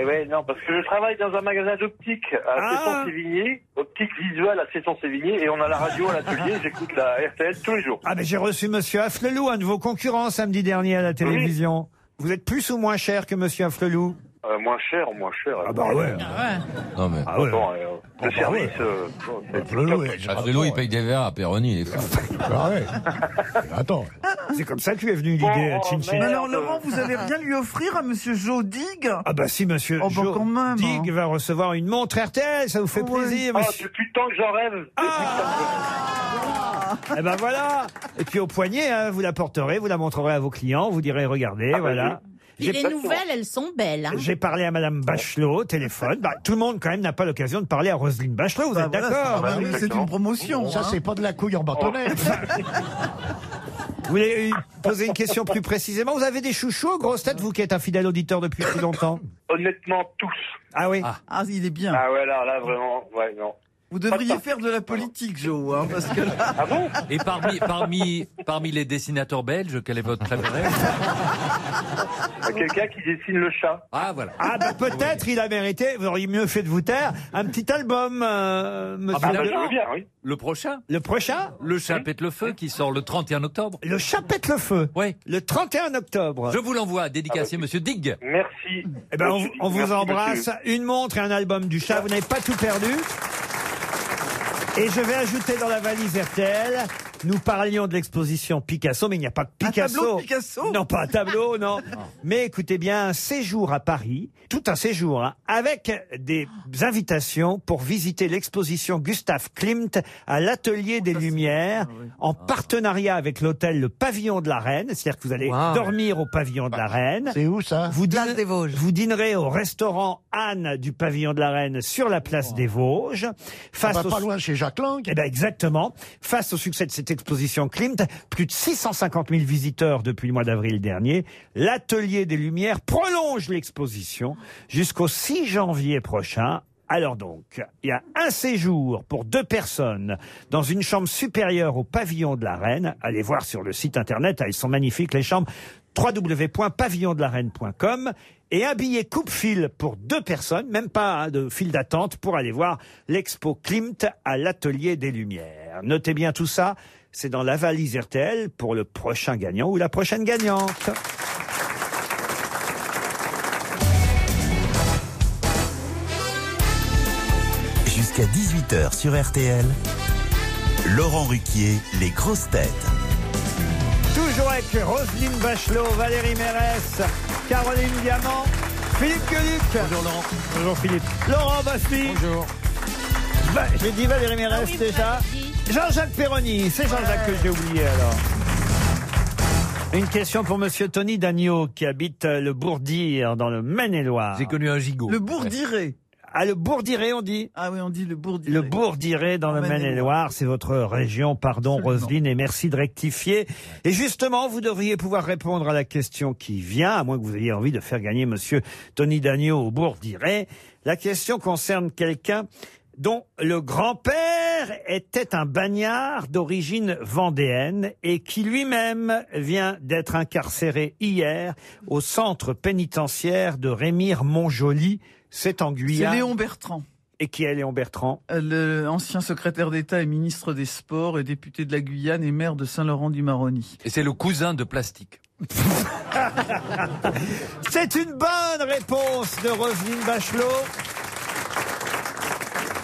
S13: Eh ouais, non, parce que je travaille dans un magasin d'optique à
S3: Ah.
S13: Cesson-Sévigné, optique visuelle à Cesson-Sévigné, et on a la radio à l'atelier, j'écoute la RTL tous les jours.
S3: Ah mais j'ai reçu Monsieur Afflelou, un de vos concurrents samedi dernier à la télévision. Vous êtes plus ou moins cher que Monsieur Afflelou
S13: Euh, moins cher, moins cher. Ah
S3: bah ouais.
S8: Non, mais.
S13: Ah ouais. Bon, euh,
S3: bah
S13: le service. euh, bon,
S3: Ah,
S13: c'est top.
S9: Ah,
S8: Frelou, il paye des verres à Perroni, il est fou.
S3: Ah
S13: Bah
S3: Attends. C'est comme ça que lui est venue
S13: Oh,
S3: l'idée, Chin Chin.
S5: Mais alors, Laurent, vous allez rien lui offrir à Monsieur Jodig
S3: Ah bah si, monsieur
S5: Oh, bah,
S3: Jo
S5: quand même, hein. Oh,
S3: Dig va recevoir une montre RTL, ça vous fait plaisir,
S13: Ah,
S3: monsieur. Ah.
S13: depuis le temps que j'en rêve. Depuis
S3: Eh ben voilà Et puis au poignet, hein, vous la porterez, vous la montrerez à vos clients, vous direz,
S5: Ah bah
S3: regardez, voilà.
S6: Puis
S3: J'ai
S6: les
S3: pas-
S6: nouvelles, elles sont belles. hein.
S3: J'ai parlé à Madame Bachelot au téléphone. Bah, tout le monde, quand même, n'a pas l'occasion de parler à Roselyne Bachelot, vous
S5: Bah
S3: êtes
S5: voilà,
S3: d'accord
S5: c'est- Ah bah oui, c'est une promotion,
S7: Ça,
S5: hein. Oh.
S7: c'est pas de la couille en bâtonnet.
S3: Vous voulez euh, poser une question plus précisément Vous avez des chouchous, grosse tête, vous qui êtes un fidèle auditeur depuis plus longtemps
S13: Honnêtement, tous.
S3: Ah oui
S5: Ah, il est bien.
S13: Ah ouais, là, là, vraiment, ouais, non.
S5: Vous devriez faire de la politique, Joe, hein, parce que là...
S13: Ah bon
S8: Et parmi, parmi, parmi les dessinateurs belges, quel est votre préféré
S13: Quelqu'un qui dessine le chat.
S8: Ah voilà.
S3: Ah bah peut-être il a mérité, vous auriez mieux fait de vous taire, un petit album, euh, monsieur.
S8: bah,
S3: Leblanc.
S8: je veux bien, Le prochain
S3: Le prochain
S8: Le chat pète le feu qui sort le 31 octobre.
S3: Le chat pète le feu
S8: Oui.
S3: Le 31 octobre.
S8: Je vous l'envoie, dédicacé monsieur Digg.
S13: Ah bah, Merci.
S3: Eh ben, on, on vous
S8: Merci,
S3: embrasse.
S8: monsieur.
S3: Une montre et un album du chat. Vous n'avez pas tout perdu. Et je vais ajouter dans la valise RTL. Nous parlions de l'exposition Picasso, mais il n'y a pas de Picasso.
S5: tableau de Picasso
S3: Non, pas un tableau, non. mais écoutez bien, un séjour à Paris, tout un séjour, hein, avec des invitations pour visiter l'exposition Gustave Klimt à l'Atelier des Lumières, en partenariat avec l'hôtel Le Pavillon de la Reine. C'est-à-dire que vous allez
S7: Wow.
S3: dormir au Pavillon de la Reine.
S7: Bah, C'est où ça
S3: Vous, dîne- vous dînerez au restaurant Anne du pavillon de la Reine sur la place des Vosges. Face
S7: Oh. va pas loin chez Jacques Lang.
S3: Eh ben exactement. Face au succès de cette exposition Klimt, plus de 650 000 visiteurs depuis le mois d'avril dernier. L'atelier des Lumières prolonge l'exposition jusqu'au 6 janvier prochain. Alors donc, il y a un séjour pour deux personnes dans une chambre supérieure au pavillon de la Reine. Allez voir sur le site internet, elles sont magnifiques les chambres www.pavillondelarène.com et un billet coupe-fil pour deux personnes, même pas hein, de file d'attente, pour aller voir l'expo Klimt à l'Atelier des Lumières. Notez bien tout ça, c'est dans la valise RTL pour le prochain gagnant ou la prochaine gagnante.
S12: Jusqu'à 18h sur RTL, Laurent Ruquier, les grosses têtes.
S3: Toujours avec Roselyne Bachelot, Valérie Mérès, Caroline Diamant, Philippe Gueluc. Bonjour Laurent. Bonjour Philippe. Laurent Bassi. Bonjour. J'ai dit Valérie Mérès
S6: Ah oui, vous
S3: déjà.
S6: l'avez dit.
S3: Jean-Jacques Perroni, c'est Jean-Jacques que j'ai oublié alors. Une question pour Monsieur Tony Dagneau qui habite euh, le Bourdir dans le Maine-et-Loire.
S8: J'ai connu un gigot.
S5: Le bourdiré.
S3: Ah, le bourdiré, on dit
S5: Ah oui, on dit le bourdiré.
S3: Le Bourdiré dans le Maine-et-Loire, c'est votre région, pardon Roselyne, et merci de rectifier. Et justement, vous devriez pouvoir répondre à la question qui vient, à moins que vous ayez envie de faire gagner Monsieur Tony Dagneau au Bourdiré. La question concerne quelqu'un dont le grand-père était un bagnard d'origine vendéenne et qui lui-même vient d'être incarcéré hier au centre pénitentiaire de Rémire-Montjoly, c'est en
S5: C'est
S3: Guyane.
S5: Léon Bertrand.
S3: Et qui est Léon Bertrand
S5: Euh, Le ancien secrétaire d'État et ministre des Sports et député de la Guyane et maire de Saint-Laurent-du-Maroni.
S8: Et c'est le cousin de Plastique.
S3: C'est une bonne réponse de Roselyne Bachelot.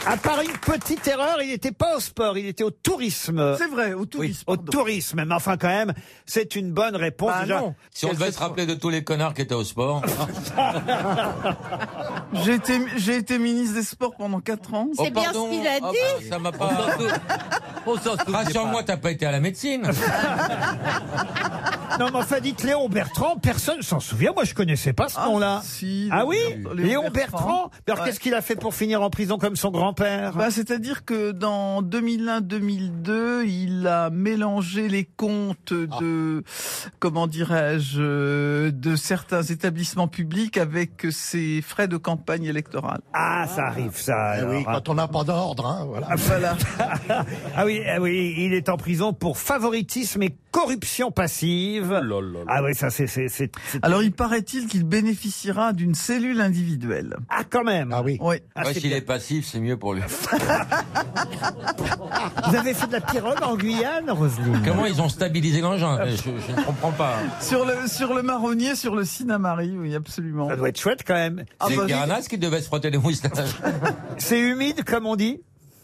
S3: À part une petite erreur, il n'était pas au sport, il était au tourisme.
S5: C'est vrai, au tourisme. Bah
S3: Au tourisme, mais enfin quand même, c'est une bonne réponse. déjà.
S9: Si on devait se rappeler de tous les connards qui étaient au sport.
S5: J'ai été, j'ai été ministre des Sports pendant 4 ans.
S8: Oh,
S6: C'est bien ce qu'il a
S9: Ah
S6: dit.
S9: bah, ça m'a pas. Rassure-moi, t'as pas été à la médecine.
S3: Non, mais enfin, dites Léon Bertrand, personne s'en souvient. Moi, je connaissais pas ce nom-là.
S5: si,
S3: ah oui
S5: Léon
S3: Léon
S5: Bertrand.
S3: Bertrand Mais Alors,
S5: Ouais.
S3: qu'est-ce qu'il a fait pour finir en prison comme son grand-père
S5: Bah, C'est-à-dire que dans 2001-2002, il a mélangé les comptes
S3: Ah.
S5: de, comment dirais-je, euh, de certains établissements publics avec ses frais de campagne. campagne électorale.
S3: Ah, ça arrive, ça. hein.
S5: Eh oui,
S3: quand on n'a pas d'ordre, voilà. ah oui, ah oui, il est en prison pour favoritisme et corruption passive. Ah oui, ça c'est c'est c'est. c'est-
S5: Alors il paraît-il qu'il bénéficiera d'une cellule individuelle.
S3: Ah quand même.
S5: Ah oui.
S9: Ouais, S'il est passif, c'est mieux pour lui.
S3: Vous avez fait de la pirogue en Guyane, Roselyne
S9: Comment ils ont stabilisé l'engin je, je ne comprends pas.
S5: Sur le sur le marronnier, sur le Sinamari, oui absolument.
S3: Ça doit être chouette quand même.
S4: Ah,
S9: C'est
S4: bah,
S9: Garanas qui devait se frotter les moustaches.
S3: C'est humide, comme on dit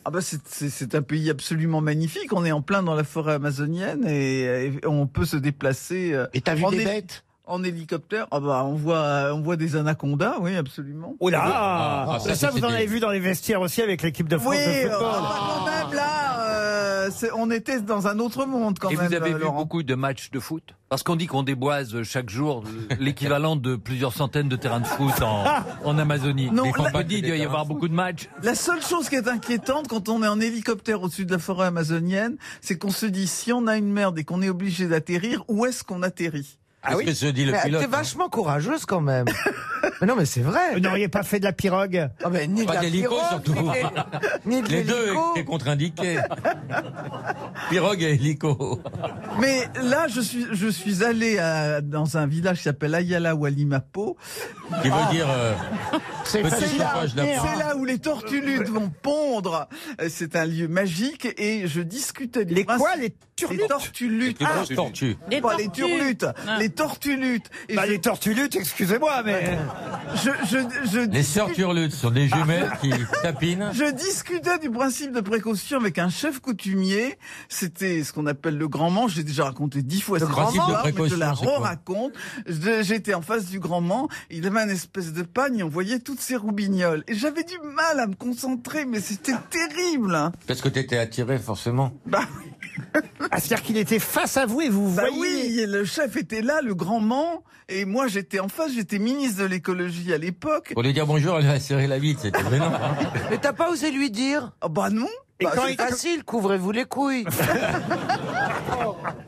S5: ah bah c'est- c'est c'est un pays absolument magnifique. On est en plein dans la forêt amazonienne et, et on peut se déplacer. Et
S7: t'as vu
S5: en
S7: des
S5: hé-
S7: bêtes
S5: En hélicoptère, ah bah on voit on voit des anacondas, oui absolument.
S3: Oh là
S5: Ah,
S8: Ah,
S3: Ça, vous en avez vu dans les vestiaires aussi avec l'équipe de France
S5: Oui,
S3: de
S5: euh,
S3: football.
S5: ah, bah, quand même là, euh, c'est- on était dans un autre monde quand
S8: Et
S5: même.
S8: vous avez
S5: euh,
S8: vu
S5: Laurent.
S8: beaucoup de matchs de foot Parce qu'on dit qu'on déboise chaque jour l'équivalent de plusieurs centaines de terrains de foot en, en Amazonie.
S5: Non,
S8: Mais quand
S5: là- Ah,
S8: on dit, il doit y avoir beaucoup de matchs.
S5: La seule chose qui est inquiétante quand on est en hélicoptère au-dessus de la forêt amazonienne, c'est qu'on se dit si on a une merde et qu'on est obligé d'atterrir, où est-ce qu'on atterrit
S9: Qu'est-ce que se dit le
S4: Ah Mais
S9: pilote hein.
S4: T'es vachement courageuse quand même. mais non, mais c'est vrai.
S3: Vous n'auriez pas fait de la pirogue
S4: Ah ben, ni de
S9: Pas
S4: la
S9: d'hélico
S4: pirogue,
S9: surtout.
S4: ni de- ni de
S9: les deux
S4: l'hélico.
S9: étaient contre-indiqués. Pirogue et hélico.
S5: Mais là, je suis, je suis allé à- dans un village qui s'appelle Ayala Walimapo.
S9: Qui veut dire, euh,
S5: c'est
S9: petit
S5: c'est là,
S9: chauffage d'appoint.
S5: c'est là où les tortuludes vont pondre. Euh, C'est un lieu magique et je discutais du
S3: Les
S5: principe-
S3: quoi, les turlutes
S5: Les tortuludes.
S3: Les plus grosses tortues.
S5: Ah. Les
S3: Les
S5: les
S3: tortues.
S5: turlutes.
S3: Ah.
S5: Les tortuludes. Et
S3: Bah,
S5: je-
S3: les tortulutes, excusez-moi, mais.
S5: je, je, je
S9: Les sœurs Turlutes sont des jumelles qui tapinent.
S5: Je discutais du principe de précaution avec un chef coutumier. C'était ce qu'on appelle le grand Mans. J'ai déjà raconté dix fois
S9: Le
S5: cette
S9: principe de
S5: histoire, mais
S9: précaution,
S5: je la
S9: c'est quoi
S5: raconte. J'étais en face du grand Mans. Il avait un espèce de pagne. On voyait toutes ces roubignoles. Et j'avais du mal à me concentrer, mais c'était terrible. hein.
S9: Parce que t'étais attiré, forcément.
S3: Ah, c'est-à-dire qu'il était face à vous et vous
S5: Bah oui, et le chef était là, le grand Mans. Et moi, j'étais en face. J'étais ministre de l'écologie à l'époque.
S9: Pour lui dire bonjour, elle va serrer la bite, hein. c'était vraiment.
S4: Mais t'as pas osé lui dire
S5: Ah bah non
S4: Bah,
S3: quand
S4: C'est
S3: il-
S4: facile, couvrez-vous les couilles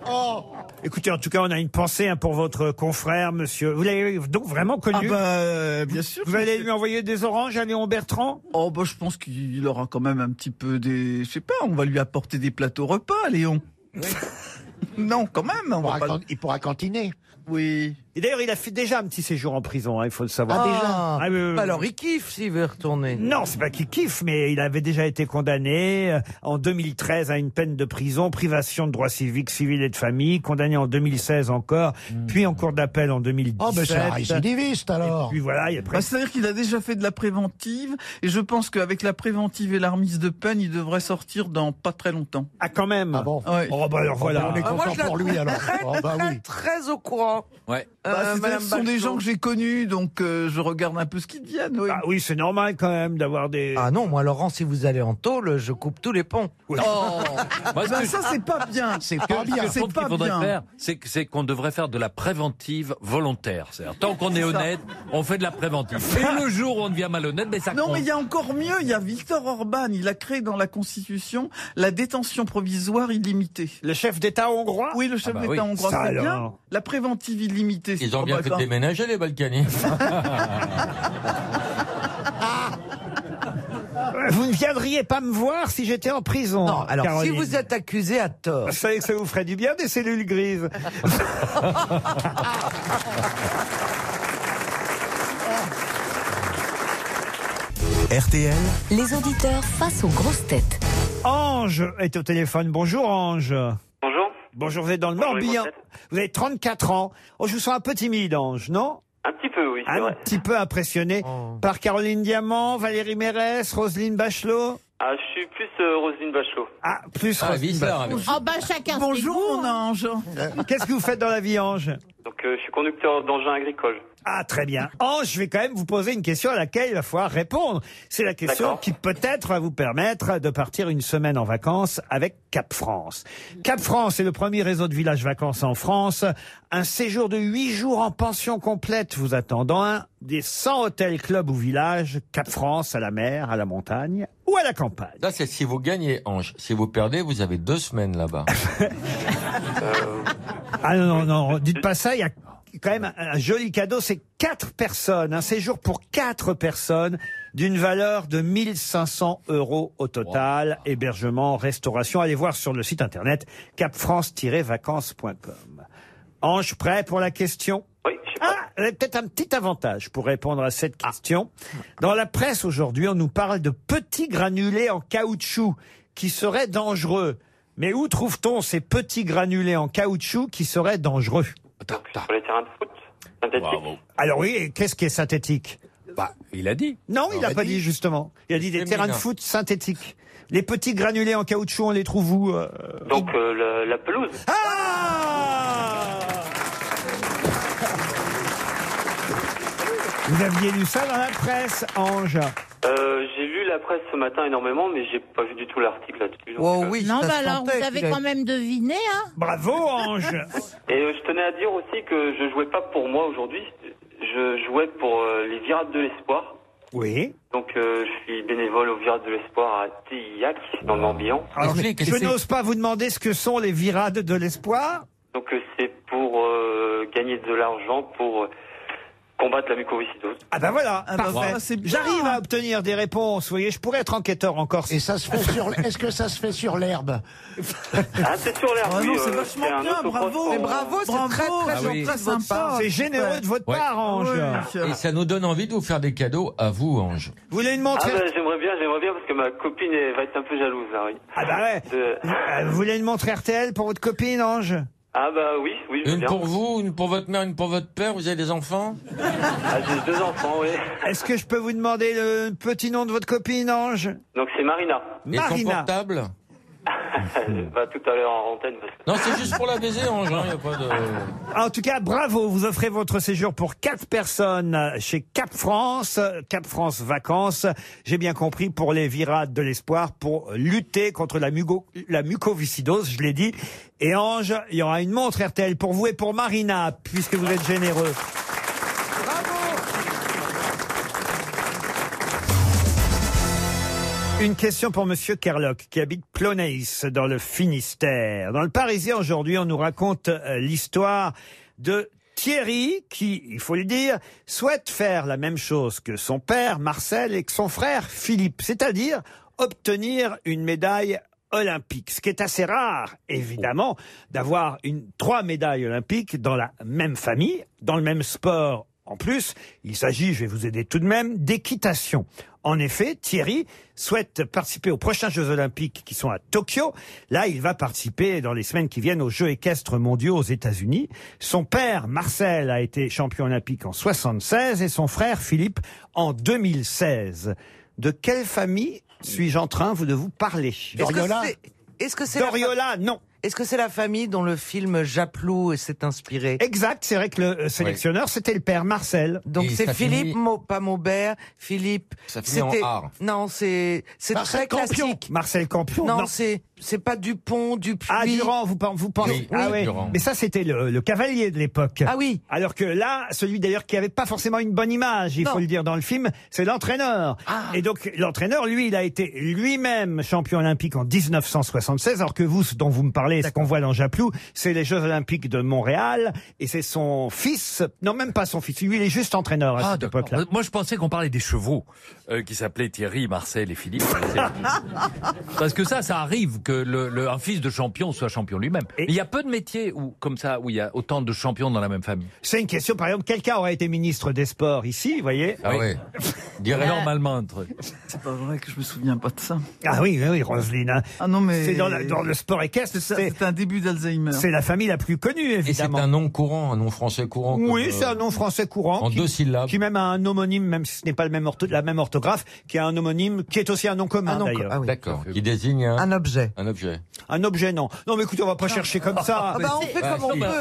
S5: Oh,
S3: Écoutez, en tout cas, on a une pensée hein, pour votre confrère, monsieur. Vous l'avez donc vraiment connu
S5: Ah bah, euh, bien sûr.
S3: Vous allez lui envoyer des oranges à Léon Bertrand
S5: Oh bah je pense qu'il aura quand même un petit peu des... Je sais pas, on va lui apporter des plateaux repas, Léon. non, quand même. On va pas...
S7: Il pourra cantiner.
S5: Oui.
S3: Et d'ailleurs, il a fait déjà un petit séjour en prison, hein, il faut le savoir. Ah, oui, oui, oui.
S4: Bah Alors il kiffe s'il veut retourner.
S3: Non, c'est pas qu'il kiffe, mais il avait déjà été condamné euh, en 2013 à une peine de prison, privation de droits civiques, civils et de famille, condamné en 2016 encore,
S4: Hmm.
S3: puis en cours d'appel en 2017.
S4: Ah,
S7: Oh, ben c'est un récidiviste alors.
S3: Et puis voilà, Ah, il y a
S5: Bah,
S3: presque...
S5: C'est-à-dire qu'il a déjà fait de la préventive, et je pense qu'avec la préventive et la remise de peine, il devrait sortir dans pas très longtemps.
S3: Ah quand même
S7: Ah bon
S5: Ouais.
S3: Oh bah alors voilà.
S7: On est content pour lui alors. Oh, bah oui.
S4: Très au courant.
S8: Ouais.
S4: Euh,
S5: Bah, c'est-à-dire
S4: Madame
S5: que ce sont des
S4: Bachelot.
S5: gens que j'ai connus, donc euh, je regarde un peu ce qu'ils deviennent. oui.
S3: Ah oui, c'est normal quand même d'avoir des...
S4: Ah non, moi Laurent, si vous allez en tôle, je coupe tous les ponts.
S5: Oh.
S8: Moi, ce
S5: Bah,
S8: que-
S5: ça c'est pas ah, bien. C'est
S8: Ce que- ce que je trouve qu'il faudrait faire, c'est que- c'est qu'on devrait faire de la préventive volontaire. C'est-à-dire, Tant qu'on est
S5: C'est ça.
S8: honnête, on fait de la préventive. Et le jour où on devient malhonnête, ben ça
S5: Non,
S8: compte.
S5: mais il y a encore mieux. Il y a Victor Orban. Il a créé dans la Constitution la détention provisoire illimitée.
S3: Le chef d'État hongrois
S5: Oui, le chef
S8: Ah bah
S5: d'État
S8: oui.
S5: hongrois.
S3: Ça
S5: c'est
S3: alors.
S5: bien. La préventive illimitée. c'est
S3: Ah,
S9: Ils ont bien
S3: bah,
S5: pas
S9: fait de
S5: mal.
S9: déménager, les Balkany.
S3: Vous ne viendriez pas me voir si j'étais en prison.
S4: Non, alors
S3: Caroline.
S4: si vous êtes accusé à tort,
S3: Vous savez que ça vous ferait du bien des cellules grises.
S12: RTL,
S2: Les auditeurs face aux grosses têtes.
S3: Ange est au téléphone. Bonjour Ange.
S14: Bonjour.
S3: Bonjour, vous êtes dans le
S14: Bonjour, les
S3: Morbihan.
S14: grosses têtes.
S3: Vous avez 34 ans. Oh, je vous sens un peu timide Ange, non
S14: Un petit peu, oui, c'est
S3: Un
S14: vrai.
S3: petit peu impressionné par Caroline Diamant, Valérie Mérès, Roselyne Bachelot.
S14: Ah, je suis plus euh, Roselyne Bachelot.
S3: Ah, plus
S9: Ah,
S3: Roselyne
S9: bizarre,
S3: Bachelot.
S6: Oh bah chacun
S5: Bonjour, mon ange.
S3: Qu'est-ce que vous faites dans la vie Ange
S14: Donc, euh, je suis conducteur d'engins agricoles.
S3: Ah, très bien. Ange, je vais quand même vous poser une question à laquelle il va falloir répondre. C'est la question
S14: D'accord.
S3: qui peut-être va vous permettre de partir une semaine en vacances avec Cap France. Cap France est le premier réseau de villages vacances en France. Un séjour de huit jours en pension complète vous attendant. Un des 100 hôtels, clubs ou villages. Cap France à la mer, à la montagne ou à la campagne.
S9: Ça, c'est si vous gagnez, Ange. Si vous perdez, vous avez deux semaines là-bas.
S3: Ah non, non, non, dites pas ça. Il y a quand même un un joli cadeau. C'est quatre personnes, un séjour pour quatre personnes d'une valeur de 1500 euros au total. Hébergement, restauration. Allez voir sur le site internet capfrance-vacances.com. Ange, prêt pour la question Oui. Ah, elle a peut-être un petit avantage pour répondre à cette question. Dans la presse aujourd'hui, on nous parle de petits granulés en caoutchouc qui seraient dangereux. Mais où trouve-t-on ces petits granulés en caoutchouc qui seraient dangereux
S9: Ah,
S14: Sur les terrains de foot synthétiques.
S3: Alors oui, et qu'est-ce qui est synthétique
S8: Il a dit.
S3: Non, il
S14: Il
S3: n'a
S14: a
S3: pas dit.
S14: dit.
S3: justement. Il a dit des
S14: Féminin.
S3: terrains de foot synthétiques. Les petits granulés en caoutchouc, on les trouve où euh,
S14: Donc euh, la, la pelouse.
S3: Ah Vous aviez lu ça dans la presse, Ange
S14: Euh, j'ai lu la presse ce matin énormément, mais j'ai pas vu du tout l'article là-dessus. donc, euh,
S6: non, bah alors vous avez quand même deviné, hein
S3: Bravo, Ange
S14: Et euh, je tenais à dire aussi que je jouais pas pour moi aujourd'hui. Je jouais pour euh, les Virades de l'Espoir.
S3: Oui.
S14: Donc euh, je suis bénévole aux Virades de l'Espoir à Tillac, dans le Morbihan.
S3: Alors, Ah, je n'ose pas vous demander ce que sont les virades de l'espoir.
S14: Donc euh, c'est pour euh, gagner de l'argent pour euh, combattre la mucoviscidose.
S3: Ah ben voilà,
S14: Ah bah
S3: parfait.
S14: voilà, c'est bien.
S3: J'arrive à obtenir des réponses. Vous voyez, je pourrais être enquêteur encore. Et ça se fait sur. Est-ce que ça se fait sur l'herbe
S14: Ah, c'est
S15: Oh,
S14: sur l'air,
S3: Ah
S14: oui,
S3: non, c'est
S14: euh,
S3: vachement
S14: un
S3: bien,
S14: autocross
S3: bravo.
S14: en-
S3: Mais bravo, c'est Bravo. très, très Ah oui. gentil de votre part. C'est généreux de votre part, Ange.
S9: Et ça nous donne envie de vous faire des cadeaux à vous, Ange.
S3: Vous voulez une
S14: Ah
S3: montre
S14: ben, j'aimerais bien, j'aimerais bien parce que ma copine elle va être un peu jalouse là, oui.
S3: Ah bah ouais.
S14: De-
S3: Euh, Vous voulez une montre RTL pour votre copine, Ange
S14: Ah bah oui, oui, je veux
S9: Une
S14: bien.
S9: pour vous, une pour votre mère, une pour votre père. Vous avez des enfants
S14: Ah, j'ai deux enfants, oui.
S3: Est-ce que je peux vous demander le petit nom de votre copine, Ange
S14: Donc c'est Marina.
S3: Et son Marina.
S9: portable
S14: Bah tout à l'heure en antenne. parce que-
S9: Non, c'est juste pour la baiser, Ange. hein, y a pas de...
S3: En tout cas, bravo, vous offrez votre séjour pour quatre personnes chez Cap France, Cap France Vacances. J'ai bien compris pour les virades de l'espoir, pour lutter contre la, mugo- la mucoviscidose, je l'ai dit. Et Ange, il y aura une montre RTL pour vous et pour Marina, puisque vous êtes généreux. Une question pour Monsieur Kerlock, qui habite Plonéis, dans le Finistère. Dans le Parisien, aujourd'hui, on nous raconte euh, l'histoire de Thierry, qui, il faut le dire, souhaite faire la même chose que son père, Marcel, et que son frère, Philippe, c'est-à-dire obtenir une médaille olympique, ce qui est assez rare, évidemment, d'avoir une trois médailles olympiques dans la même famille, dans le même sport en plus, il s'agit, je vais vous aider tout de même, d'équitation. En effet, Thierry souhaite participer aux prochains Jeux Olympiques qui sont à Tokyo. Là, il va participer dans les semaines qui viennent aux Jeux équestres mondiaux aux États-Unis. Son père, Marcel, a été champion olympique en 76 et son frère, Philippe, en 2016. De quelle famille suis-je en train vous, de vous parler
S4: Est-ce que c'est- Est-ce que c'est
S3: Doriola, non.
S4: Est-ce que c'est la famille dont le film Japlou s'est inspiré
S3: Exact, c'est vrai que le euh, sélectionneur, c'était le père Marcel.
S4: Donc c'est Philippe, Mau- pas Maubert, Philippe.
S3: Ça finit en
S4: c'était-
S3: art.
S4: Non, c'est c'est très
S3: Marcel Campion.
S4: classique.
S3: Marcel Campion.
S4: Non,
S3: non.
S4: c'est c'est pas Dupont, Dupuis.
S3: Ah, Durand, vous, pen- vous pensez
S4: Oui,
S3: Ah
S4: oui.
S3: ouais.
S4: Durand.
S3: Mais ça, c'était le, le cavalier de l'époque.
S4: Ah oui.
S3: Alors que là, celui d'ailleurs qui avait pas forcément une bonne image, il
S4: Non.
S3: faut le dire dans le film, c'est l'entraîneur.
S8: Ah.
S3: Et donc, l'entraîneur, lui, il a été lui-même champion olympique en 1976, alors que vous, ce dont vous me parlez, ce qu'on voit dans Japlou, c'est les Jeux olympiques de Montréal, et c'est son fils, non, même pas son fils, lui, il est juste entraîneur à cette époque-là.
S8: Ah, Moi, je pensais qu'on parlait des chevaux euh, qui s'appelaient Thierry, Marcel et Philippe. euh, Parce que ça, ça arrive que le, le- un fils de champion soit champion lui-même. Mais Il y a peu de métiers où, comme ça où il y a autant de champions dans la même famille.
S3: C'est une question, par exemple, quelqu'un aurait été ministre des Sports ici, vous voyez
S8: Ah ouais. Dirait
S3: Euh,
S8: normalement un truc.
S5: Bah, C'est pas vrai que je me souviens pas de ça.
S3: Ah oui, oui, oui, Roselyne. hein.
S5: Ah non, mais.
S3: C'est dans, la- dans le sport équestre. C'est
S5: un début d'Alzheimer.
S3: C'est la famille la plus connue,
S9: Et c'est
S3: évidemment.
S9: un nom courant, un nom français courant. comme,
S3: Oui,
S9: euh,
S3: c'est un nom français courant.
S9: En
S3: qui,
S9: deux syllabes.
S3: Qui même a un homonyme, même si ce n'est pas le même ortho- la même orthographe, qui a un homonyme, qui est aussi un nom
S5: Ah
S3: commun, d'ailleurs.
S9: D'accord. Qui désigne un...
S4: objet.
S9: Un objet.
S3: Un objet, non. Non, mais écoutez, on va pas chercher comme ça.
S6: Ah bah, c'est-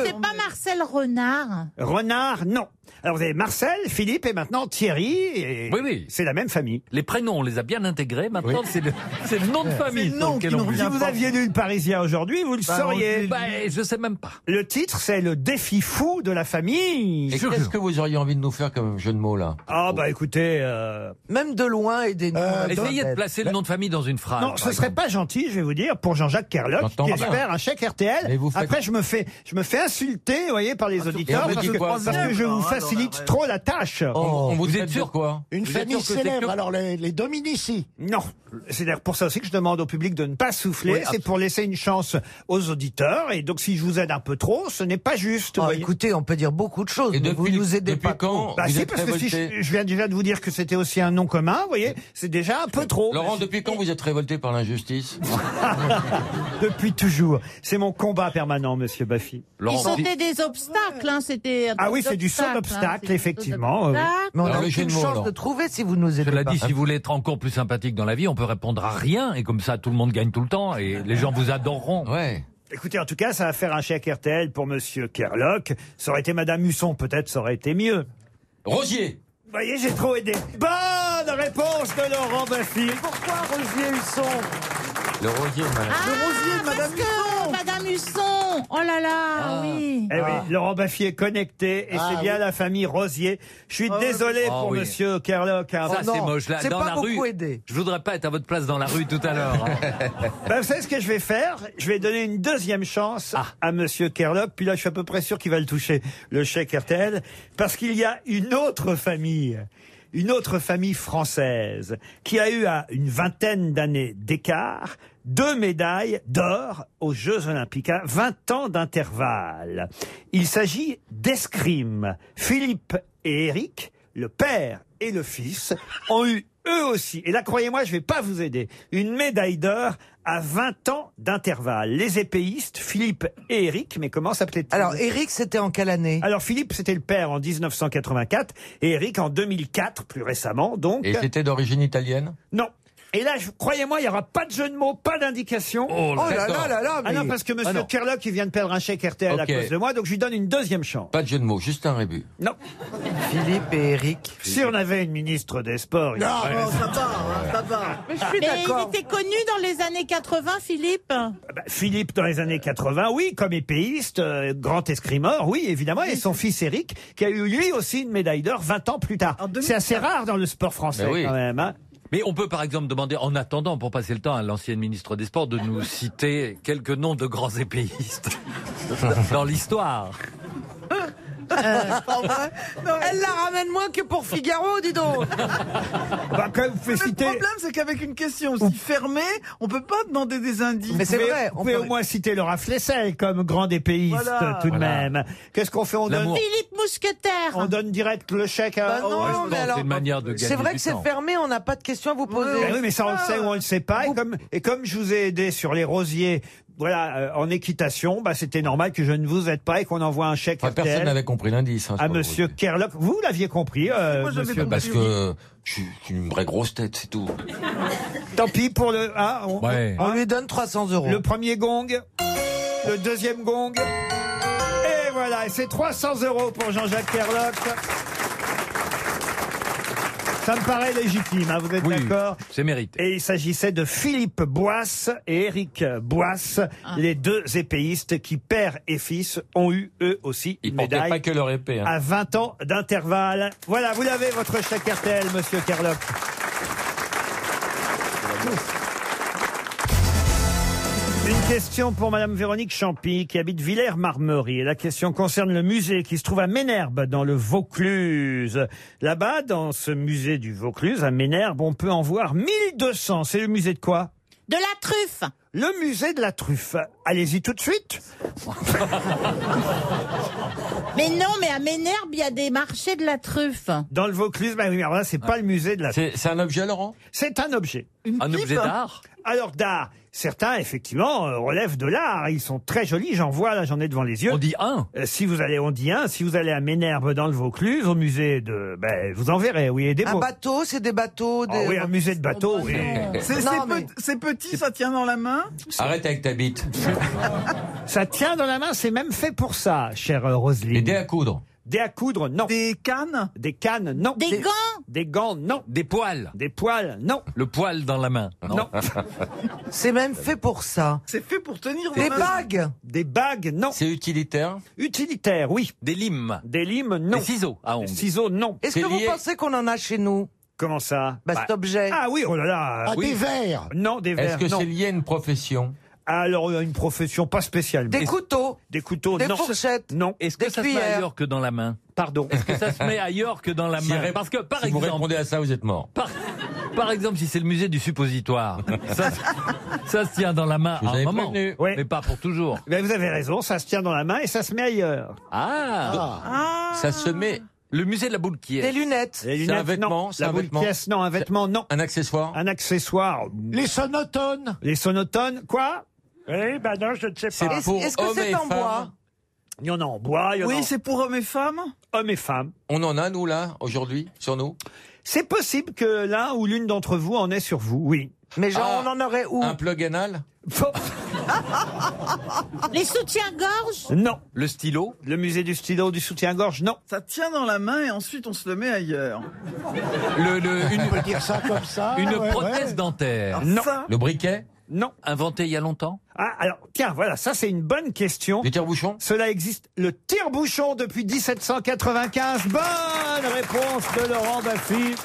S6: C'est pas Marcel Renard.
S3: Renard, non. Alors vous avez Marcel, Philippe et maintenant Thierry. Et
S8: Oui, oui.
S3: C'est la même famille.
S8: Les prénoms, on les a bien intégrés. Maintenant, c'est le, c'est le nom de famille. sur lequel on vit.
S3: Si vous aviez lu le Parisien aujourd'hui, vous le
S8: Bah,
S3: sauriez.
S8: on- bah, je sais même pas.
S3: Le titre, c'est le défi fou de la famille.
S9: Et qu'est-ce que vous auriez envie de nous faire comme jeu de mots là
S3: Ah bah écoutez, euh,
S4: Même de loin et des.
S3: Euh,
S8: Essayez de placer le nom de famille dans une phrase.
S3: non, ce serait pas gentil, je vais vous dire. dire pour Jean-Jacques Kerlock
S9: J'entends
S3: qui
S9: bien.
S3: espère un chèque RTL.
S9: Mais vous faites- Ah,
S3: Après, je me fais, je me fais insulter, vous voyez, par les auditeurs
S9: vous
S3: parce
S9: dites
S3: que,
S9: quoi,
S3: parce
S9: ça
S3: que je vous
S9: Ah,
S3: facilite trop la tâche.
S4: Oh,
S9: On- on vous Vous êtes êtes sûr, de- quoi
S7: Une
S9: Vous êtes
S7: famille
S9: sûr que c'est
S7: célèbre,
S9: Claude
S7: alors les, les Dominici.
S3: Non. C'est d'ailleurs pour ça aussi que je demande au public de ne pas souffler.
S7: Oui,
S3: c'est pour laisser une chance aux auditeurs. Et donc, si je vous aide un peu trop, ce n'est pas juste. vous voyez.
S4: Oh, Écoutez, on peut dire beaucoup de choses, mais vous nous aidez pas. trop.
S3: Bah si, parce que si je, je viens déjà de vous dire que c'était aussi un nom commun, vous voyez, c'est déjà un peu trop.
S9: Laurent, depuis quand vous êtes révolté par l'injustice
S3: Depuis toujours. C'est mon combat permanent, monsieur Baffy.
S6: Ils sautaient des obstacles, hein, c'était.
S3: Ah oui, c'est du saut
S6: obstacle, hein,
S3: d'obstacle, effectivement. euh,
S6: obstacles.
S3: oui.
S4: Mais on
S8: Alors,
S4: a
S8: le jeu
S4: aucune
S8: de mots,
S4: chance
S8: alors.
S4: de trouver si vous nous aidez
S8: Cela
S4: pas.
S8: dit, si vous voulez être encore plus sympathique dans la vie, on peut répondre à rien et comme ça tout le monde gagne tout le temps et les gens vous adoreront.
S9: Ouais.
S3: Écoutez, en tout cas, ça va faire un chèque RTL pour monsieur Kerlock. Ça aurait été madame Husson, peut-être ça aurait été mieux.
S9: Rosier
S3: Vous voyez, j'ai trop aidé. Bonne réponse de Laurent Baffy.
S4: Pourquoi Rosier Husson
S9: Le rosier,
S6: Ah, parce que Madame Husson Oh là là,
S8: Ah.
S6: oui.
S3: Eh oui, Laurent Baffy est connecté et
S6: Ah, Oh
S3: c'est bien la famille Rosier. Je suis désolé
S8: Ah
S3: pour
S8: oui.
S3: Monsieur Kerlock. hein.
S8: Ça, c'est moche. Là, dans la rue, je voudrais pas être à votre place dans la rue tout à l'heure. hein.
S3: Ben, vous savez ce que je vais faire Je vais donner une deuxième chance à Monsieur Kerlock. Puis là, je suis à peu près sûr qu'il va le toucher, le chèque RTL, parce qu'il y a une autre famille, une autre famille française, qui a eu à une vingtaine d'années d'écart deux médailles d'or aux Jeux Olympiques, à 20 ans d'intervalle. Il s'agit d'escrime. Philippe et Eric, le père et le fils, ont eu eux aussi, et là croyez-moi, je vais pas vous aider, une médaille d'or à 20 ans d'intervalle. Les épéistes, Philippe et Eric, mais comment s'appelait-il
S4: Alors, Eric, c'était en quelle année
S3: Alors, Philippe, c'était le père en 1984, et Eric en 2004, plus récemment, donc.
S9: Et c'était d'origine italienne
S3: Non. Et là, je- croyez-moi, il n'y aura pas de jeu de mots, pas d'indication.
S9: Oh là Oh là là d'accord. là là,
S3: Ah
S9: mais-
S3: non, parce que
S9: Ah
S3: monsieur
S9: non.
S3: Kerlock, il vient de perdre un chèque RTL à
S9: Ok.
S3: cause de moi, donc je lui donne une deuxième chance.
S9: Pas de jeu de mots, juste un rébut.
S3: Non.
S4: Philippe et Eric.
S3: Si on avait une ministre des Sports. il
S4: Non,
S3: serait-
S4: non, ça va,
S6: Mais
S3: suis d'accord.
S6: il était connu dans les années 80, Philippe.
S3: Bah, Philippe dans les années 80, oui, comme épéiste, euh, grand escrimeur, oui, évidemment, et son fils Eric, qui a eu lui aussi une médaille d'or 20 ans plus tard. C'est assez rare dans le sport français
S8: Ben oui.
S3: quand même. hein.
S8: Mais on peut par exemple demander, en attendant, pour passer le temps à l'ancienne ministre des Sports, de nous citer quelques noms de grands épéistes dans l'histoire.
S6: Euh,
S4: En vrai, non, Elle la ramène moins que pour Figaro, dis donc.
S3: Bah, quand vous faites
S5: Le problème, c'est qu'avec une question aussi fermée, on peut pas demander des indices.
S3: Vous pouvez- Vous pouvez au moins citer Laura Flessel comme grand épéiste
S5: Voilà.
S3: tout de
S5: Voilà.
S3: même. Qu'est-ce qu'on fait On donne,
S6: Philippe Mousquetaire.
S3: on Oh, donne direct le chèque à...
S4: Bah non,
S3: au-
S4: mais alors, C'est vrai que c'est fermé, on n'a pas de questions à vous poser.
S3: Ben oui, mais ça on le sait ou on le sait pas. Et comme, et comme je vous ai aidé sur les rosiers, voilà, euh, en équitation, bah, c'était normal que je ne vous aide pas et qu'on envoie un chèque
S9: Enfin, personne
S3: RTL
S9: n'avait compris l'indice. hein,
S3: à
S9: sur le
S3: Ah, Monsieur Kerlock. Vous l'aviez compris, euh,
S9: rosier.
S3: Monsieur.
S9: Parce que je suis une vraie grosse tête, c'est tout.
S3: Tant pis pour le. Ah, on,
S9: Ouais.
S3: on-
S4: On lui donne 300 euros.
S3: Le premier gong, le deuxième gong. Et voilà, et c'est 300 euros pour Jean-Jacques Kerlock. Ça me paraît légitime, hein, vous êtes d'accord
S8: C'est mérité.
S3: Et il s'agissait de Philippe Boisse et Éric Boisse, les deux épéistes qui, père et fils, ont eu eux aussi
S9: Ils
S3: une
S9: portaient
S3: médaille
S9: pas que leur épée. hein.
S3: à 20 ans d'intervalle. Voilà, vous l'avez, votre chèque RTL, monsieur Kerlock. Une question pour Madame Véronique Champy, qui habite Villers-Marmerie. Et La question concerne le musée qui se trouve à Ménherbe, dans le Vaucluse. Là-bas, dans ce musée du Vaucluse, à Ménherbe, on peut en voir 1200. C'est le musée de quoi
S6: De la truffe.
S3: Le musée de la truffe. Allez-y tout de suite.
S6: Mais non, mais à Ménherbe, il y a des marchés de la truffe.
S3: Dans le Vaucluse, bah oui, mais alors là, c'est
S8: Ah.
S3: pas le musée de la
S9: C'est c'est un objet, Laurent
S3: C'est un objet.
S8: Un
S3: pipe
S8: objet d'art
S3: Alors d'art, certains effectivement euh, relèvent de l'art. Ils sont très jolis, j'en vois là, j'en ai devant les yeux.
S8: On dit un
S3: Euh, si vous allez, on dit un. Si vous allez à Ménherbe dans le Vaucluse, au musée de, ben, vous en verrez. Oui, et des
S4: Un
S3: beaux-
S4: bateau, c'est des bateaux.
S3: Ah
S4: Des... Ah
S3: oui, un musée de bateaux. oui.
S5: C'est
S4: Non,
S5: c'est
S4: mais-
S5: pe- c'est petit, ça tient dans la main.
S9: Arrête avec ta bite.
S3: Ça tient dans la main. C'est même fait pour ça, chère euh, Roselyne.
S9: Aider à coudre.
S3: Des à coudre, non.
S5: Des cannes.
S3: Des cannes, non.
S6: Des gants.
S3: Des gants, non.
S8: Des poils
S3: Des poils, non.
S8: Le poil dans la main
S3: Non.
S4: C'est même fait pour ça. Eh ben,
S5: C'est fait pour tenir
S4: Des
S5: mains.
S4: bagues.
S3: Des bagues, non.
S9: C'est utilitaire.
S3: Utilitaires, oui.
S8: Des limes
S3: Des limes, non.
S8: Des ciseaux à ongles
S3: Ciseaux, non.
S4: Est-ce que
S9: C'est
S4: vous
S9: lié.
S4: pensez qu'on en a chez nous
S3: Comment ça
S4: Bah, cet objet.
S3: Ah oui, oh là là.
S4: Ah,
S3: oui.
S4: des verres.
S3: Non, des verres.
S4: Est-ce que c'est
S3: lié à une profession Alors, euh, une profession pas spécialement.
S4: Des couteaux.
S3: Des couteaux,
S4: Des
S3: non.
S4: fourchettes.
S3: Non.
S8: Est-ce que ça se met ailleurs que dans la main
S3: Pardon.
S8: Est-ce que ça se met ailleurs que dans la
S9: Si
S8: main
S9: ré-
S8: Parce que, par
S9: si vous
S8: exemple.
S9: répondez à ça, vous êtes mort.
S8: Par, par exemple, si c'est le musée du suppositoire, ça, ça se tient dans la main
S3: Je vous
S8: à un
S3: avais
S8: moment,
S3: prévenu. Ouais.
S8: mais pas pour toujours.
S3: Ben, vous avez raison, ça se tient dans la main et ça se met ailleurs.
S8: Ah,
S6: Ah.
S8: Ça se met. Le musée de la boule qui est.
S4: Des lunettes.
S3: Les lunettes,
S9: un vêtement,
S3: non.
S9: c'est
S3: La
S9: un
S3: boule
S9: vêtement.
S3: pièce, non. Un vêtement, non.
S9: Un accessoire
S3: Un accessoire.
S7: Les sonotones.
S3: Les sonotones, quoi Eh ben non, je ne sais
S9: C'est
S3: pas.
S9: Est-ce- pour est-ce que hommes c'est et en bois femmes
S3: Il y en a en bois, il y en a
S5: Oui,
S3: en-
S5: c'est pour hommes et femmes
S3: hommes et femmes.
S9: On en a, nous, là, aujourd'hui, sur nous
S3: C'est possible que l'un ou l'une d'entre vous en ait sur vous, oui.
S4: Mais genre,
S9: Ah,
S4: on en aurait où
S9: Un plug anal
S6: Les soutiens-gorge
S3: Non.
S8: Le stylo
S3: Le musée du stylo, du soutien-gorge, non.
S5: Ça tient dans la main et ensuite on se le met ailleurs.
S8: Le, le- Euh, une,
S7: On peut dire ça comme ça.
S8: une
S7: ouais,
S8: prothèse
S7: ouais.
S8: dentaire.
S3: Non.
S9: Le briquet
S3: Non.
S8: Inventé il y a longtemps
S3: Ah, alors, tiens, voilà, ça c'est une bonne question.
S9: Les tire-bouchons
S3: Cela existe, le tire-bouchon depuis 1795. Bonne réponse de Laurent Baffy.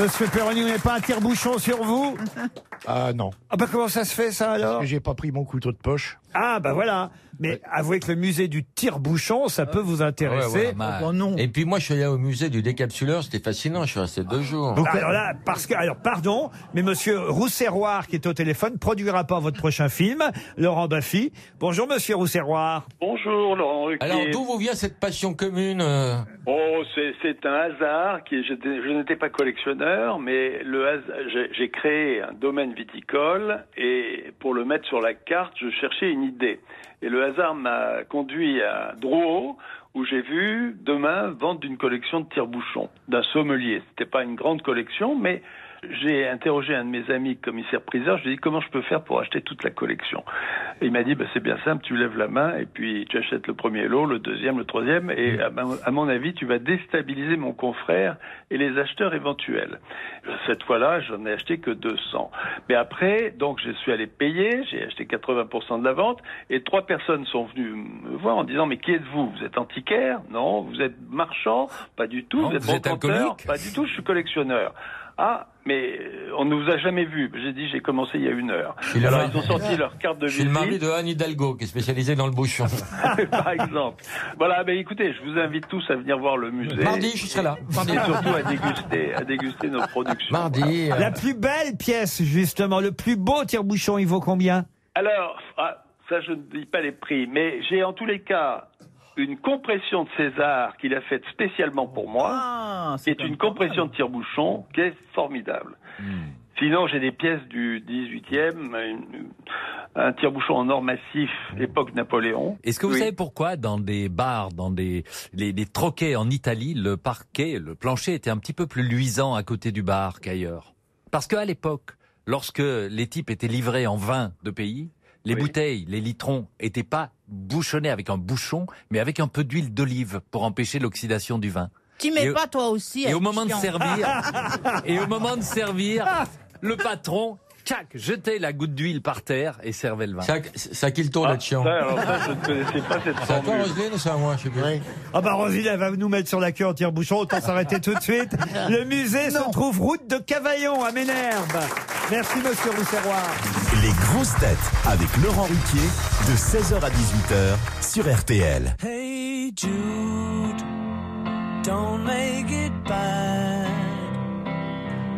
S3: Monsieur Perroni, vous n'avez pas un tire-bouchon sur vous
S7: Ah non.
S3: Ah bah comment ça se fait ça
S7: Parce
S3: alors
S7: que j'ai pas pris mon couteau de poche.
S3: Ah bah voilà. Mais avouez que le musée du tire-bouchon, ça peut vous
S9: Ah. Ouais,
S3: intéresser.
S9: ouais, mal.
S5: Oh, non.
S9: Et puis moi, je suis allé au musée du décapsuleur, c'était fascinant, je suis resté deux jours.
S3: Ah, alors là, parce que, alors pardon, mais Monsieur Rousserroir qui est au téléphone produira pas votre prochain film, Laurent Baffy. Bonjour Monsieur Rousserroir.
S13: Bonjour Laurent Ruquier.
S9: Alors, d'où vous vient cette passion commune euh,
S13: Oh, c'est c'est un hasard. Qui, j'étais- je n'étais pas collectionneur, mais le hasard, j'ai- j'ai créé un domaine viticole et pour le mettre sur la carte, je cherchais une idée. Et le hasard m'a conduit à Drouot, où j'ai vu demain vendre d'une collection de tire-bouchons d'un sommelier. C'était pas une grande collection, mais j'ai interrogé un de mes amis commissaire-priseur. Je lui ai dit comment je peux faire pour acheter toute la collection. Et il m'a dit, bah, c'est bien simple, tu lèves la main et puis tu achètes le premier lot, le deuxième, le troisième,
S8: Mm.
S13: et à, ma- à mon avis, tu vas déstabiliser mon confrère et les acheteurs éventuels. Cette fois-là, j'en ai acheté que 200. Mais après, donc, je suis allé payer, j'ai acheté 80% de la vente, et trois personnes sont venues me voir en disant, mais qui êtes-vous Vous êtes antiquaire Non Vous êtes marchand Pas du tout.
S8: Non,
S13: vous êtes,
S8: vous êtes
S13: brocanteur
S8: alcoolique
S13: Pas du tout, je suis collectionneur. Ah, mais euh, on ne vous a jamais vu. J'ai dit, j'ai commencé il y a une heure.
S9: suis le
S13: Alors,
S9: mari-
S13: ils ont sorti leur carte de
S9: Je suis le mari
S13: visite.
S9: de Anne Hidalgo, qui est spécialisée dans le bouchon.
S13: par exemple. Voilà, ben écoutez, je vous invite tous à venir voir le musée.
S9: Mardi, je serai là. Mardi.
S13: Et surtout à déguster, à déguster nos productions.
S9: Mardi. euh,
S3: Ah, La plus belle pièce justement, le plus beau tire-bouchon, il vaut combien
S9: euh,
S13: Alors, ah, ça, je ne dis pas les prix, mais j'ai en tous les cas une compression de César qu'il a faite spécialement pour moi,
S5: Ah,
S13: qui est
S5: pas
S13: une
S5: mal.
S13: compression de tire-bouchon qui est formidable. Sinon, j'ai des pièces du 18e, une- un tire-bouchon en or massif, époque Napoléon.
S8: Est-ce que vous
S13: Oui.
S8: savez pourquoi dans des bars, dans des les, les troquets en Italie, le parquet, le plancher était un petit peu plus luisant à côté du bar qu'ailleurs Parce qu'à l'époque, lorsque les types étaient livrés en vin de pays, les
S13: Oui.
S8: bouteilles, les litrons étaient pas bouchonnés avec un bouchon, mais avec un peu d'huile d'olive pour empêcher l'oxydation du vin.
S6: Tu mets
S8: Et-
S6: pas toi aussi.
S8: Et
S6: hein,
S8: au moment de
S6: chiant.
S8: servir, et au moment de servir, le patron, tchac, jetait la goutte d'huile par terre et servait le vin.
S9: C'est à- c'est à qui le tour,
S13: Ah,
S9: d'être chiant
S13: ça, alors ça, je ne connaissais pas cette
S9: C'est à toi,
S13: formule.
S9: Roselyne, ou c'est à moi Je sais plus.
S3: Ah bah Rosine, elle va nous mettre sur la queue en tire-bouchon, autant s'arrêter tout de suite. Le musée se trouve route de Cavaillon à Ménherbe. Merci Monsieur Rousserroir.
S12: Les grosses têtes avec Laurent Ruquier de 16h à 18h sur RTL.
S15: Hey Jude, don't make it bad.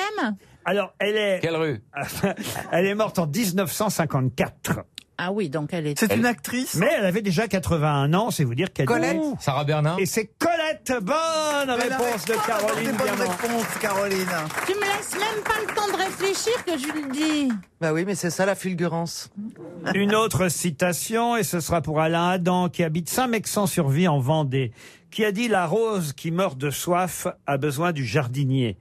S3: Alors, elle est... Quelle
S9: rue
S3: Elle est morte en 1954.
S6: Ah oui, donc elle est...
S3: actrice. Mais elle avait déjà 81 ans, c'est vous dire qu'elle.
S6: Colette.
S9: Sarah Bernard.
S3: Et c'est Colette. Bonne
S5: Mais la
S3: réponse de
S5: réponse,
S3: Caroline
S5: des bonnes
S3: Diamant.
S5: réponses, Caroline.
S6: Tu me laisses même pas le temps de réfléchir que je le dis.
S4: Bah oui, mais c'est ça la fulgurance.
S3: Une autre citation, et ce sera pour Alain Adam, qui habite Saint-Mexan-sur-Vie en Vendée, qui a dit La rose qui meurt de soif a besoin du jardinier.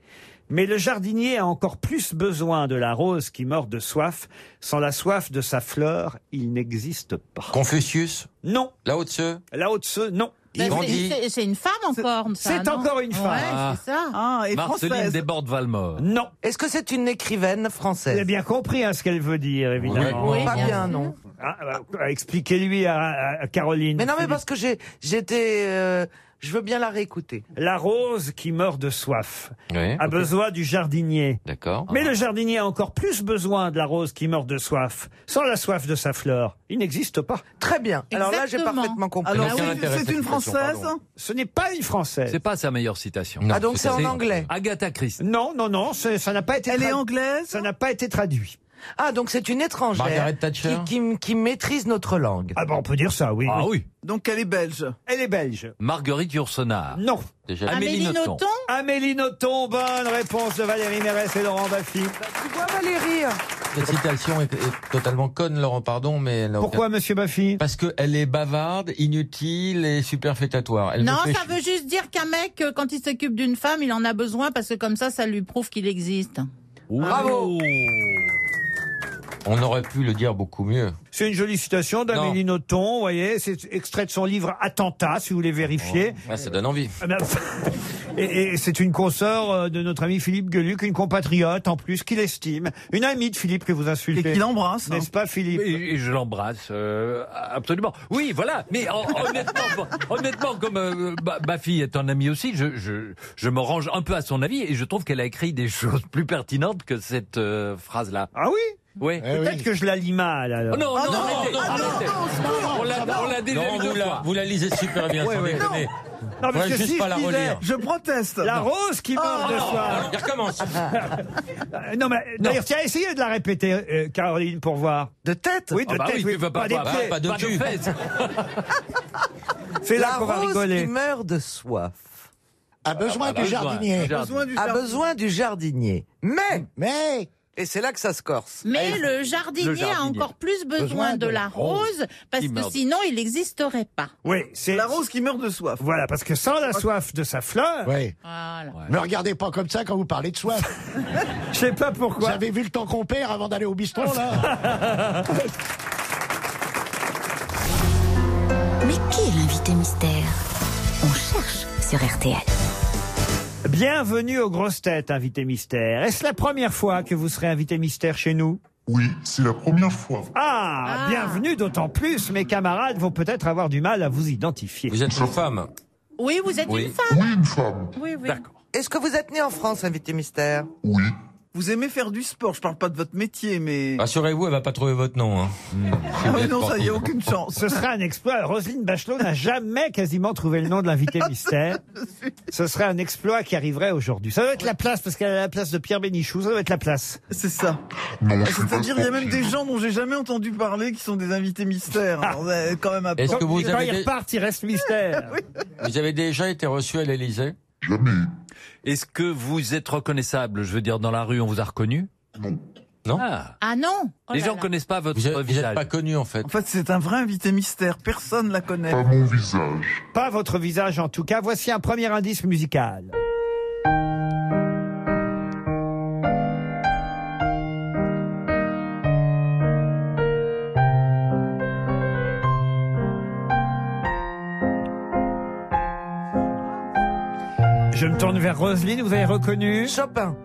S3: Mais le jardinier a encore plus besoin de la rose qui meurt de soif. Sans la soif de sa fleur, il n'existe pas.
S9: Confucius
S3: Non.
S9: Lao Tse
S3: Lao Tse, non.
S6: Bah, c'est- c'est- C'est une femme encore, ça,
S3: c'est
S6: non
S3: encore une femme.
S6: Ouais, c'est ça.
S5: Ah, et
S8: Marceline
S5: française.
S8: Desbordes-Valmore.
S3: Non.
S4: Est-ce que c'est une écrivaine française
S3: Vous avez bien compris hein, ce qu'elle veut dire, évidemment.
S4: Oui, Pas bien bien, sûr. non.
S3: Ah, bah, Expliquez-lui à, à- à Caroline.
S4: Mais non, mais
S3: Philippe.
S4: parce que j'ai, j'étais, euh, je veux bien la réécouter.
S3: La rose qui meurt de soif
S9: Oui,
S3: a
S9: ok. Ah.
S3: besoin du jardinier.
S9: D'accord.
S3: Mais le jardinier a encore plus besoin de la rose qui meurt de soif. Sans la soif de sa fleur, il n'existe pas.
S4: Très bien. Alors là, j'ai
S6: Exactement.
S4: parfaitement compris.
S5: Alors,
S8: Aucun
S5: oui,
S8: intérêt,
S5: c'est
S8: cette citation,
S5: une française
S8: pardon.
S3: Ce n'est pas une française.
S8: C'est pas sa meilleure citation.
S4: Ah, donc c'est en anglais.
S8: Agatha Christie.
S3: Non, non, non, c'est- ça n'a pas été.
S5: Elle est
S3: tradu-
S5: anglaise
S3: Ça n'a pas été traduit.
S4: Ah, donc c'est une étrangère
S9: Margaret Thatcher
S4: qui, qui, qui maîtrise notre langue.
S3: Ah bah on peut dire ça, oui.
S8: Ah oui.
S5: Donc elle est belge.
S3: Elle est belge.
S8: Marguerite Yourcenar.
S3: Non.
S9: Déjà.
S6: Amélie Nothomb
S3: Amélie Nothomb, bonne réponse de Valérie Mérès et Laurent Baffy.
S4: Tu vois, Valérie
S9: Cette citation est, est totalement conne, Laurent, pardon, mais... elle a aucun-
S3: Pourquoi, monsieur Baffy
S9: Parce qu'elle est bavarde, inutile et superfétatoire. Elle me
S6: Non,
S9: fait
S6: ça
S9: chier.
S6: veut juste dire qu'un mec, euh, quand il s'occupe d'une femme, il en a besoin parce que comme ça, ça lui prouve qu'il existe.
S4: Bravo
S9: On aurait pu le dire beaucoup mieux.
S3: C'est une jolie citation d'Amélie Nothomb, vous voyez, c'est extrait de son livre Attentat, si vous voulez vérifier.
S9: Ah, ça donne envie.
S3: Ah ben, Et, et c'est une consoeur euh, de notre ami Philippe Gueluc, une compatriote en plus, qu'il estime, une amie de Philippe que vous insultez.
S5: Et qu'il embrasse, hein.
S3: N'est-ce pas, Philippe
S8: Et et je l'embrasse, euh, absolument. Oui, voilà. Mais hon- honnêtement, honnêtement, comme euh, ma, ma fille est un amie aussi, je, je, je me range un peu à son avis et je trouve qu'elle a écrit des choses plus pertinentes que cette euh, phrase-là.
S3: Ah oui
S8: Oui.
S3: Peut-être que je la lis mal, alors. Ah
S8: Oh non, non, arrêtez,
S5: non,
S8: arrêtez. On l'a- on l'a déjà
S9: Non,
S8: eu
S9: vous
S8: deux
S9: la,
S8: fois.
S9: vous la lisez super bien, sans déconner.
S3: Non, parce
S9: Ouais,
S3: que
S9: juste
S3: si
S9: pas
S3: je
S9: la
S3: disais,
S9: relire. Oh,
S5: Je proteste. Oh.
S3: La rose qui meurt de soir.
S9: Il recommence.
S3: Euh, Non, mais d'ailleurs, tiens, essayez de la répéter, euh, Caroline, pour voir.
S4: De tête
S3: Oui, de
S8: Ah bah
S3: tête,
S8: oui,
S3: oui,
S8: tu veux
S3: pas
S8: pas,
S3: des
S8: pas-
S3: pieds.
S9: pas de
S8: pas de
S9: cul.
S8: fesses.
S3: C'est là
S4: La
S3: qu'on va
S4: rose
S3: rigoler.
S4: qui meurt de soif
S7: A besoin
S8: Ah,
S7: du
S8: besoin,
S7: jardinier.
S8: besoin.
S5: Besoin du
S4: a
S5: jardin.
S4: besoin du jardinier. Mais,
S7: Mais
S4: et c'est là que ça se corse.
S6: Mais le jardinier,
S8: le jardinier.
S6: a encore plus besoin,
S7: Besoin
S6: de,
S7: de
S6: la rose parce
S8: Il
S6: que
S8: meurt.
S6: sinon, il n'existerait pas.
S3: Oui, c'est.
S5: La rose qui meurt de soif.
S3: Voilà, parce que sans la soif de sa fleur,
S7: ouais.
S6: Voilà.
S7: Me regardez pas comme ça quand vous parlez de soif.
S3: je sais pas pourquoi.
S7: Vous avez vu le temps qu'on perd avant d'aller au bistrot là
S2: Mais qui est l'invité mystère On cherche sur RTL.
S3: Bienvenue aux grosses têtes, invité mystère. Est-ce la première fois que vous serez invité mystère chez nous
S16: Oui, c'est la première fois.
S3: ah,
S6: Ah.
S3: bienvenue d'autant plus. Mes camarades vont peut-être avoir du mal à vous identifier.
S9: Vous êtes une femme.
S6: Oui, vous êtes
S9: Oui.
S6: une femme.
S16: Oui, une femme.
S6: Oui, oui.
S8: D'accord.
S4: Est-ce que vous êtes né en France, invité mystère
S16: Oui.
S5: Vous aimez faire du sport, je parle pas de votre métier, mais...
S9: Rassurez-vous, elle va pas trouver votre nom. Hein.
S5: Ah ouais, non, ça y est, aucune chance.
S3: Ce serait un exploit. Roselyne Bachelot n'a jamais quasiment trouvé le nom de l'invité mystère. Ce serait un exploit qui arriverait aujourd'hui. Ça doit être la place, parce qu'elle a la place de Pierre Bénichou. Ça doit être la place.
S5: C'est ça.
S16: Non, je suis pas
S5: C'est-à-dire, il y a même
S16: sportif.
S5: des gens dont j'ai jamais entendu parler qui sont des invités mystères. Alors, euh, quand même, à
S9: Est-ce que vous avez des-
S3: il reste mystère.
S9: Vous avez déjà été reçu à l'Elysée
S8: Est-ce que vous êtes reconnaissable Je veux dire, dans la rue, on vous a reconnu
S16: Non.
S9: Non
S6: Ah non Oh
S8: Les
S6: là
S8: gens
S6: là.
S8: connaissent pas votre visage.
S9: connu, en fait.
S5: En fait, c'est un vrai invité mystère. Personne la connaît.
S16: Pas mon visage.
S3: Pas votre visage en tout cas. Voici un premier indice musical. Je me tourne vers Roselyne, vous avez reconnu
S4: Chopin.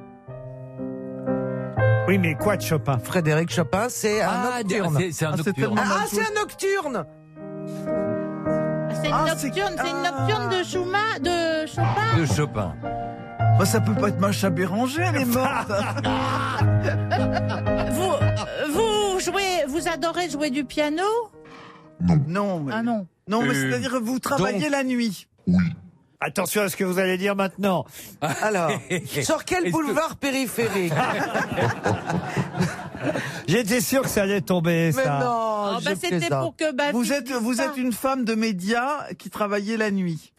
S3: Oui, mais quoi de Chopin
S4: Frédéric Chopin, c'est un
S8: Ah,
S4: nocturne.
S8: c'est- c'est un Ah, c'est nocturne.
S4: Ah,
S8: tellement mal
S4: c'est un nocturne
S6: Oh C'est une nocturne, Ah, c'est Ah. une nocturne de Schumann, de Chopin.
S8: De Chopin.
S5: Bah, ça peut pas être Macha Béranger, elle est morte.
S6: Vous, vous jouez, vous adorez jouer du piano
S5: non, mais...
S6: Ah non.
S5: Non, mais
S8: Euh,
S5: c'est-à-dire, vous travaillez la nuit.
S3: Attention à ce que vous allez dire maintenant.
S4: Alors, sur quel
S8: Est-ce que-
S4: boulevard périphérique
S3: J'étais sûr que ça allait tomber,
S4: Mais
S3: ça.
S4: non,
S6: Ah
S4: je
S6: bah, c'était
S4: plaisante.
S6: pour que Bafi
S5: Vous êtes,
S6: dise
S5: vous
S6: ça.
S5: êtes une femme de médias qui travaillait la nuit.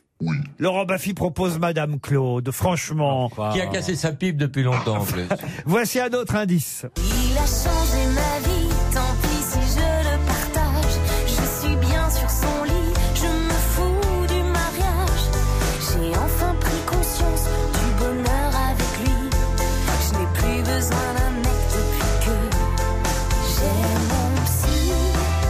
S3: Laurent Baffy propose Madame Claude, franchement.
S9: Qui a cassé sa pipe depuis longtemps, en plus.
S3: Voici un autre indice.
S17: Il a changé ma vie, tant pis si je le partage. Je suis bien sur son lit, je me fous du mariage. J'ai enfin pris conscience du bonheur avec lui. Je n'ai plus besoin d'un mec depuis que j'ai mon psy.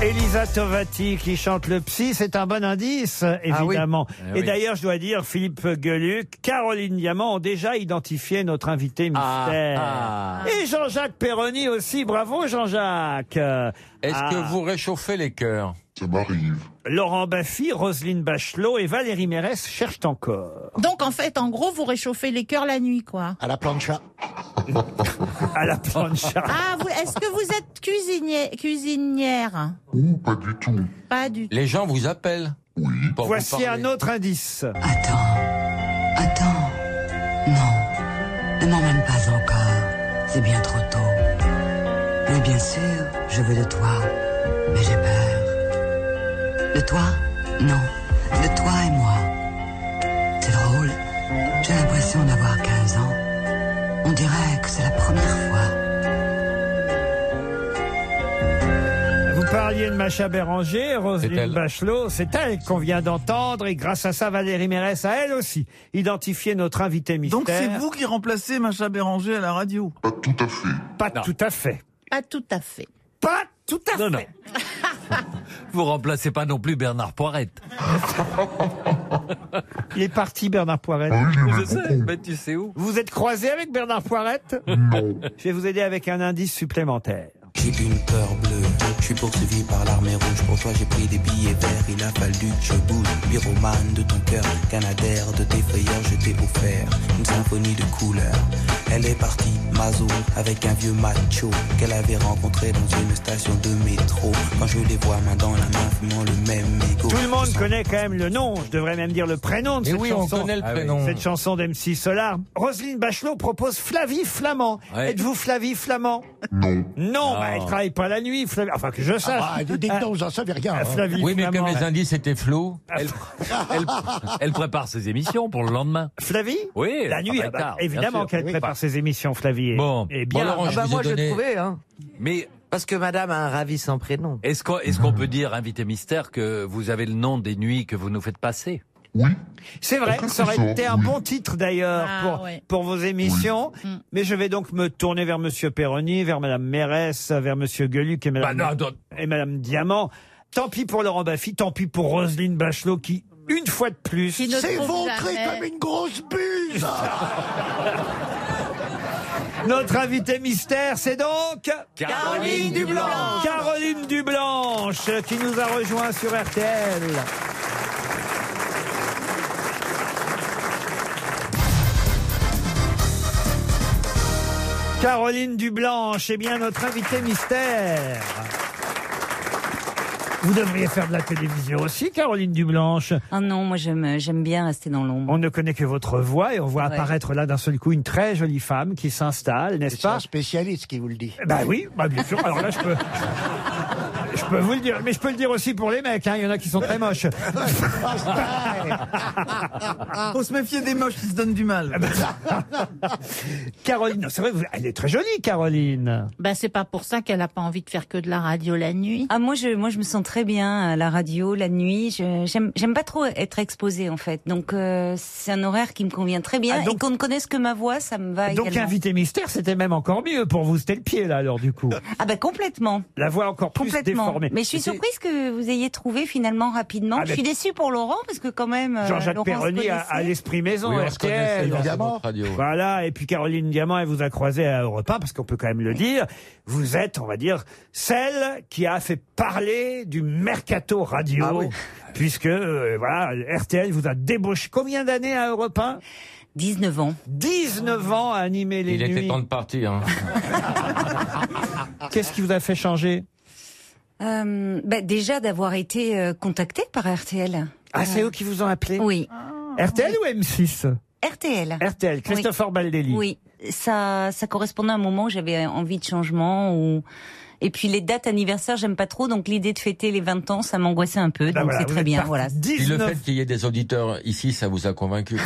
S3: Elisa Tovati qui chante le psy, c'est un bon indice, évidemment.
S9: Eh
S8: Ah oui.
S3: Et d'ailleurs, je dois dire, Philippe Gueluc, Caroline Diamant ont déjà identifié notre invité
S8: Ah,
S3: mystère.
S9: ah.
S3: Et Jean-Jacques Perroni aussi, bravo Jean-Jacques. Euh,
S9: Est-ce
S3: ah,
S9: que vous réchauffez les cœurs
S16: Ça m'arrive.
S3: Laurent Baffy, Roselyne Bachelot et Valérie Mérès cherchent encore.
S6: Donc en fait, en gros, vous réchauffez les cœurs la nuit, quoi.
S7: À la plancha.
S3: À la plancha.
S6: Ah, vous- est-ce que vous êtes cuisinier, cuisinière
S16: Ouh, pas du tout.
S6: Pas du tout.
S9: Les gens vous appellent pour vous
S3: Voici
S9: parler.
S3: un autre indice.
S2: Attends, attends. Non, ne m'emmène pas encore. C'est bien trop tôt. Mais bien sûr, je veux de toi, mais j'ai peur. De toi Non, de toi et moi. C'est drôle, j'ai l'impression d'avoir 15 ans. On dirait que c'est la première fois.
S3: Vous parliez de Macha Béranger,
S9: C'est elle.
S3: Roselyne Bachelot, c'est elle qu'on vient d'entendre et grâce à ça, Valérie Mérès a elle aussi identifié notre invité mystère.
S5: Donc c'est vous qui remplacez Macha Béranger à la radio.
S16: Pas tout à fait.
S3: Pas
S8: Non.
S3: tout à fait.
S6: Pas tout à fait.
S3: Pas tout à
S8: Non,
S3: fait.
S8: non. Vous remplacez pas non plus Bernard Poirette.
S3: Il est parti, Bernard Poirette.
S16: Ah oui, je
S8: Je
S16: l'aimais
S8: sais,
S16: beaucoup.
S8: mais tu sais où
S3: Vous êtes croisé avec Bernard Poirette
S16: Non.
S3: Je vais vous aider avec un indice supplémentaire.
S18: J'ai une peur bleue, je suis poursuivi par l'armée rouge. Pour toi, j'ai pris des billets verts, il a fallu que je bouge. Pyromane de ton cœur, canadaire de tes frayeurs, je t'ai offert une symphonie de couleurs. Elle est partie, Mazo, avec un vieux macho qu'elle avait rencontré dans une station de métro. Quand je les vois main dans la main, fumant le même mégot.
S3: Tout le monde
S18: je sens-
S3: connaît quand même le nom, je devrais même dire le prénom de
S9: Mais
S3: cette
S9: oui, on
S3: chanson.
S9: connaît le
S8: Ah oui.
S9: prénom.
S3: Cette chanson d'MC Solar. Roselyne Bachelot propose Flavie Flamand.
S8: Ouais.
S3: Êtes-vous Flavie Flamand
S16: Non.
S3: Non,
S8: Non.
S3: bah, elle travaille pas la nuit, Flavie. Enfin, que je sache.
S7: Ah, dites donc, vous en savez rien.
S3: Ah,
S7: hein.
S3: Flavie
S9: Oui, mais
S3: Flamand.
S9: comme les indices étaient flous,
S8: elle, elle- elle prépare ses émissions pour le lendemain.
S3: Flavie
S8: Oui,
S3: La
S8: elle
S3: nuit,
S8: travaille
S3: ah bah,
S8: tard, bien
S3: évidemment
S8: sûr.
S3: qu'elle
S8: Oui.
S3: prépare ses émissions, Flavie. Et-
S8: Bon.
S3: et bien.
S9: bah. Bon, Laurent,
S4: Ah
S9: je
S4: bah
S9: vous ai
S4: moi, je
S9: donné-
S4: l'ai trouvé, hein.
S8: Mais
S4: Parce que madame a un ravissant prénom.
S8: est-ce qu'on est-ce qu'on peut dire, invité mystère, que vous avez le nom des nuits que vous nous faites passer
S16: Oui.
S3: C'est vrai,
S16: Quelque
S3: ça aurait
S16: chose,
S3: été un
S16: oui.
S3: bon titre d'ailleurs
S6: Ah,
S3: pour,
S6: ouais.
S3: pour vos émissions.
S6: Mm.
S3: Mais je vais donc me tourner vers Monsieur Perroni, vers Madame Mérès, vers Monsieur Gueluc et Madame,
S8: Bah, non, non.
S3: et Madame Diamant. Tant pis pour Laurent Baffy, tant pis pour Roselyne Bachelot qui, une fois de plus,
S6: Qui ne
S7: C'est
S6: trouve
S7: vautré
S6: jamais.
S7: comme une grosse buse
S3: notre invité mystère, c'est donc
S8: Caroline
S6: Dublanche.
S3: Caroline Dublanche qui nous a rejoint sur RTL. Caroline Dublanche est bien notre invitée mystère. Vous devriez faire de la télévision aussi, Caroline Dublanche.
S19: Ah non, moi j'aime j'aime bien rester dans l'ombre.
S3: On ne connaît que votre voix et on voit
S19: Ouais.
S3: apparaître là d'un seul coup une très jolie femme qui s'installe, n'est-ce pas un spécialiste qui vous le dit. Bah oui, bah bien sûr. Alors là, je peux. Je peux vous le dire, mais je peux le dire aussi pour les mecs, hein, il y en a qui sont très moches.
S7: Ah,
S5: Faut se méfier des moches qui se donnent du mal.
S3: Caroline, non, c'est vrai, vous- elle est très jolie, Caroline.
S6: Ben, c'est pas pour ça qu'elle a pas envie de faire que de la radio la nuit.
S19: Ah moi je moi je me sens très bien à la radio la nuit. Je- J'aime j'aime pas trop être exposée en fait. Donc euh, c'est un horaire qui me convient très bien
S3: Ah, donc-
S19: et qu'on ne connaisse que ma voix ça me va
S3: Donc,
S19: également.
S3: invité mystère, c'était même encore mieux pour vous. C'était le pied, là, alors, du coup.
S19: Ah ben complètement.
S3: La voix encore plus
S19: Complètement.
S3: déformée.
S19: Mais je suis
S3: C'était-
S19: surprise que vous ayez trouvé finalement rapidement.
S3: Ah,
S19: je
S3: mais-
S19: suis déçue pour Laurent parce que quand même euh,
S3: Jean-Jacques
S19: Laurent se
S3: Perroni à,
S19: connaissait.
S3: à l'esprit maison,
S9: Oui, on se
S3: RTL,
S9: connaissait dans
S3: évidemment.
S9: votre radio, ouais.
S3: Voilà, et puis Caroline Diamant, elle vous a croisé à Europe 1, parce qu'on peut quand même le dire. Vous êtes, on va dire, celle qui a fait parler du mercato radio,
S9: Ah
S3: puisque euh, voilà, RTL vous a débauché combien d'années à Europe 1
S19: 19 ans.
S3: 19 ans à animer les
S9: Il
S3: nuits.
S9: était temps de partir. hein.
S3: Qu'est-ce qui vous a fait changer
S19: Euh, bah, déjà d'avoir été euh, contacté par RTL.
S3: Ah, c'est eux qui vous ont appelé
S19: Oui.
S3: RTL ou M6
S19: RTL.
S3: RTL, Christopher Baldelli.
S19: Oui, ça, ça correspondait à un moment où j'avais envie de changement. Ou... Et puis les dates anniversaires, j'aime pas trop, donc l'idée de fêter les 20 ans, ça m'angoissait un
S9: Ah,
S19: peu. donc c'est très bien, Ben voilà.
S9: Puis le fait qu'il y ait des auditeurs ici, ça vous a convaincu.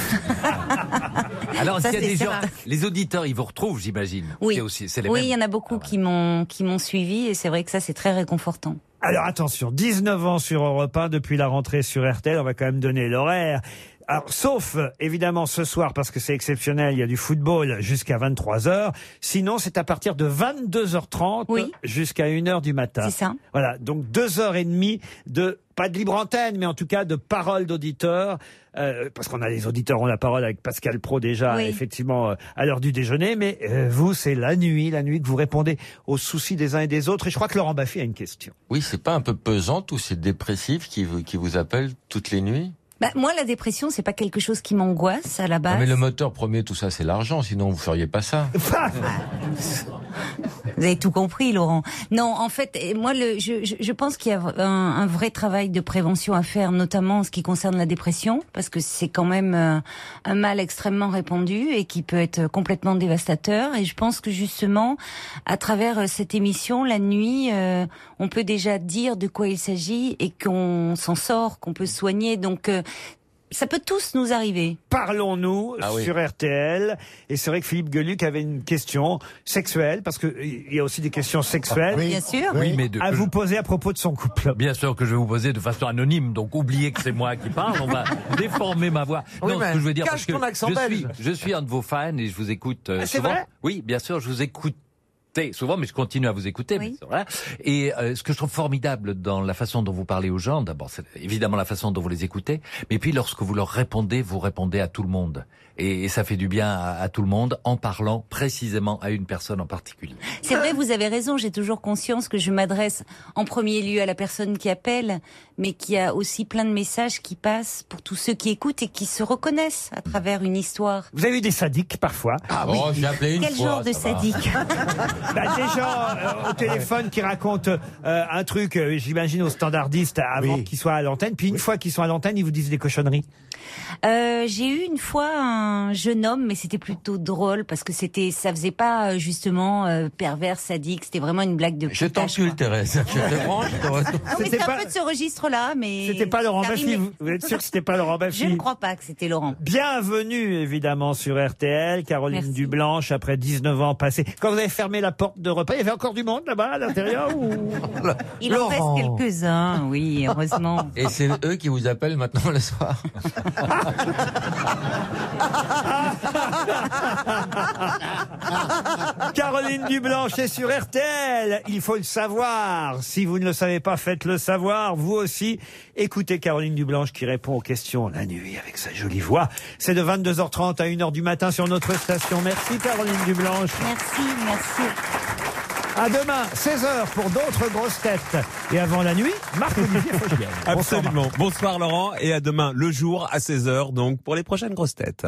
S8: Alors,
S19: Ça,
S8: s'il y a
S19: c'est
S8: des gens,
S19: certain.
S8: les auditeurs, ils vous retrouvent, j'imagine.
S19: Oui,
S8: C'est aussi, c'est les
S19: oui,
S8: mêmes.
S19: il y en a beaucoup qui m'ont qui m'ont suivi et c'est vrai que ça c'est très réconfortant.
S3: Alors attention, 19 ans sur Europe 1 depuis la rentrée sur RTL, on va quand même donner l'horaire. Alors, sauf euh, évidemment ce soir parce que c'est exceptionnel, il y a du football jusqu'à 23h. Sinon, c'est à partir de 22h30 jusqu'à 1h du matin.
S19: C'est ça.
S3: Voilà, donc 2h30 de pas de libre antenne, mais en tout cas de parole d'auditeurs, euh, parce qu'on a les auditeurs ont la parole avec Pascal Pro déjà,
S19: Oui.
S3: effectivement, euh, à l'heure du déjeuner, mais euh, vous, c'est la nuit, la nuit que vous répondez aux soucis des uns et des autres, et je crois que Laurent Baffy a une question.
S9: Oui, c'est pas un peu pesant tous ces dépressifs qui vous, qui vous appellent toutes les nuits
S19: Bah, moi, la dépression, c'est pas quelque chose qui m'angoisse à la
S9: Non,
S19: base.
S9: Mais le moteur premier, tout ça, c'est l'argent, sinon vous feriez pas ça.
S19: Vous avez tout compris, Laurent. Non, en fait, et moi, le, je, je- je pense qu'il y a un, un vrai travail de prévention à faire, notamment en ce qui concerne la dépression, parce que c'est quand même euh, un mal extrêmement répandu et qui peut être complètement dévastateur. Et je pense que justement, à travers euh, cette émission, la nuit, euh, on peut déjà dire de quoi il s'agit et qu'on s'en sort, qu'on peut se soigner. Donc, euh, ça peut tous nous arriver.
S3: Parlons-nous
S19: Ah
S3: sur RTL. Et c'est vrai que Philippe Gueluc avait une question sexuelle, parce qu'il y a aussi des questions sexuelles.
S8: Oui, Bien sûr. oui, mais de-
S3: À vous poser à propos de son couple.
S8: Bien sûr que je vais vous poser de façon anonyme, donc oubliez que c'est moi qui parle, on va déformer ma voix.
S4: Oui, mais
S8: ce que je veux dire,
S4: cache
S8: parce que
S4: ton accent
S8: je
S4: belge.
S8: suis, je suis un de vos fans et je vous écoute euh,
S4: Ah, c'est
S8: souvent.
S4: vrai
S8: oui, bien sûr, je vous écoutais souvent, mais je continue à vous écouter.
S4: Oui.
S8: mais c'est vrai. Et euh, ce que je trouve formidable dans la façon dont vous parlez aux gens, d'abord, c'est évidemment la façon dont vous les écoutez, mais puis lorsque vous leur répondez, vous répondez à tout le monde. Et, et ça fait du bien à- à tout le monde en parlant précisément à une personne en particulier.
S19: C'est vrai, vous avez raison, j'ai toujours conscience que je m'adresse en premier lieu à la personne qui appelle, mais qu'il y a aussi plein de messages qui passent pour tous ceux qui écoutent et qui se reconnaissent à travers une histoire.
S3: Vous avez eu des sadiques parfois. Ah
S9: oui. Oh, j'ai appelé une
S19: Quel
S9: fois,
S19: genre de
S9: ça va.
S19: sadique
S3: Bah, des gens euh, au téléphone qui racontent euh, un truc, euh, j'imagine, aux standardistes avant qu'ils soient à l'antenne. Puis une fois qu'ils sont à l'antenne, ils vous disent des cochonneries.
S19: Euh, j'ai eu une fois un jeune homme, mais c'était plutôt drôle parce que c'était, ça faisait pas euh, justement euh, pervers, sadique, c'était vraiment une blague de.
S9: Je t'encule, Thérèse. Je te branche, je te retourne.
S19: Ah oui, c'est un peu de ce registre-là, mais.
S3: C'était pas Laurent
S19: ça
S3: Baffy.
S19: rimait.
S3: Vous, vous êtes sûr que c'était pas Laurent Baffy
S19: Je ne crois pas que c'était Laurent.
S3: Bienvenue évidemment sur RTL, Caroline
S19: Merci.
S3: Dublanche, après 19 ans passés. Quand vous avez fermé la porte de repas, il y avait encore du monde là-bas à l'intérieur ou...
S19: Il en reste quelques-uns, oui, heureusement.
S9: Et c'est eux qui vous appellent maintenant le soir.
S3: Caroline Dublanche est sur RTL. Il faut le savoir. Si vous ne le savez pas, faites-le savoir. Vous aussi, écoutez Caroline Dublanche qui répond aux questions la nuit avec sa jolie voix. C'est de 22h30 à 1h du matin sur notre station. Merci Caroline Dublanche.
S19: Merci, merci.
S3: À demain, 16h pour d'autres grosses têtes. Et avant la nuit, Marc-Olivier Fogiel. Bonsoir, Marc.
S20: Absolument. Bonsoir Laurent et à demain le jour à 16h donc pour les prochaines grosses têtes.